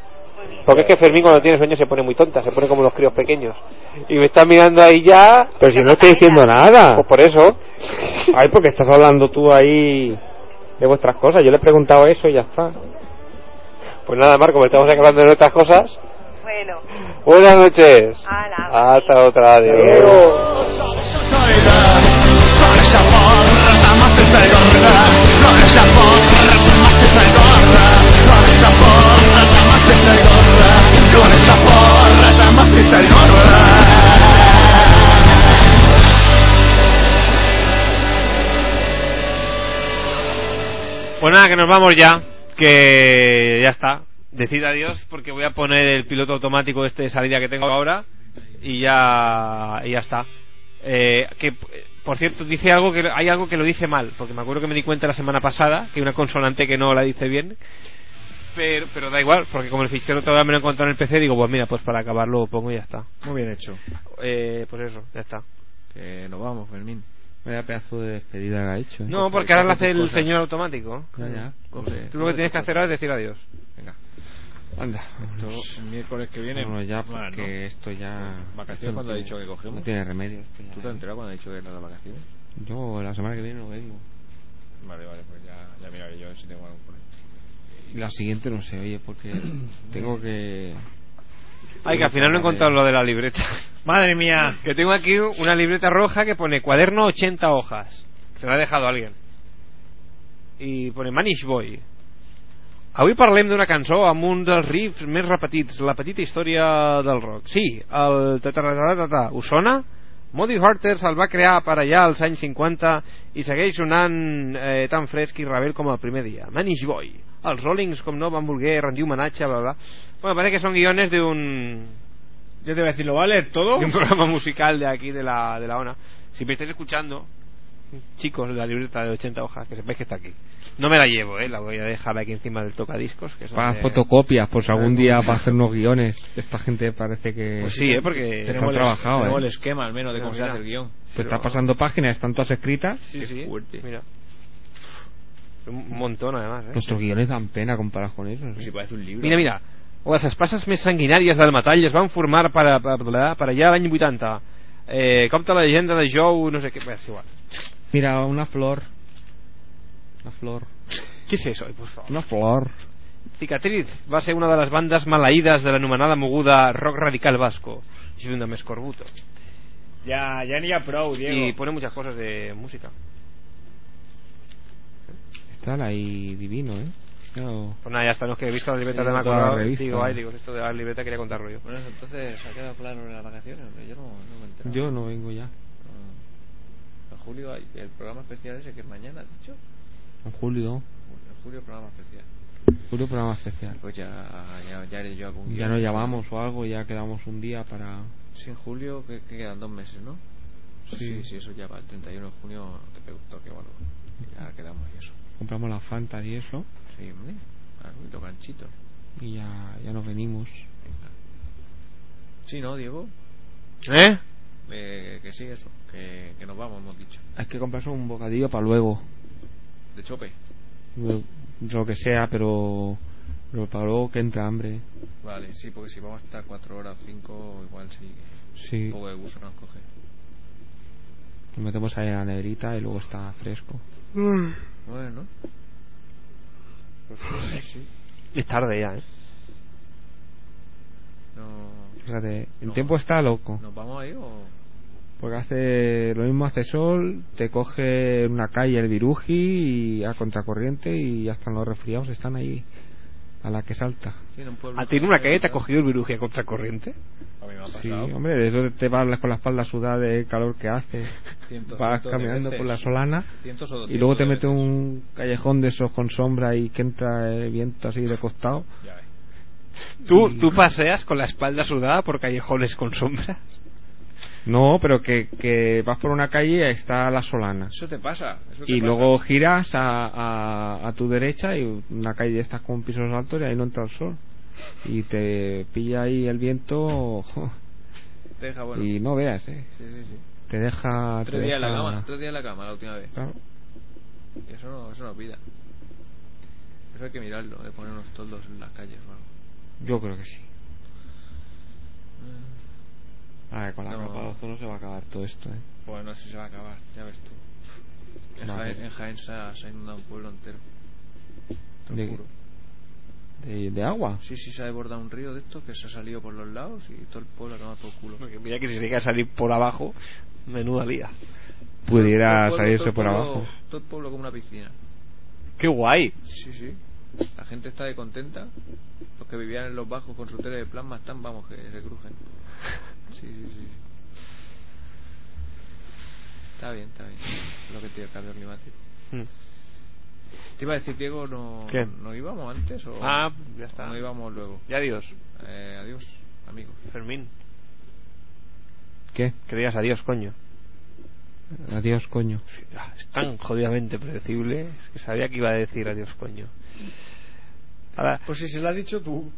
Speaker 11: Porque es que Fermín cuando tiene sueño se pone muy tonta, se pone como los críos pequeños. Y me está mirando ahí ya...
Speaker 9: Pero si no estoy diciendo nada.
Speaker 11: Pues por eso.
Speaker 9: Ay, porque estás hablando tú ahí de vuestras cosas. Yo le he preguntado eso y ya está.
Speaker 11: Pues nada, Marco, como estamos hablando de nuestras cosas...
Speaker 28: Bueno.
Speaker 11: Buenas noches. Hasta otra, adiós.
Speaker 1: Pues nada, que nos vamos ya. Que ya está. Decid adiós porque voy a poner el piloto automático este de salida que tengo ahora y ya, y ya está. Eh, que eh, por cierto dice algo que hay algo que lo dice mal porque me acuerdo que me di cuenta la semana pasada que hay una consonante que no la dice bien pero, pero da igual porque como el fichero todavía me lo he encontrado en el PC digo pues mira pues para acabarlo lo pongo y ya está
Speaker 2: Muy bien hecho.
Speaker 1: eh, pues eso ya está
Speaker 2: Que nos vamos, Fermín.
Speaker 7: Vaya pedazo de despedida que ha hecho. ¿eh?
Speaker 1: no porque ahora lo hace el señor automático
Speaker 7: Ya, ya.
Speaker 1: Entonces, tú lo que tienes que hacer ahora es decir adiós venga
Speaker 7: Anda.
Speaker 2: Esto, el miércoles que viene.
Speaker 7: Vámonos Pues, ya,
Speaker 2: Bueno,
Speaker 7: porque esto ya.
Speaker 2: ¿Vacaciones
Speaker 7: esto no
Speaker 2: cuándo ha
Speaker 7: tiene-
Speaker 2: dicho que cogemos?
Speaker 7: No tiene remedio. esto ya-
Speaker 2: ¿Tú te has enterado cuando ha dicho que era las vacaciones?
Speaker 7: Yo la semana que viene no vengo.
Speaker 2: Vale, vale, pues ya, ya miraré yo si tengo algún por ahí.
Speaker 7: Y La siguiente no sé, oye, porque
Speaker 1: <clears throat>
Speaker 7: tengo que.
Speaker 1: Ay, que al final no he encontrado lo de la libreta. <laughs> Madre mía. Que tengo aquí una libreta roja que pone cuaderno 80 hojas. Se la ha dejado alguien. I pone Manish Boy. Avui parlem d'una cançó amb un dels riffs més repetits, la petita història del rock. Sí, el tataratatata, us sona? Muddy Waters el va crear per allà als anys 50 i segueix sonant eh, tan fresc i rebel com el primer dia. Manish Boy. Els Rollings, com no, van voler rendir homenatge, bla, bla. Bueno, parece que son guiones de un...
Speaker 2: Yo te voy a decir, ¿lo vale todo?
Speaker 1: de un programa musical de aquí, de la, de la ONA. Si me estáis escuchando, chicos, la libreta de 80 hojas, que sepáis que está aquí. No me la llevo, ¿eh? La voy a dejar aquí encima del tocadiscos. Que es
Speaker 7: Para
Speaker 1: donde-
Speaker 7: fotocopias, pues algún día para hacer unos guiones. Esta gente parece que.
Speaker 1: Pues sí, ¿eh? Porque
Speaker 7: que
Speaker 1: tenemos el-
Speaker 7: están trabajado,
Speaker 2: Tengo
Speaker 7: ¿eh?
Speaker 2: el esquema al menos de
Speaker 1: Pero
Speaker 2: cómo se
Speaker 1: mira,
Speaker 2: hace el guión.
Speaker 7: Se está pasando páginas, están todas escritas.
Speaker 1: Sí, sí. Mira. Un montón, además, ¿eh?
Speaker 7: Nuestros guiones dan pena comparados con ellos. ¿eh?
Speaker 2: Pues Si parece un libro.
Speaker 1: Mira, mira. Les espases més sanguinàries del metall es van formar per, a- per, a- per allà l'any 80. Eh, compta la llegenda de Joe, no sé què... Bé, és igual.
Speaker 7: Mira, una flor. Una flor.
Speaker 1: Què és això? Ai, Por favor.
Speaker 7: Una flor.
Speaker 1: Cicatriz va ser una de les bandes maleïdes de l'anomenada moguda rock radical vasco, junt amb Escorbuto.
Speaker 2: Ya, ya ni a pro,
Speaker 1: Y
Speaker 2: Diego.
Speaker 1: pone muchas cosas de música.
Speaker 7: Está ahí divino, ¿eh? Claro.
Speaker 1: Pues nada, ya está, no es que he visto la libreta
Speaker 7: Sí,
Speaker 1: de
Speaker 7: toda la
Speaker 1: Macro.
Speaker 7: revista.
Speaker 1: Digo, ay, digo, esto de la libreta quería contarlo yo.
Speaker 2: Bueno, entonces, ¿ha quedado claro en las vacaciones? Porque Yo no, no me he enterado.
Speaker 7: Yo no vengo ya.
Speaker 2: Ah. En julio hay el programa especial ese que es mañana, ¿has dicho?
Speaker 7: En julio.
Speaker 2: En julio programa especial.
Speaker 7: Un programa especial.
Speaker 2: Pues ya, ya, ya haré yo algún
Speaker 7: Ya
Speaker 2: guión.
Speaker 7: nos llamamos o algo, ya quedamos un día para.
Speaker 2: Sí, en julio, que, que quedan dos meses, ¿no?
Speaker 7: Sí.
Speaker 2: sí, sí, eso ya va. El 31 de junio te pregunto que bueno. Ya quedamos y eso.
Speaker 7: Compramos la Fanta y eso.
Speaker 2: Sí, hombre. Algo y los ganchitos.
Speaker 7: Y ya, ya nos venimos.
Speaker 2: Sí, ¿no, Diego?
Speaker 7: ¿Eh?
Speaker 2: Eh, que sí, eso. Que, que nos vamos, hemos dicho.
Speaker 7: Hay que comprarse un bocadillo para luego.
Speaker 2: De chope.
Speaker 7: Lo lo que sea, pero. Pero para luego que entra hambre.
Speaker 2: Vale, sí, porque si vamos hasta 4 horas 5, igual sí.
Speaker 7: Sí.
Speaker 2: Un poco de gusto nos coge.
Speaker 7: Lo metemos ahí en la neverita y luego está fresco.
Speaker 2: Bueno. Pues sí, sí, sí.
Speaker 7: Es tarde ya, ¿eh?
Speaker 2: No,
Speaker 7: Fíjate, el
Speaker 2: No.
Speaker 7: tiempo está loco.
Speaker 2: ¿Nos vamos ahí o...?
Speaker 7: Porque hace lo mismo hace sol, te coge en una calle el viruji y a contracorriente y hasta los resfriados están ahí a la que salta.
Speaker 2: Sí, en un pueblo...
Speaker 7: Ah,
Speaker 1: ¿A ti en una calle te ha cogido el virugia contracorriente?
Speaker 2: A mí me ha
Speaker 7: Sí,
Speaker 2: pasado.
Speaker 7: hombre, de eso te vas con la espalda sudada del calor que hace.
Speaker 2: Cientos,
Speaker 7: vas
Speaker 2: cientos de
Speaker 7: caminando
Speaker 2: veces.
Speaker 7: por la solana
Speaker 2: Cientos o
Speaker 7: y luego
Speaker 2: cientos
Speaker 7: te
Speaker 2: de
Speaker 7: mete un callejón de esos con sombra y que entra el viento así de costado.
Speaker 2: Ya ves.
Speaker 1: ¿Tú,
Speaker 7: Y-
Speaker 1: ¿Tú paseas con la espalda sudada por callejones con sombras?
Speaker 7: No, pero que, que vas por una calle y está la solana.
Speaker 2: Eso te pasa. Eso te
Speaker 7: y
Speaker 2: pasa.
Speaker 7: luego giras a, a, a tu derecha y una calle estás con pisos altos y ahí no entra el sol y te pilla ahí el viento <laughs> jo,
Speaker 2: Te deja, bueno.
Speaker 7: y no veas eh
Speaker 2: Sí, sí, sí.
Speaker 7: te deja te
Speaker 2: Tres días en la
Speaker 7: deja-
Speaker 2: cama, tres días en la cama la última vez.
Speaker 7: Claro.
Speaker 2: Eso no, eso no pida. Eso hay que mirarlo, de poner unos toldos en las calles o algo.
Speaker 7: yo creo que sí
Speaker 2: Eh,
Speaker 1: Mm.
Speaker 7: a ver, con la
Speaker 2: No.
Speaker 7: capa de ozono se va a acabar todo esto eh
Speaker 2: Bueno, no sé si se va a acabar, ya ves tú. En
Speaker 7: No,
Speaker 2: Jaén,
Speaker 7: pero-
Speaker 2: en Jaén se, ha, se ha inundado un pueblo entero. Te lo
Speaker 7: De-
Speaker 2: juro.
Speaker 7: de, de agua
Speaker 2: Sí, sí, se ha desbordado un río de estos que se ha salido por los lados y todo el pueblo ha tomado por culo.
Speaker 1: Porque mira que si se llega a salir por abajo, menuda lía.
Speaker 7: pudiera
Speaker 2: Todo el pueblo- todo
Speaker 7: salirse
Speaker 2: el
Speaker 7: por
Speaker 2: pueblo-
Speaker 7: abajo
Speaker 2: Todo el pueblo como una piscina.
Speaker 1: ¡Qué guay!
Speaker 2: Sí, sí. La gente está de contenta. Los que vivían en los bajos con su tele de plasma están, vamos, que se crujen. Sí, sí, sí. Está bien, está bien. Lo que tiene el cambio climático. Te iba a decir, Diego, ¿no,
Speaker 1: Hmm. ¿Qué?
Speaker 2: ¿no íbamos antes o
Speaker 1: Ah, ya está.
Speaker 2: o no íbamos luego?
Speaker 1: Y adiós,
Speaker 2: Eh, adiós, amigos.
Speaker 1: Fermín.
Speaker 7: qué
Speaker 1: Que digas adiós, coño.
Speaker 7: adiós coño
Speaker 1: Ah, Es tan jodidamente predecible es que sabía que iba a decir adiós, coño. Ahora,
Speaker 2: Pues si se lo has dicho tú.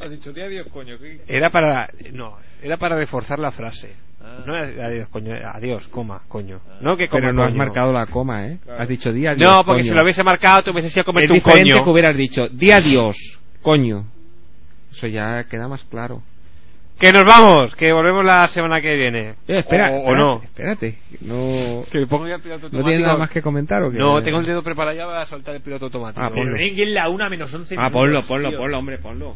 Speaker 2: Has dicho, tío, adiós, coño. ¿qué?
Speaker 1: era para. No, era para reforzar la frase.
Speaker 2: Ah.
Speaker 1: No era adiós, coño, era adiós, coma, coño. No, que coma,
Speaker 7: pero no has
Speaker 1: coño.
Speaker 7: marcado la coma eh
Speaker 2: Claro.
Speaker 7: has dicho día
Speaker 1: No, porque si lo hubiese marcado, te hubiese sido a
Speaker 7: es
Speaker 1: comerte un
Speaker 7: diferente
Speaker 1: coño.
Speaker 7: que hubieras dicho di adiós coño eso ya queda más claro
Speaker 1: Que nos vamos, que volvemos la semana que viene.
Speaker 7: Eh, espera,
Speaker 1: o, o
Speaker 7: espera,
Speaker 1: no.
Speaker 7: Espérate, no.
Speaker 1: Que me pongo ya el piloto
Speaker 7: ¿No
Speaker 1: automático.
Speaker 7: tienes nada más que comentar o qué?
Speaker 1: No, tengo el dedo preparado ya para soltar el piloto automático.
Speaker 7: Ah, ponlo.
Speaker 1: Pero en la 1 menos 11
Speaker 7: Ah,
Speaker 1: minutos,
Speaker 7: ponlo, ponlo,
Speaker 1: tío.
Speaker 7: ponlo, hombre, ponlo.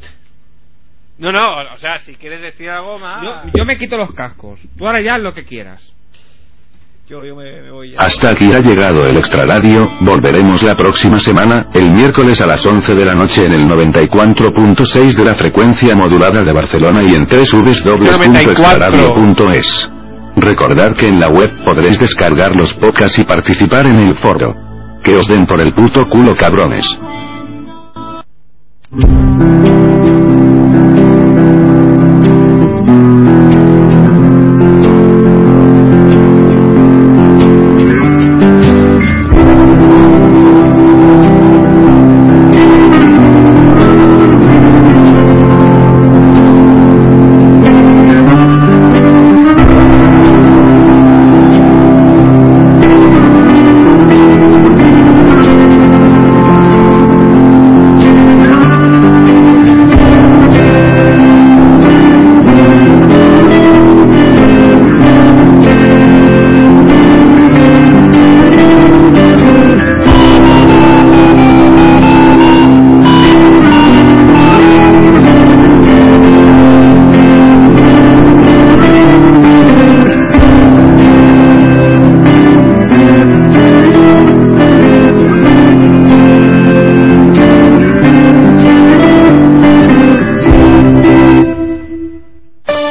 Speaker 1: No, no, o sea, si quieres decir algo más...
Speaker 7: Yo, yo me quito los cascos. Tú ahora ya haz lo que quieras.
Speaker 2: Yo, yo me, me voy ya.
Speaker 3: Hasta aquí ha llegado el extraladio, volveremos la próxima semana, el miércoles a las 11 de la noche en el 94.6 de la frecuencia modulada de Barcelona y en www.extraladio.es. Recordad que en la web podréis descargar los podcasts y participar en el foro. Que os den por el puto culo cabrones.